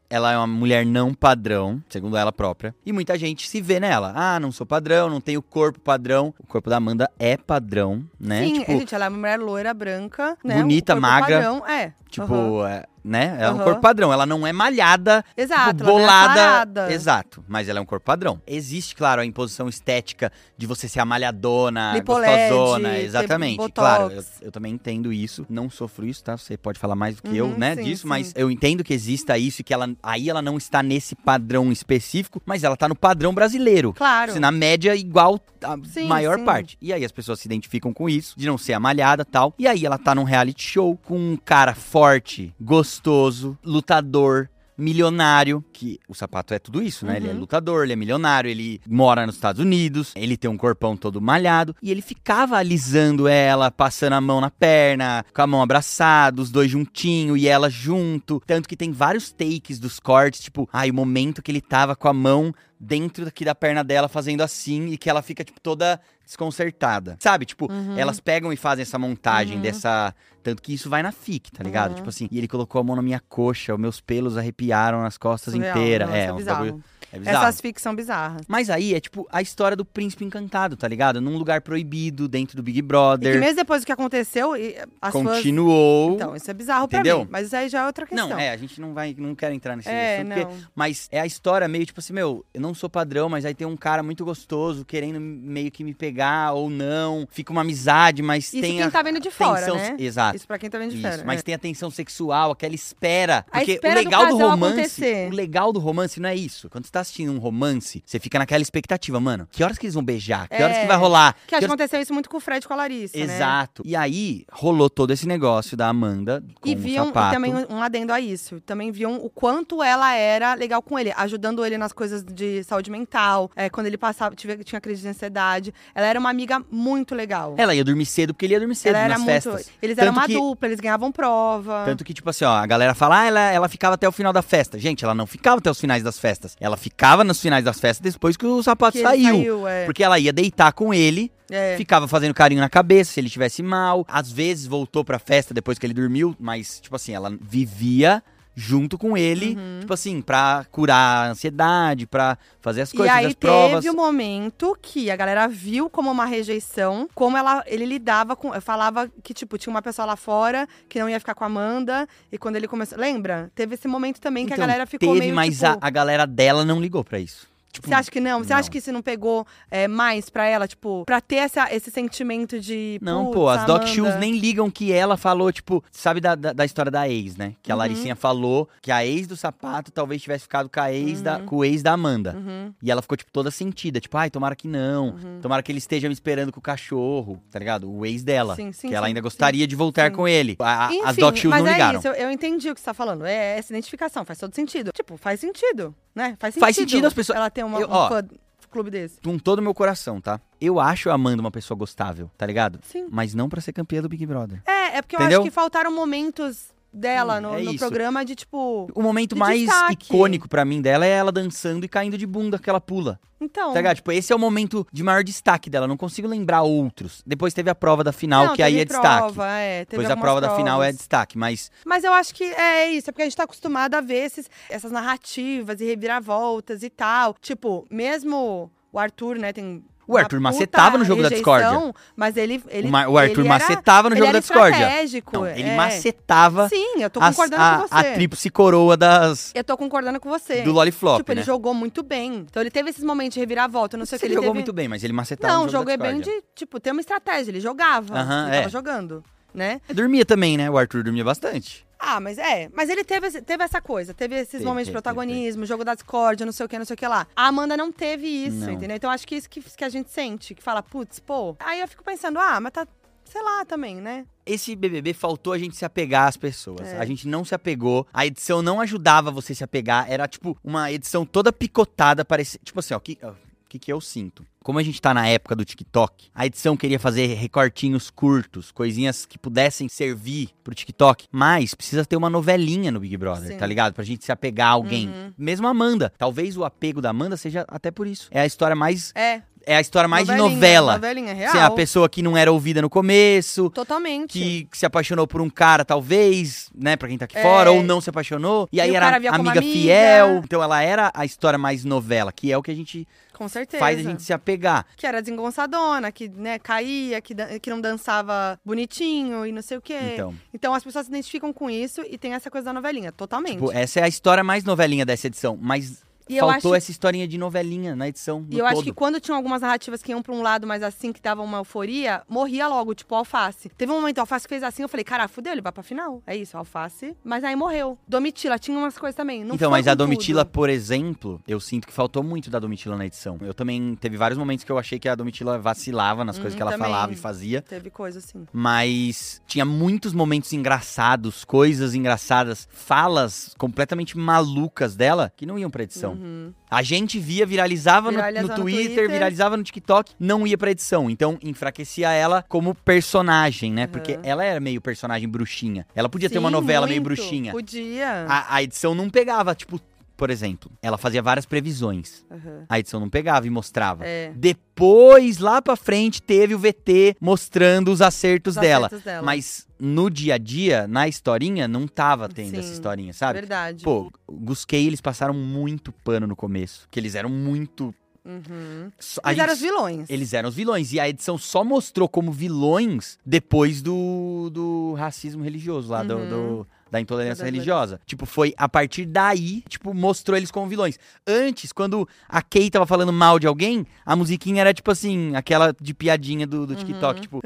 ela é uma mulher não padrão, segundo ela própria, e muita gente se vê nela. Ah, não sou padrão, não tenho corpo padrão. O corpo da Amanda é padrão, né?
Sim,
tipo,
é, gente, ela é uma mulher loira, branca, né?
Bonita,
o corpo
magra.
padrão, é.
tipo
aham.
é, né? Ela é um
Aham.
corpo padrão. Ela não é malhada,
Exato,
tipo,
ela não é
bolada.
sarada.
Exato, mas ela é um corpo padrão. Existe, claro, a imposição estética de você ser a malhadona,
Lipoled,
gostosona.
ter
Exatamente.
botox.
Claro, eu, eu também entendo isso. Não sofro isso, tá? Você pode falar mais do que eu,
Uhum,
né?
sim,
disso,
sim.
mas eu entendo que exista isso e que ela, aí ela não está nesse padrão específico, mas ela tá no padrão brasileiro.
Claro.
Se na média, igual a
Sim,
maior
sim.
parte. E aí as pessoas se identificam com isso, de não ser amalhada tal. E aí ela tá num reality show com um cara forte, gostoso, lutador. Milionário, que o sapato é tudo isso, né? Ele é
Uhum.
lutador, ele é milionário, ele mora nos Estados Unidos, ele tem um corpão todo malhado e ele ficava alisando ela, passando a mão na perna, com a mão abraçada, os dois juntinho e ela junto. Tanto que tem vários takes dos cortes, tipo, ai, o momento que ele tava com a mão dentro aqui da perna dela fazendo assim e que ela fica tipo toda desconcertada. Sabe? Tipo,
Uhum.
elas pegam e fazem essa montagem
Uhum.
dessa, tanto que isso vai na FIC, tá ligado?
Uhum.
Tipo assim, e ele colocou a mão na minha coxa, os meus pelos arrepiaram nas costas
Surreal,
inteiras.
nossa,
é, uns
bizarro.
bagulho- é bizarro.
Essas fics são bizarras.
Mas aí é tipo a história do príncipe encantado, tá ligado? Num lugar proibido, dentro do
E
Big
É que
Brother.
mesmo depois do que aconteceu, e as fãs...
Continuou.
Então, isso é bizarro pra
Entendeu?
mim. Mas isso aí já é outra questão.
não, é, a gente não vai, não quero entrar nesse
É,
assunto,
não.
porque Mas é a história meio tipo assim, meu, eu não sou padrão, mas aí tem um cara muito gostoso querendo meio que me pegar ou não. Fica uma amizade, mas
Isso
tem
quem
a
tá vendo de fora,
tensão.
né?
Exato.
Isso pra quem tá vendo de
Isso,
fora.
mas
é.
tem a tensão sexual, aquela espera.
A
Porque
espera
o
do
legal do,
casal
romance.
acontecer.
O legal do romance não é isso. Quando você tá assistindo um romance, você fica naquela expectativa, mano. Que horas que eles vão beijar? Que horas
É.
que vai rolar?
Que acho que
horas-
aconteceu isso muito com o Fred e com a Larissa, né?
Exato. E aí rolou todo esse negócio da Amanda com
E
o
viam, e
sapato.
também um adendo a isso, também viam o quanto ela era legal com ele, ajudando ele nas coisas de saúde mental, é, quando ele passava, tive, tinha crise de ansiedade. Ela era uma amiga muito legal.
Ela ia dormir cedo porque ele ia dormir cedo
ela era
nas
muito.
festas.
Eles eram
Tanto
uma
que-
dupla, eles ganhavam prova.
Tanto que, tipo assim, ó, a galera fala, ah, ela, ela ficava até o final da festa. Gente, ela não ficava até os finais das festas. Ela ficava nos finais das festas depois que o sapato
que ele
saiu.
saiu é.
Porque ela ia deitar com ele,
É.
ficava fazendo carinho na cabeça se ele tivesse mal. Às vezes voltou pra festa depois que ele dormiu, mas, tipo assim, ela vivia junto com ele,
Uhum.
tipo assim, pra curar a ansiedade, pra fazer as
E
coisas,
aí
as
teve
provas.
um momento que a galera viu como uma rejeição, como ela, ele lidava com. Falava que, tipo, tinha uma pessoa lá fora que não ia ficar com a Amanda. E quando ele começou. Lembra? Teve esse momento também que
Então,
a galera ficou
teve,
meio.
mas
tipo,
a, a galera dela não ligou pra isso. Tipo,
Você acha que não? Você
não.
acha que isso não pegou é, mais pra ela? Tipo, pra ter essa- esse sentimento de.
Não,
"Putz,
pô, as Doc
Amanda".
Shoes nem ligam que ela falou, tipo, sabe da, da, da história da ex, né? Que a
Uhum.
Laricinha falou que a ex do sapato talvez tivesse ficado com a ex da,
Uhum.
com o ex da Amanda.
Uhum,
E ela ficou, tipo, toda sentida, tipo, ai, tomara que não.
uhum.
Tomara que ele esteja me esperando com o cachorro, tá ligado? O ex dela.
Sim, sim,
que ela
sim,
ainda
sim.
gostaria de voltar
sim.
com ele. A- a- as
Enfim,
Doc Shoes
mas
não
é
ligaram.
isso, eu, eu entendi o que você tá falando. É essa identificação, faz todo sentido. Tipo, faz sentido, né? Faz sentido.
Faz sentido as pessoas-
Ela ter uma,
Eu-
um
ó.
fã clube desse.
Com todo o meu coração, tá? Eu acho a Amanda uma pessoa gostável, tá ligado?
Sim.
Mas não pra ser campeã do Big Brother.
É, é porque eu
Entendeu?
acho que faltaram momentos dela
Hum,
no,
é
no
isso.
programa de tipo.
O momento
De
mais
destaque.
icônico pra mim dela é ela dançando e caindo de bunda que ela pula.
Então.
Tá ligado? Tipo, esse é o momento de maior destaque dela. eu Não consigo lembrar outros. Depois teve a prova da final,
não,
que aí
teve
é destaque.
prova, é, teve
Depois a
algumas
prova da final é
provas.
destaque. Mas
Mas eu acho que é isso, é porque a gente tá acostumado a ver esses- essas narrativas e reviravoltas e tal. Tipo, mesmo o Arthur, né, tem.
o
uma
Arthur
puta
macetava no jogo da discórdia.
rejeição, Mas ele. ele
o, Ma- o Arthur
ele era-
macetava no
ele
jogo
era
da discórdia.
estratégico,
Não, ele
é.
macetava
Sim, eu tô
as-
concordando
a,
com você.
a tríplice coroa das,
Eu tô concordando com você.
do Lollipop,
tipo, ele
né?
jogou muito bem. Então ele teve esses momentos de reviravolta, não sei o que
ele
ele
jogou
teve...
muito bem, mas ele macetava
Não,
no
o
jogo
jogo
da
é bem
discórdia.
de, tipo, ter uma estratégia. Ele jogava.
Aham,
ele
é.
tava jogando, né?
Dormia também, né? O Arthur dormia bastante.
Ah, mas é. Mas ele teve, esse- teve essa coisa. Teve esses
Teve,
momentos de
teve,
protagonismo, jogo da discórdia, não sei o que, não sei o que lá. A Amanda não teve isso,
Não.
entendeu? Então acho que isso que, que a gente sente, que fala, putz, pô. Aí eu fico pensando, ah, mas tá, sei lá também, né?
Esse BBB faltou a gente se apegar às pessoas.
É.
A gente não se apegou. A edição não ajudava você se apegar. Era tipo uma edição toda picotada, parecia, tipo assim, ó, que ó, que que eu sinto? Como a gente tá na época do TikTok, a edição queria fazer recortinhos curtos, coisinhas que pudessem servir pro TikTok, mas precisa ter uma novelinha no Big Brother,
Sim.
tá ligado? Pra gente se apegar a alguém.
Uhum.
Mesmo a Amanda, talvez o apego da Amanda seja até por isso. É a história mais
É.
é a história mais de
novelinha,
novela.
Novelinha real.
Assim, a pessoa que não era ouvida no começo,
Totalmente.
que, que se apaixonou por um cara, talvez, né, pra quem tá aqui
É.
fora, ou não se apaixonou. E aí
o
era
cara via como
amiga
amiga.
fiel. Então ela era a história mais novela, que é o que a gente
com certeza.
faz a gente se apegar.
Que era desengonçadona, que né, caía, que, dan- que não dançava bonitinho e não sei o quê.
Então.
Então as pessoas se identificam com isso e tem essa coisa da novelinha, totalmente.
Tipo, essa é a história mais novelinha dessa edição, mas
E eu
faltou
acho-
essa historinha de novelinha na edição.
E
do
eu acho
todo.
que quando tinham algumas narrativas que iam pra um lado, mas assim, que davam uma euforia, morria logo, tipo, o alface. Teve um momento, o alface fez assim, eu falei, cara, fudeu, ele vai pra final. É isso, alface. Mas aí morreu. Domitila, tinha umas coisas também. Não
então,
foi
mas a
com
Domitila,
tudo.
por exemplo, eu sinto que faltou muito da Domitila na edição. Eu também teve vários momentos que eu achei que a Domitila vacilava nas coisas
Hum,
que ela
também.
falava e fazia.
Teve coisa assim.
Mas tinha muitos momentos engraçados, coisas engraçadas, falas completamente malucas dela que não iam pra edição.
Uhum.
A gente via, viralizava, no-
Viralizava
no,
no
Twitter,
Twitter.
viralizava no TikTok, não ia pra edição. Então enfraquecia ela como personagem, né? Porque
Aham.
ela era meio personagem bruxinha. Ela podia ter uma
Sim,
novela meio
muito.
bruxinha. Ah,
Podia.
A, a edição não pegava, tipo, por exemplo, ela fazia várias previsões.
Aham.
A edição não pegava e mostrava.
É.
Depois, lá pra frente, teve o VT mostrando os acertos,
Os
dela.
acertos dela.
Mas no dia a dia, na historinha, não tava tendo
Sim.
essa historinha, sabe?
Verdade.
Pô, Gusquei, eles passaram muito pano no começo. Que eles eram muito.
Uhum.
só- a
Mas
gente-
eram os vilões.
Eles eram os vilões. E a edição só mostrou como vilões depois do, do racismo religioso lá, do-
Uhum.
do- da intolerância
Da- da-
religiosa. Tipo, foi a partir daí, tipo, mostrou eles como vilões. Antes, quando a Kay tava falando mal de alguém, a musiquinha era tipo assim, aquela de piadinha do, do TikTok,
Uhum.
tipo.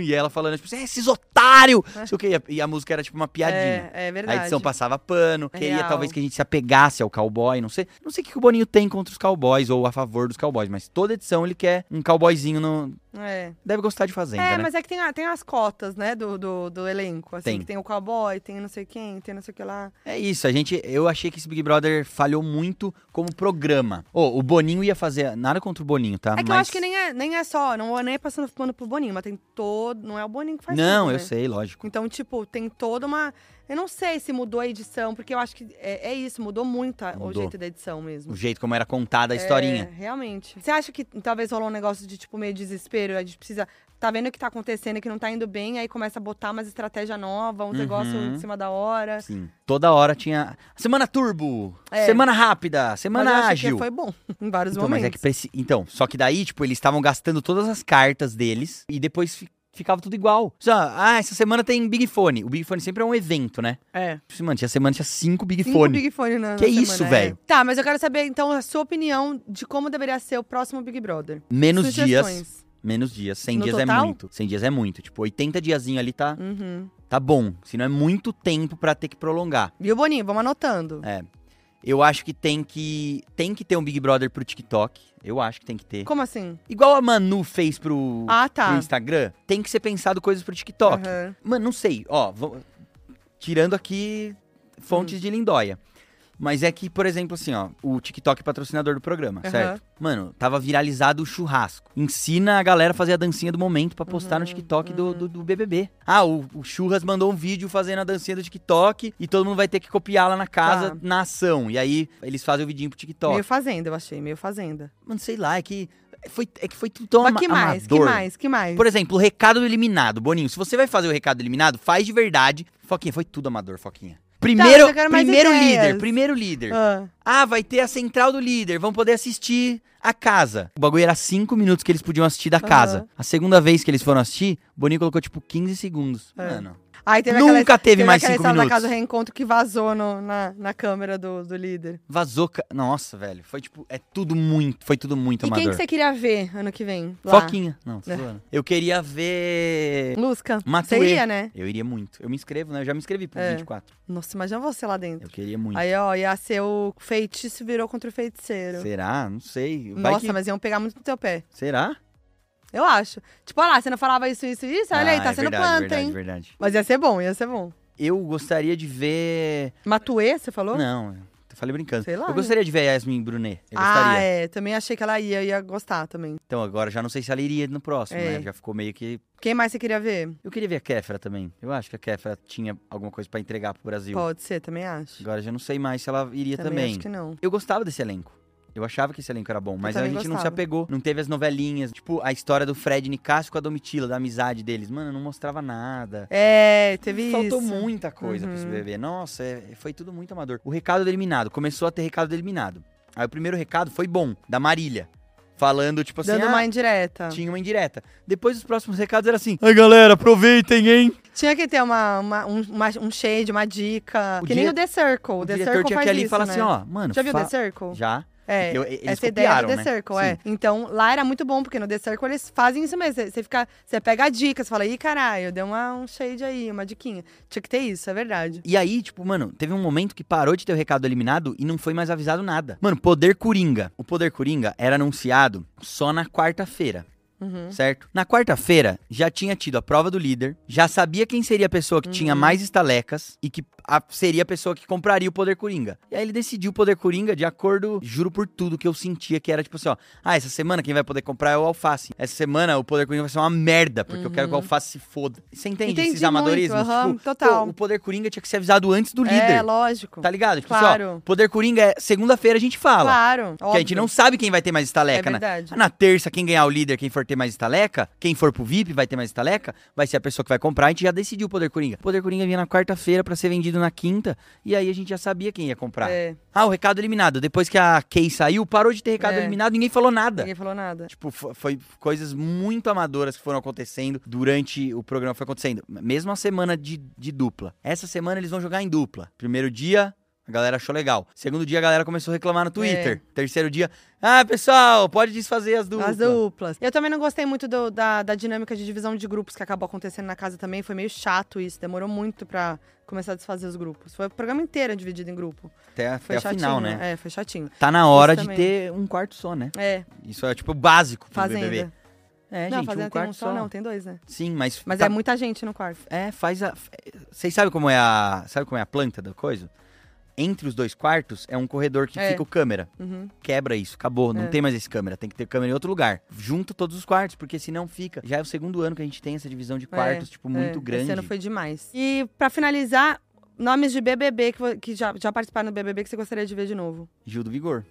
E ela falando, tipo, "É, esses otários! Não sei o quê. E a- E a música era tipo uma
Uhum.
piadinha.
É, é
A
verdade.
edição passava pano,
É
queria
real.
talvez que a gente se apegasse ao cowboy, não sei. Não sei o que que o Boninho tem contra os cowboys ou a favor dos cowboys, mas toda edição ele quer um cowboyzinho no.
É.
Deve gostar de fazenda,
É,
né?
mas é que tem, a- tem as cotas, né, do, do, do elenco. Assim,
Tem.
Que tem o cowboy, tem não sei quem, tem não sei o que lá.
É isso, a gente. Eu achei que esse Big Brother falhou muito como programa. Ô, o Boninho ia fazer. Nada contra o Boninho, tá?
É que
mas...
eu acho que nem é, nem é só, não nem é passando pano pro Boninho, mas tem todo. Não é o Boninho que faz
Não,
tudo,
eu
né?
sei, lógico.
Então, tipo, tem toda uma. Eu não sei se mudou a edição, porque eu acho que é, é isso, mudou muito a-
Mudou.
o jeito da edição mesmo.
O jeito como era contada a
É,
historinha.
realmente. Você acha que talvez rolou um negócio de, tipo, meio desespero? A gente precisa. Tá vendo o que tá acontecendo, que não tá indo bem, aí começa a botar umas estratégia nova, um
Uhum.
negócio em cima da hora.
Sim. Toda hora tinha. Semana turbo!
É.
Semana rápida!
Mas
Semana
eu acho
ágil!
que foi bom *laughs* em vários
Então, mas
momentos.
é que preci- então, só que daí, tipo, eles estavam gastando todas as cartas deles e depois fi- ficava tudo igual. Só, ah, essa semana tem Big Fone. O Big Fone sempre é um evento, né?
É.
Tipo, Mano, tinha semana tinha cinco Big
Cinco
Fone.
Big Fone na
Que
na
isso,
semana,
velho?
é. Tá, mas eu quero saber, então, a sua opinião de como deveria ser o próximo Big Brother.
Menos dias.
Sugestões.
Menos dias. 100
No
dias é
total?
muito. 100 dias é muito. Tipo, 80 diazinho ali tá,
Uhum.
tá bom. Senão é muito tempo pra ter que prolongar.
Viu, Boninho? Vamos anotando.
Eu acho que tem que tem que ter um Big Brother pro TikTok. Eu acho que tem que ter.
Como assim?
Igual a Manu fez pro,
Ah, tá.
pro Instagram, tem que ser pensado coisas pro TikTok.
Aham.
Mano, não sei, ó, vo- tirando aqui
Hum.
fontes de Lindóia. Mas é que, por exemplo, assim, ó, o TikTok é patrocinador do programa,
Aham.
certo? Mano, tava viralizado o churrasco. Ensina a galera a fazer a dancinha do momento pra postar
Hum,
no TikTok do, do, do BBB. Ah, o, o Churras mandou um vídeo fazendo a dancinha do TikTok e todo mundo vai ter que copiar lá na casa,
Tá.
na ação. E aí, eles fazem o vidinho pro TikTok.
Meio fazenda, eu achei. Meio fazenda.
Mano, sei lá, é que foi, é que foi tudo tão
Mas
ama-
que mais?
amador.
Que mais? Que mais?
Por exemplo, o recado do eliminado. Boninho, se você vai fazer o recado do eliminado, faz de verdade. Foquinha, foi tudo amador, Foquinha. Primeiro,
Então, eu quero mais
primeiro
ideias.
líder, primeiro líder.
Ah,
Ah, vai ter a central do líder, vão poder assistir a casa. O bagulho era 5 minutos que eles podiam assistir da
Aham.
casa. A segunda vez que eles foram assistir, Boninho colocou tipo 15 segundos.
É.
Mano,
Aí teve
nunca
aquela,
teve, mais
aquela
5
história
minutos.
da casa do reencontro que vazou no- na, na câmera do, do líder.
Vazou, ca- nossa, velho, foi tipo, é tudo muito, foi tudo muito
E
amador.
quem que você queria ver ano que vem? Lá?
Foquinha. Não, tô
É.
zoando. Eu queria ver
Lusca.
Matuê.
Você ia, né?
Eu iria muito. Eu me inscrevo, né? Eu já me inscrevi pro
É.
24.
Nossa, imagina você lá dentro.
Eu queria muito.
Aí, ó, ia ser o feitiço virou contra o feiticeiro.
Será? Não sei. Vai
Nossa,
que-
mas iam pegar muito no teu pé.
Será?
Eu acho. Tipo, olha lá, você não falava isso, isso, isso? Olha aí,
Ah,
tá
é
sendo
verdade,
planta,
verdade,
hein?
verdade.
Mas ia ser bom, ia ser bom.
Eu gostaria de ver.
Matuê, você falou?
Não, eu falei brincando.
Sei lá,
eu
né?
gostaria de ver a Yasmin Brunet. Eu
ah,
gostaria.
é. Também achei que ela ia, eu ia gostar também.
Então agora já não sei se ela iria no próximo,
É.
né? Já ficou meio que.
Quem mais você queria ver?
Eu queria ver a Kéfera também. Eu acho que a Kéfera tinha alguma coisa pra entregar pro Brasil.
Pode ser, também acho.
Agora já não sei mais se ela iria também.
Acho que não.
Eu gostava desse elenco. Eu achava que esse elenco era bom, mas a
também
gente não se
gostava.
apegou. Não teve as novelinhas. Tipo, a história do Fred Nicásio com a Domitila, da amizade deles. Mano, não mostrava nada.
É, teve
Faltou
isso.
muita coisa pra esse
Uhum.
é, bebê. Nossa, é- foi tudo muito amador. O recado do eliminado. Começou a ter recado do eliminado. Aí o primeiro recado foi bom, da Marília. Falando, tipo assim,
Dando
ah,
uma indireta.
tinha uma indireta. Depois os próximos recados era assim: Ai, galera, aproveitem, hein?
Tinha que ter uma, uma- um, uma- um shade, uma dica.
O
que nem
dire-
o The Circle.
O
The
diretor
Circle
tinha
faz
que ali
isso,
e falar
né?
assim, ó, mano.
Já viu
fa-
The Circle?
Já.
É,
Porque eu- eles
essa ideia do
copiaram,
The
né?
Circle,
Sim.
é. Então, lá era muito bom, porque no The Circle eles fazem isso mesmo. Você- Você fica, você pega a dica, você fala, ih, caralho, deu uma, um shade aí, uma diquinha. Tinha que ter isso, é verdade.
E aí, tipo, mano, teve um momento que parou de ter o recado eliminado e não foi mais avisado nada. Mano, Poder Coringa. O Poder Coringa era anunciado só na quarta-feira.
Uhum.
Certo? Na quarta-feira, já tinha tido a prova do líder, já sabia quem seria a pessoa que
Uhum.
tinha mais estalecas e que a- seria a pessoa que compraria o Poder Coringa. E aí ele decidiu o Poder Coringa de acordo, juro por tudo, que eu sentia que era tipo assim, ó. Ah, essa semana quem vai poder comprar é o Alface. Essa semana o Poder Coringa vai ser uma merda, porque eu quero que o Alface se foda. Você entende
Uhum. Entendi
esses amadorismos?
muito, aham,
Tipo, pô,
total.
o Poder Coringa tinha que ser avisado antes do
É,
líder.
lógico.
tá ligado? Tipo assim, ó,
Claro.
Poder Coringa é segunda-feira a gente fala.
Claro,
Porque a gente não sabe quem vai ter mais
É
estaleca, né?
verdade.
Na terça, quem ganhar o líder, quem for ter mais estaleca, quem for pro VIP vai ter mais estaleca, vai ser a pessoa que vai comprar. A gente já decidiu o Poder Coringa. O Poder Coringa vinha na quarta-feira pra ser vendido na quinta, e aí a gente já sabia quem ia comprar.
É,
Ah, o recado eliminado. Depois que a Kay saiu, parou de ter recado
É.
eliminado, ninguém falou nada.
ninguém falou nada.
Tipo, fo- foi coisas muito amadoras que foram acontecendo durante o programa. Foi acontecendo. Mesmo a semana de, de dupla. Essa semana eles vão jogar em dupla. Primeiro dia, a galera achou legal. Segundo dia, a galera começou a reclamar no Twitter. Terceiro dia, ah, pessoal, pode desfazer as duplas.
É. As duplas. Eu também não gostei muito do- da, da dinâmica de divisão de grupos que acabou acontecendo na casa também. Foi meio chato isso. Demorou muito pra começar a desfazer os grupos. Foi o programa inteiro dividido em grupo.
Até,
Foi
até a
chatinho.
final, né?
É, foi chatinho.
Tá na hora
Isso
de
também.
ter um quarto só, né?
É,
Isso é tipo básico pro BBB.
Fazenda.
É,
não,
gente,
Fazenda tem
um quarto
um só, não. Tem dois, né?
Sim, mas...
Mas
tá-
é muita gente no quarto.
É, faz a. Vocês sabem como é a. Sabe como é a planta da coisa? Entre os dois quartos é um corredor que
É.
fica o câmera.
Uhum.
Quebra isso, acabou. Não
É.
tem mais esse câmera. Tem que ter câmera em outro lugar. Junta todos os quartos, porque senão fica. Já é o segundo ano que a gente tem essa divisão de quartos, tipo, muito
é,
grande.
Esse ano foi demais. E pra finalizar, nomes de BBB que, vo- que já, já participaram do BBB que você gostaria de ver de novo.
Gil do Vigor.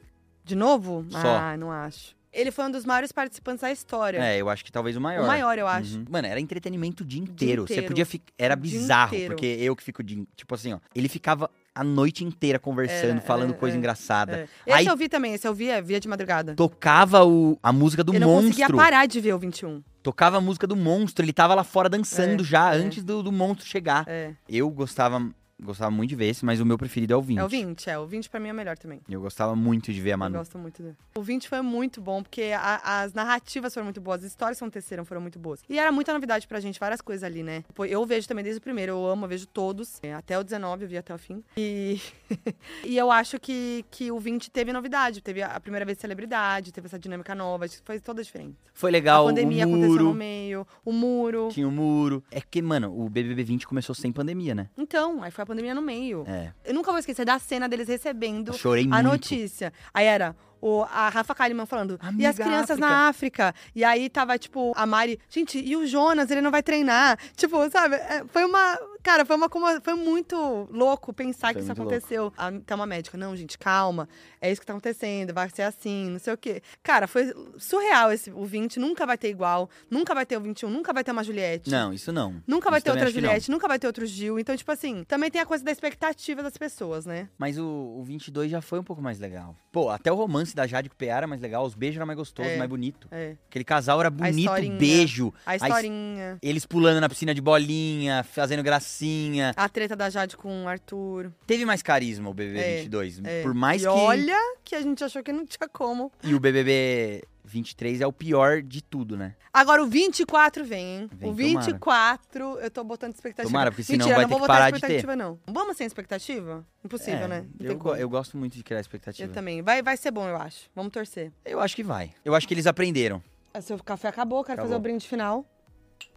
De novo?
Só.
Ah, não acho. Ele foi um dos maiores participantes da história.
É, eu acho que talvez o maior.
O maior, eu acho.
Uhum. Mano, era entretenimento o dia inteiro. Você
inteiro.
podia ficar. Era
O dia
bizarro,
inteiro.
porque eu que fico. de- Tipo assim, ó. Ele ficava a noite inteira conversando,
Era,
falando
era,
coisa
é,
engraçada.
É. Esse
Aí-
eu vi também, esse eu via, via de madrugada.
Tocava o, a música do
eu não
monstro.
conseguia parar de ver o 21.
Tocava a música do monstro, ele tava lá fora dançando
É,
já,
é.
antes do, do monstro chegar.
É.
Eu gostava, gostava muito de ver esse, mas o meu preferido é o 20.
É o 20, é. O 20 pra mim é o melhor também.
Eu gostava muito de ver a
Eu
Manu.
gosto muito dele. O 20 foi muito bom, porque a- as narrativas foram muito boas, as histórias que aconteceram foram muito boas. E era muita novidade pra gente, várias coisas ali, né? Pô, Eu vejo também desde o primeiro, eu amo, eu vejo todos. É, Até o 19, eu vi até o fim. E, *laughs* e eu acho que, que o 20 teve novidade. Teve a a primeira vez celebridade, teve essa dinâmica nova, acho que foi toda diferente.
Foi legal,
a pandemia
o
aconteceu no
muro,
meio, o muro.
tinha o muro. É que, mano, o BBB 20 começou sem pandemia, né?
Então, aí foi a pandemia no meio.
É,
Eu nunca vou esquecer da cena deles recebendo
eu chorei
a
muito.
notícia. Aí era o, a Rafa Kalimann falando, e
Amiga,
as crianças na África? E aí tava, tipo, a Mari, gente, e o Jonas, ele não vai treinar? Tipo, sabe? É, Foi uma. Cara, foi uma. como- Foi muito louco pensar
Foi
que isso
muito louco.
aconteceu. A, tá uma médica, não, gente, calma, é isso que tá acontecendo, vai ser assim, não sei o quê. Cara, foi surreal esse. O 20 nunca vai ter igual, nunca vai ter o 21, nunca vai ter uma Juliette.
Não, isso não.
Nunca vai
Isso
ter
também
outra
acho que não.
Juliette, nunca vai ter outro Gil. Então, tipo assim, também tem a coisa da expectativa das pessoas, né?
Mas o, o 22 já foi um pouco mais legal. Pô, até o romance da Jade com o PA era mais legal, os beijos eram mais gostosos,
É.
mais bonito.
É.
Aquele casal era bonito,
historinha.
beijo.
A
his-
historinha.
Eles pulando na piscina de bolinha, fazendo gracinha.
A treta da Jade com o Arthur.
Teve mais carisma o BBB
É,
22.
É.
Por mais
e
que.
Olha que a gente achou que não tinha como.
E o BBB 23 é o pior de tudo, né?
Agora o 24 vem, hein?
Vem,
o
tomara.
24, eu tô botando expectativa.
Tomara, porque senão
Mentira,
vai
não
ter
vou
que
botar
parar de ter.
expectativa, não. Vamos sem expectativa? Impossível,
É,
né? Não tem
Eu,
como.
go- eu gosto muito de criar expectativa.
Eu
Eu,
também. Vai, vai ser bom, eu acho. Vamos torcer.
acho que vai. Eu acho que eles aprenderam.
Ah, Seu café acabou, quero
Acabou.
fazer o brinde final.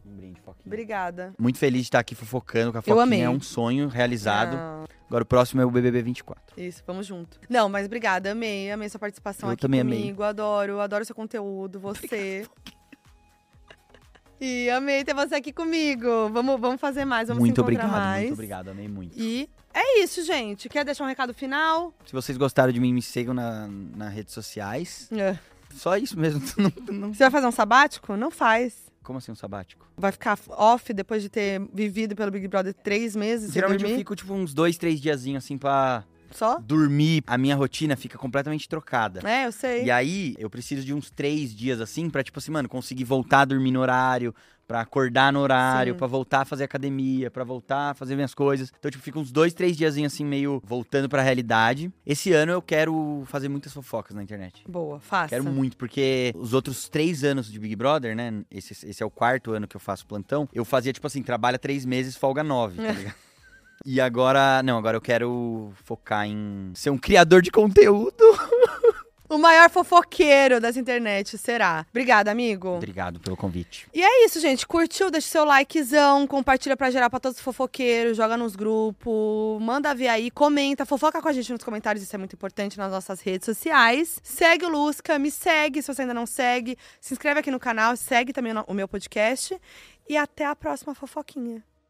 Um brinde, Foquinha.
Obrigada.
Muito feliz de estar aqui fofocando com a
Eu
Foquinha.
amei.
É um sonho realizado.
Ah.
Agora o próximo é o BBB 24.
Isso, vamos junto. Não, mas obrigada, amei, amei sua participação
Eu
aqui
também amei.
comigo, adoro, adoro seu conteúdo, você. *laughs* E amei ter você aqui comigo. Vamos, vamos fazer mais, vamos
muito
se encontrar
obrigado,
mais.
muito obrigado. Amei muito.
E é isso, gente. Quer deixar um recado final?
Se vocês gostaram de mim, me sigam na- nas redes sociais. Só isso mesmo. *laughs* Não- É. não-
Você vai fazer um sabático? Não faz.
Como assim um sabático?
Vai ficar off depois de ter vivido pelo Big Brother três meses? sem
Geralmente eu
dormir?
fico tipo uns dois, três diazinhos assim pra
Só?
dormir, a minha rotina fica completamente trocada.
É, eu sei.
E aí, eu preciso de uns três dias assim pra, tipo assim, mano, conseguir voltar a dormir no horário, pra acordar no horário,
Sim.
pra voltar a fazer academia, pra voltar a fazer minhas coisas. Então, tipo, fica uns dois, três diazinhos assim, meio voltando pra realidade. Esse ano eu quero fazer muitas fofocas na internet.
Boa, faça.
Quero muito, porque os outros três anos de Big Brother, né? Esse, esse é o quarto ano que eu faço plantão. Eu fazia, tipo assim, trabalha três meses, folga nove, tá ligado? E agora, não, agora eu quero focar em ser um criador de conteúdo.
O maior fofoqueiro das internet será. Obrigada, amigo.
Obrigado pelo convite.
E é isso, gente. Curtiu? Deixa o seu likezão, compartilha pra gerar pra todos os fofoqueiros, joga nos grupos, manda ver aí, comenta, fofoca com a gente nos comentários, isso é muito importante nas nossas redes sociais. Segue o Lusca, me segue se você ainda não segue, se inscreve aqui no canal, segue também o no- o meu podcast e até a próxima fofoquinha.